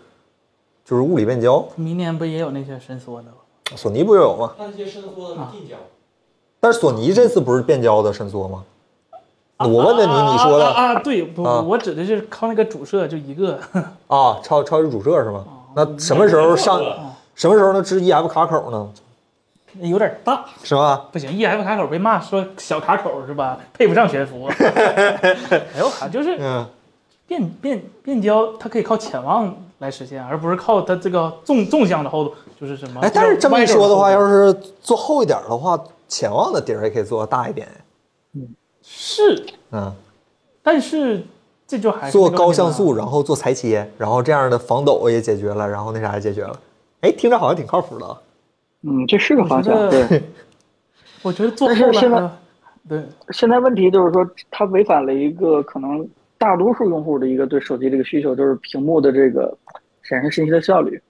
A: 就是物理变焦。
B: 明年不也有那些伸缩的吗？
A: 索尼不也有吗？
E: 它那些伸缩的是定角，
A: 但是索尼这次不是变焦的伸缩吗？我问的你，你说的
B: 啊啊啊啊对，不，
A: 啊
B: 我指的是靠那个主摄就一个，
A: 啊，超超级主摄是吗？
B: 哦
A: 那什么时候上？
D: 啊
A: 什么时候能支 EF 卡口呢？
B: 有点大，
A: 是吧？
B: 不行，EF 卡口被骂说小卡口是吧？配不上悬 浮。哎呦我靠，就是
A: 嗯，
B: 变变变焦，它可以靠潜望来实现，而不是靠它这个纵纵向的厚度，就是什么？
A: 哎，但是这么一说的话，
B: 歪
A: 要
B: 角厚度
A: 是做厚一点的话，潜望的底儿也可以做大一点。
B: 是，
A: 嗯，
B: 但是这就还是
A: 做
B: 那个问
A: 高
B: 题嘛
A: 像素，然后做裁切，然后这样的防抖也解决了，然后那啥也解决了。哎，听着好像挺靠谱的啊。
C: 嗯，这是个方向
B: 我。觉得
C: 对，
B: 我觉得做
C: 但是
B: 厚了
C: 现在
B: 还，对，
C: 现在问题就是说，它违反了一个可能大多数用户的一个对手机这个需求，就是屏幕的这个显示信息的效率。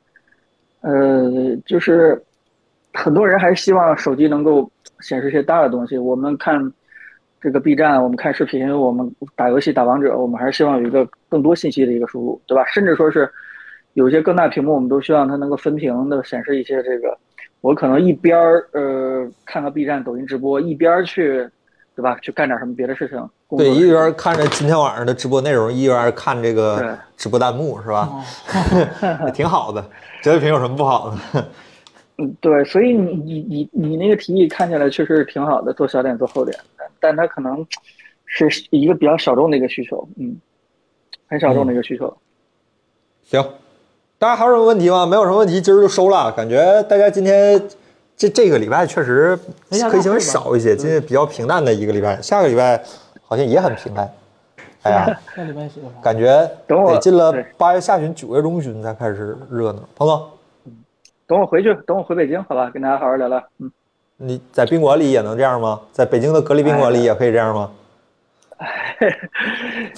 C: 呃，就是很多人还希望手机能够显示一些大的东西。我们看这个 B 站，我们看视频，我们打游戏、打王者，我们还是希望有一个更多信息的一个输入，对吧？甚至说是有一些更大屏幕，我们都希望它能够分屏的显示一些这个。我可能一边儿呃看个 B 站抖音直播，一边儿去，对吧？去干点什么别的事情。工作
A: 对，
C: 的
A: 一
C: 事情
A: 边看着今天晚上的直播内容，一边看这个
C: 对
A: 直播弹幕，是吧？
B: 哦，
A: 也 挺好的，折叠屏有什么不好的？
C: 嗯，对，所以你你你你那个提议看起来确实挺好的，做小点做厚点，但但它可能是一个比较小众的一个需求，嗯，很小众的一
A: 嗯
C: 个需求。
A: 行，大家还有什么问题吗？没有什么问题，今儿就收了。感觉大家今天这这个礼拜确实
B: 没啥大
A: 可以稍微
B: 事儿吧
A: 少一些，今天比较平淡的一个礼拜。下个礼拜好像也很平淡。哎呀，
B: 下礼拜是个啥？
A: 感觉
C: 等我
A: 得进了
C: 对
A: 八月下旬、九月中旬才开始热闹。彭总，
C: 等我回去，等我回北京，好吧，跟大家好好聊聊。嗯，
A: 你在宾馆里也能这样吗？在北京的隔离宾
C: 哎
A: 馆里也可以这样吗？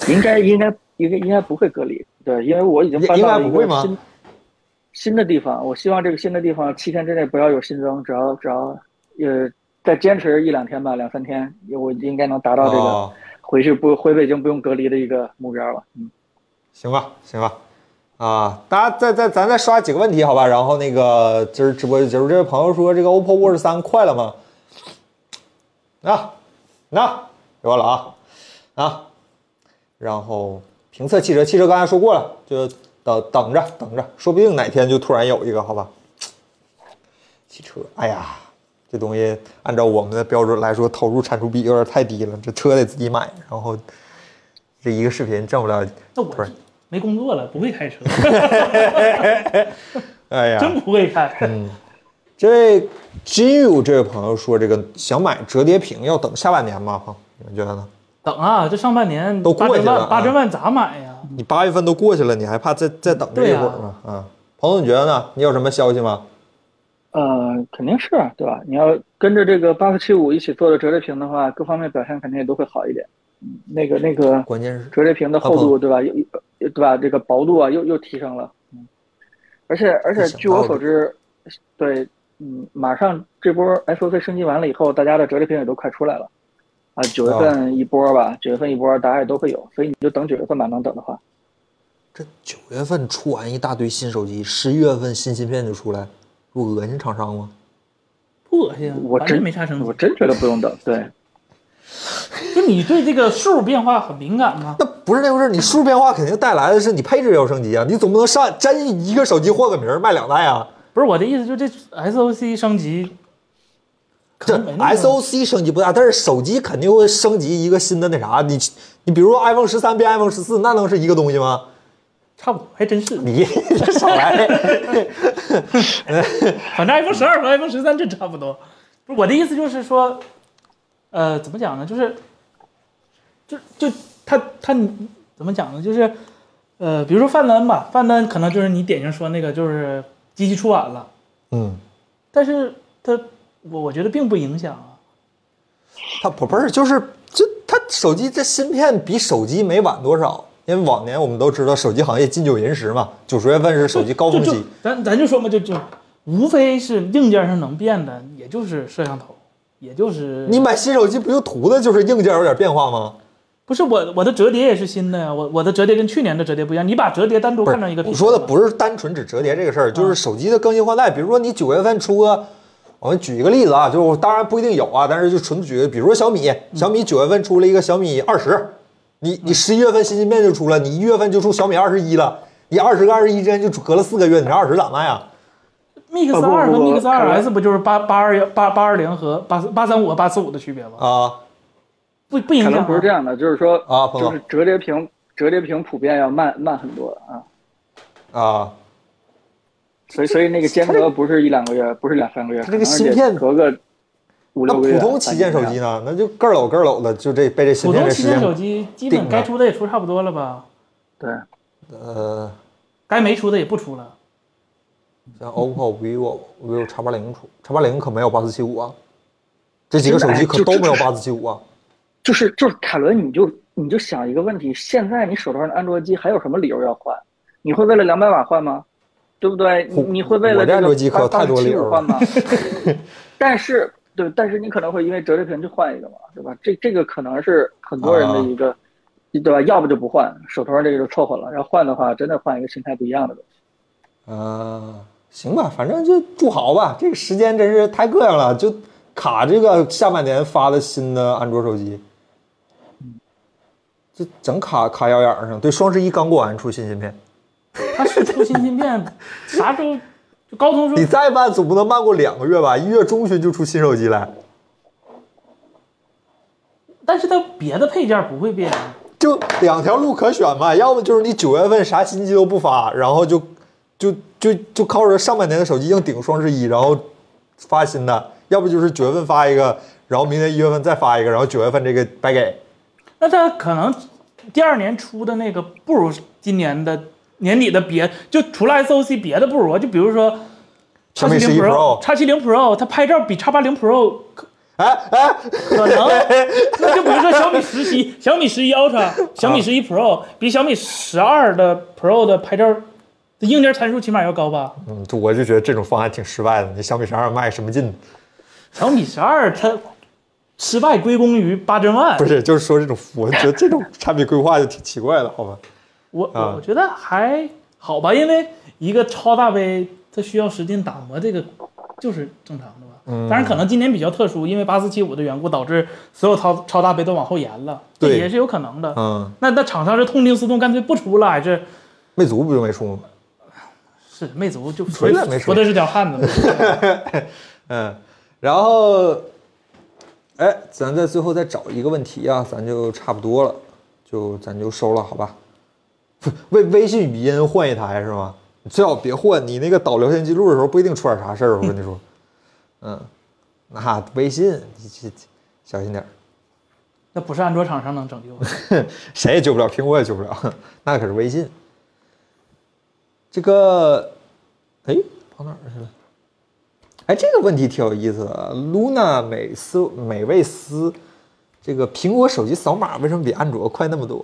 C: 应该应该应该应该不会隔离，对，因为我已经
A: 应
C: 搬到
A: 应该
C: 了一
A: 不会
C: 个
A: 吗
C: 新新的地方，我希望这个新的地方七天之内不要有新增，只要只要呃再坚持一两天吧，两三天，我应该能达到这个
A: 哦，
C: 回去不回北京不用隔离的一个目标了。嗯。
A: 行吧，行吧。啊，大家再再咱再刷几个问题好吧，然后那个今儿直播就结束。这位朋友说这个 OPPO Watch 三快了吗？啊，那别忘了啊啊，然后评测汽车，汽车刚才说过了，就等等着等着，说不定哪天就突然有一个，好吧？汽车，哎呀，这东西按照我们的标准来说，投入产出比有点太低了，这车得自己买，然后这一个视频挣不了，
B: 那我
A: 不是
B: 没工作了，不会 开车，
A: 哎呀，
B: 真不会开。
A: 嗯这位 Jiu 这位朋友说，这个想买折叠屏要等下半年吗？哈，你们觉得呢？
B: 等啊，这上半年
A: 都
B: 八
A: 过去
B: 折
A: 了啊
B: 万八折万咋买呀？
A: 你八月份都啊过去了，你还怕再再等这一会儿吗？啊，朋友你觉得呢？你有什么消息吗？
C: 呃，肯定是啊对吧？你要跟着这个八四七五一起做的折叠屏的话，各方面表现肯定也都会好一点。嗯，那个那个
A: 关键是
C: 折叠屏的
B: 啊
C: 厚度对吧？又又对吧？这个薄度啊，又又提升了。嗯，而且而且
A: 想
C: 据我
A: 到
C: 所
A: 的
C: 知，对，嗯，马上这波 SOC 升级完了以后，大家的折叠屏也都快出来了。啊，九月
A: 啊
C: 份一波吧，九月份一波，大家也都会有，所以你就等九月份吧，能等的话。
A: 这九月份出完一大堆新手机，十一月份新芯片就出来，不恶心厂商吗？
B: 不恶心啊，
C: 我
B: 反正
C: 真
B: 没啥升
C: 我
B: 级。
C: 真觉得不用等，对，
B: 就你对这个数变化很敏感 吗？
A: 那不是那回事儿，你数变化肯定带来的是你配置要升级啊，你总不能上粘一个手机换个名儿卖两代啊。
B: 不是我的意思，就这 SOC 升级，
A: 这
B: 可 能没那么
A: SOC 升级不大，但是手机肯定会升级一个新的那啥，你你比如说 iPhone 十三变 iPhone 十四，那能是一个东西吗？
B: 差不多，还真是。
A: 你这少来，
B: 反正 iPhone 十二和 iPhone 十三这差不多。不是我的意思就是说，呃，怎么讲呢？就是，就就他他怎么讲呢？就是，呃，比如说范丹吧，范丹可能就是你典型说那个，就是机器出晚了，
A: 嗯，
B: 但是它我我觉得并不影响啊。
A: 它不不是就是就它手机这芯片比手机没晚多少，因为往年我们都知道手机行业金九银十嘛，九十月份是手机高峰
B: 就就
A: 期，
B: 咱咱就说嘛，就就无非是硬件上能变的，也就是摄像头，也就是
A: 你买新手机不就图的就是硬件有点变化吗？
B: 不是我我的折叠也是新的呀，我我的折叠跟去年的折叠不一样，你把折叠单独
A: 不是
B: 看成一个，
A: 我说的
B: 品牌吗
A: 不是单纯指折叠这个事儿，
B: 啊
A: 就是手机的更新换代。比如说你九月份出个，我们举一个例子啊，就是我当然不一定有啊，但是就纯举个，比如说小米，
B: 嗯
A: 小米九月份出了一个小米二十，你你十一月份新芯片就出了，你一月份就出小米二十一了，你二十跟二十一之间就隔了四个月，你这二十咋卖啊？
B: Mix
C: 啊不
B: 二和
C: 不不
B: Mix 二
C: 看来
B: S 不就是八八二幺八八二零和八八三五和八四五的区别吗？
A: 啊
B: 不不影
C: 可
B: 响、
C: 能不是这，样的，就是说
A: 啊彭
C: 就
A: 总
C: 是折叠屏折叠屏普遍要慢慢很多啊，
A: 啊！
C: 所以所以那个间隔不是一两个月，不是两三个月，
A: 它
C: 可
A: 这
C: 能
A: 个
C: 而且
A: 芯片
C: 隔个五
A: 那
C: 六个
A: 普
C: 月。
A: 通旗舰手
C: 半
A: 机
C: 年
A: 呢，那就个儿搂个儿搂的，就这被这芯
B: 普
A: 片
B: 通
A: 这
B: 旗
A: 时
B: 舰手
A: 间，
B: 机基本该出的也出差不多了吧，
C: 这样
A: 呃，
B: 该没出的也不出了。
A: 像 OPPO、vivo、vivo X 八零出，X 八零可没有八四七五啊，这几个手
C: 真的
A: 机
C: 哎
A: 可
C: 就
A: 都没有
C: 就
A: 八四七五啊。
C: 对，就是就是凯伦，你就你就想一个问题：现在你手头上的安卓机还有什么理由要换？你会为了两百瓦换吗？对不对？你
A: 我
C: 你会为
A: 我
C: 了
A: 这安
C: 个
A: 卓机可有太多理由
C: 8575换吗？ 但是对，但是你可能会因为折叠屏就换一个嘛，对吧？这这个可能是很多
A: 啊
C: 人的一个，对吧？要不就不换，手头上这个就凑合了。然后换的话，真的换一个形态不一样的东西。
A: 啊，行吧，反正就祝好吧。这个时间真是太膈应了，就卡这个下半年发的新的安卓手机，这整卡卡腰眼儿上。对，双十一刚过完出新芯片，
B: 它是出新芯 片，啥时候就高通
A: 你
B: 说
A: 再慢总不能慢过两个月吧？一月中旬就出新手机来，
B: 但是它别的配件不会变，啊
A: 就两条路可选嘛。要么就是你九月份啥新机都不发，然后就就就就靠着上半年的手机硬顶双十一，然后发新的；要不就是九月份发一个，然后明年一月份再发一个，然后九月份这个白给。
B: 那它可能第二年出的那个不如今年的年底的别，就除了 SOC 别的不如啊，就比如说。
A: 小
B: 叉
A: 米
B: 七零
A: 11 Pro
B: 叉七零 Pro，它拍照比叉八零 Pro 可
A: 哎哎，
B: 可能，那就比如说小米十七、小米十一 Ultra、小
A: 啊
B: 米十一 Pro，比小米十二的 Pro 的拍照的硬件参数起码要高吧？
A: 嗯，就我就觉得这种方案挺失败的。你小米十二卖什么劲？
B: 小米十二它失败归功于八珍万，
A: 不是，就是说这种，我觉得这种产品规划就挺奇怪的，好吧？
B: 我
A: 啊
B: 我我觉得还好吧，因为一个超大杯它需要使劲打磨，这个就是正常的吧。
A: 嗯
B: 当然，可能今年比较特殊，因为八四七五的缘故，导致所有超超大杯都往后延了，这
A: 对
B: 也是有可能的。
A: 嗯，
B: 那那厂商是痛定思痛，干脆不出了，还是
A: 魅族不就没出吗？
B: 是魅族就
A: 纯粹没说
B: 说的是条汉子嘛？
A: 嗯，然后，哎，咱在最后再找一个问题啊，咱就差不多了，就咱就收了，好吧？ 微微信语音换一台是吗？你最好别换，你那个导聊天记录的时候不一定出点啥事儿，我跟你说。嗯，那、微信你这这小心点儿。
B: 那不是安卓厂商能拯救的。
A: 谁也救不了，苹果也救不了，那可是微信。这个，哎，跑哪儿去了？哎，这个问题挺有意思的。Luna 美思美味思，这个苹果手机扫码为什么比安卓快那么多？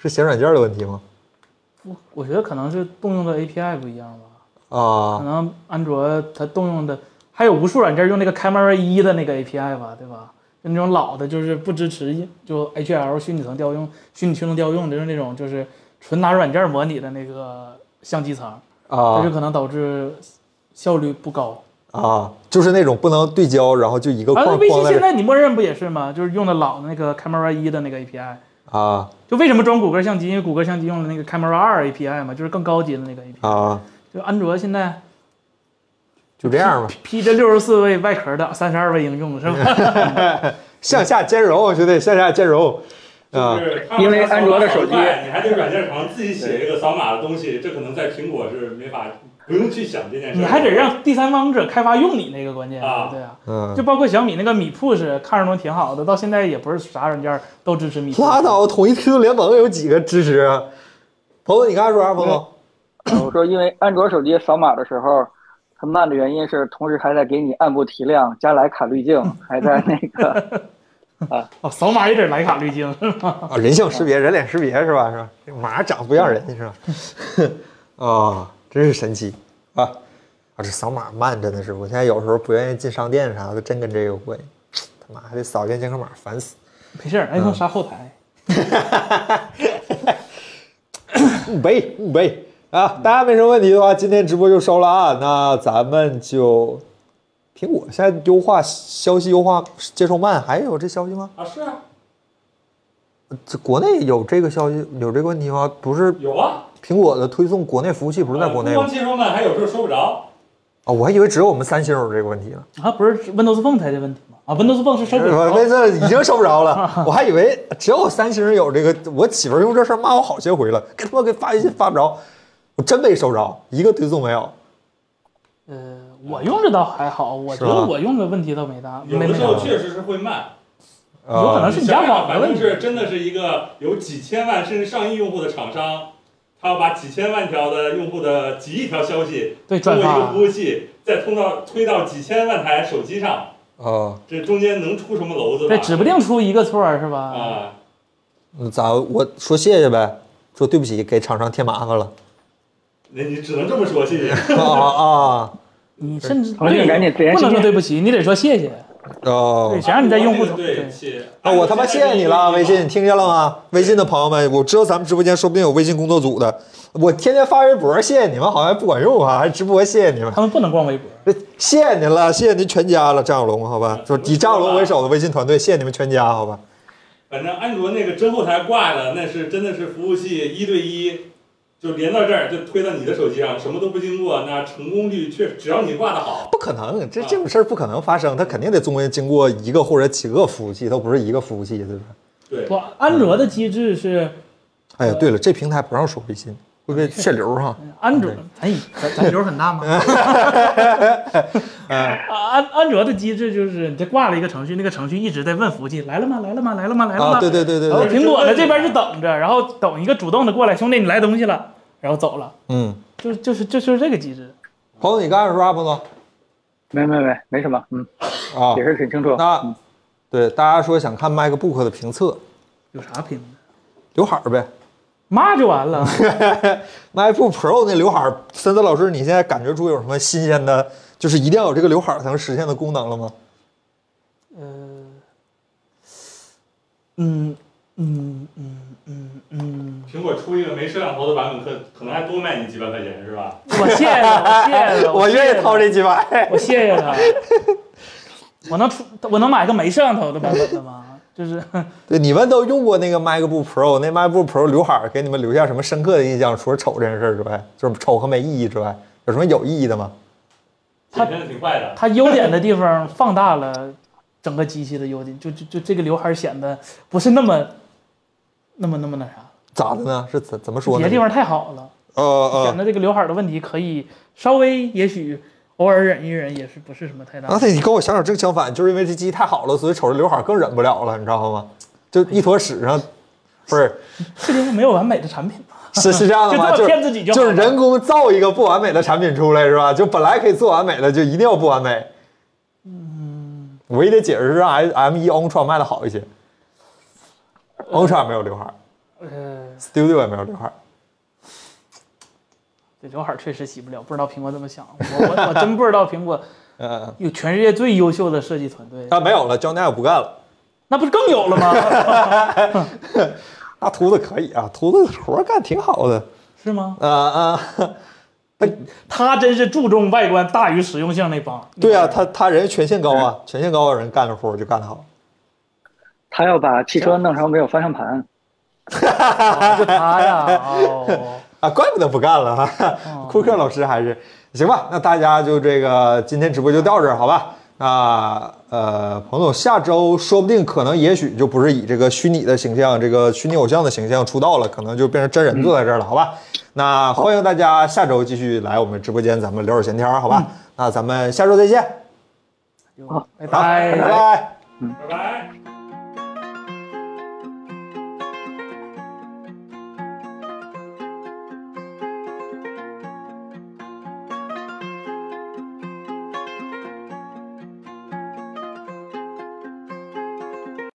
A: 是写软件的问题吗？
B: 我我觉得可能是动用的 API 不一样吧，可
A: 啊，
B: 能安卓它动用的还有无数软件用那个 Camera 一的那个 API 吧，对吧？就那种老的，就是不支持就 HL 虚拟层调用、虚拟驱动调用，就是那种就是纯拿软件模拟的那个相机层，
A: 啊
B: 这就可能导致效率不高。
A: 啊，就是那种不能对焦，然后就一个
B: 啊，那
A: 框
B: 微
A: 框
B: 信
A: 在
B: 现
A: 这
B: 在你默认不也是吗？就是用的老的那个 Camera 一的那个 API。
A: 啊
B: 就为什么装谷歌相机？因为谷歌相机用了那个 Camera 二 API 嘛，就是更高级的那个 API。
A: 啊，
B: 就安卓现在
A: 就这样吧，
B: 披着六十四位外壳的三十二位应用是吧？
A: 向下兼容，兄弟，向下兼容
D: 就
A: 啊
D: 是他们
C: 因为安卓的手机
D: 扫码扫快你还得软件厂自己写一个扫码的东西，这可能在苹果是没法不用去想这件事。
B: 你还得让第三方者开发用你那个关键
D: 啊
B: 对啊。
A: 嗯
B: 就。包括小米那个米 Push，看着都挺好的，到现在也不是啥软件都支持米 Push。
A: 拉倒，统一推动联盟有几个支持啊？彭总，你刚才说啥？彭总
C: 我说，因为安卓手机扫码的时候，它慢的原因是，同时还在给你按步提亮、加徕卡滤镜，还在那个
B: 哦，扫码也得徕卡滤镜是吗？
A: 啊，人性识别、人脸识别是吧？是吧？这马长不像人是吧？ 啊、真是神奇啊！啊，这扫码慢真的是，我现在有时候不愿意进商店啥的，真跟这个有关系。他妈还得扫一遍健康码，烦死！
B: 没事儿，iPhone 杀后台。
A: 嗯喂嗯喂啊！大家没什么问题的话，今天直播就收了啊。那咱们就苹果现在优化消息优化接受慢，还有这消息吗？
D: 啊，是啊，
A: 这国内有这个消息有这个问题吗？不是
D: 有啊，
A: 苹果的推送国内服务器不是在国内
D: 呃
A: 吗
D: 光？接收慢，还有时候收不着。
A: 啊，我还以为只有我们三星有这个问题呢。
B: 啊，不是 Windows Phone 才的问题吗？啊，Windows Phone 是收不了
A: 我这已经收不着 了，我还以为只有三星有这个。我媳妇儿用这事儿骂我好些回了，给他妈给发微信发不着，我真没收着，一个推送没有。
B: 呃，我用着倒还好，我
A: 是
B: 觉
A: 吧
B: 得我用的问题倒没大，
D: 有
B: 没
D: 的
B: 没
D: 时
B: 大
D: 候确实是会慢，
B: 有可能
A: 啊
B: 是你家网的
D: 反
B: 问
D: 正
B: 题
D: 是真的是一个有几千万甚至上亿用户的厂商，他要把几千万条的用户的几亿条消息
B: 对转
D: 通过一个
B: 发
D: 服。务器再通到推到几千万台手机上，
A: 啊，
D: 这中间能出什么娄子吧？
B: 对，指不定出一个错儿是吧？
D: 啊，
A: 那咋？我说谢谢呗，说对不起，给厂商添麻烦了。
D: 那你只能这么说，谢 谢。
A: 啊啊
B: 你甚至
C: 腾讯赶紧自研芯片
B: 不能说对不起，你得说谢谢。
A: 啊！哦
B: 对，谁让你在用户头
D: 对，谢。
A: 啊，我他妈谢谢你了，微信，听见了吗？微信的朋友们，我知道咱们直播间说不定有微信工作组的，我天天发微博，谢谢你们，好像不管用啊，还直播谢谢你们。
B: 他们不能逛微
D: 嗯
B: 博。
A: 谢谢您了，谢谢您全家了，张小龙，好吧，就是以张小龙为首的微信团队，谢谢你们全家，好吧。
D: 反正安卓那个真后台挂的，那是真的是服务器一对一，就连到这儿就推到你的手机上，什么都不经过，那成功率确只要你挂的好，
A: 不可能，这这种事儿不可能发生，它肯定得中间经过一个或者几个服务器，它不是一个服务器，对不对？
D: 对，
B: 不，安卓的机制是
A: 哎呀，对了，这平台不让说微信，会被限流哈。
B: 安卓，哎，咱咱流很大吗？ 啊安安卓的机制就是你这挂了一个程序，那个程序一直在问服务器来了吗？来了吗？来了吗？来了
A: 啊，
B: 吗？
A: 对对对对
B: 然后
A: 对，
B: 苹果呢这边是等着，然后等一个主动的过来，兄弟你来东西了，然后走了，
A: 嗯，
B: 就就是就就是这个机制。
A: 彭总，你刚才说啥？彭总
C: 没没没没什么，嗯，
A: 啊
C: 解，释挺清楚。
A: 那对大家说想看 MacBook 的评测，
B: 有啥拼的？
A: 刘海儿呗
B: 骂就完了。
A: ，MacBook Pro 那刘海儿，森森老师，你现在感觉出有什么新鲜的，就是一定要有这个刘海儿才能实现的功能了吗？
B: 呃，嗯嗯嗯嗯嗯，
D: 苹果出一个没摄像头的版本，可可能还多卖你几百块钱是吧？
B: 我谢谢他，我谢谢 他，
A: 我愿意掏
B: 这，
A: 这几百。
B: 我谢谢他。我能出，我能买个没摄像头的版本的吗？就是
A: 对，你们都用过那个 MacBook Pro，那 MacBook Pro 刘海儿给你们留下什么深刻的印象？除了丑这件事儿之外，就是丑和没意义之外，有什么有意义的吗？
B: 它
D: 真的挺快的。
B: 它优点的地方放大了整个机器的优点， 就就就这个刘海显得不是那么那么那么那啥，
A: 咋的呢？是怎怎么说
B: 别
A: 呢
B: 的？啊地方太好了，
A: 呃
B: 显
A: 呃，
B: 得这个刘海的问题可以稍微也许偶尔忍一忍，也是不是什么太大
A: 刚
B: 的。
A: 才你跟我想法正相反，就是因为这机器太好了，所以丑的刘海儿更忍不了了，你知道吗？就一坨屎上不是
B: 世界上没有完美的产品，啊
A: 是是这样
B: 就
A: 的
B: 这
A: 吗？
B: 么
A: 就是
B: 骗自己就好
A: 就是
B: 了
A: 人工造一个不完美的产品出来是吧？就本来可以做完美的，就一定要不完美。嗯，唯一的解释是让 M 一 Ultra 卖的好一些。Ultra 没有刘海儿
B: 呃，
A: ，Studio 也没有刘海儿。
B: 这刘海儿确实洗不了，不知道苹果怎么想。我我我真不知道苹 果
A: 嗯，
B: 有全世界最优秀的设计团队，
A: 但没有了，John Knight 不干了。
B: 那不是更有了吗？
A: 那秃子可以啊，秃子活儿干挺好的。
B: 是吗？
A: 啊啊，
B: 他真是注重外观大于实用性那 帮。
A: 对啊，他他人权限高啊，权限高的人干的活儿就干得好。
C: 他要把汽车弄成没有方向盘，
B: 哦就他呀，哦，
A: 啊，怪不得不干了哈。 库克老师还是行吧。那大家就这个今天直播就到这儿，好吧？那呃，彭总下周说不定可能也许就不是以这个虚拟的形象，这个虚拟偶像的形象出道了，可能就变成真人坐在这儿了，好吧？那欢迎大家下周继续来我们直播间，咱们聊点闲天儿，好吧？那咱们下周再见，
B: 好，
A: 好，
B: 拜拜
A: 拜。拜
D: 拜拜。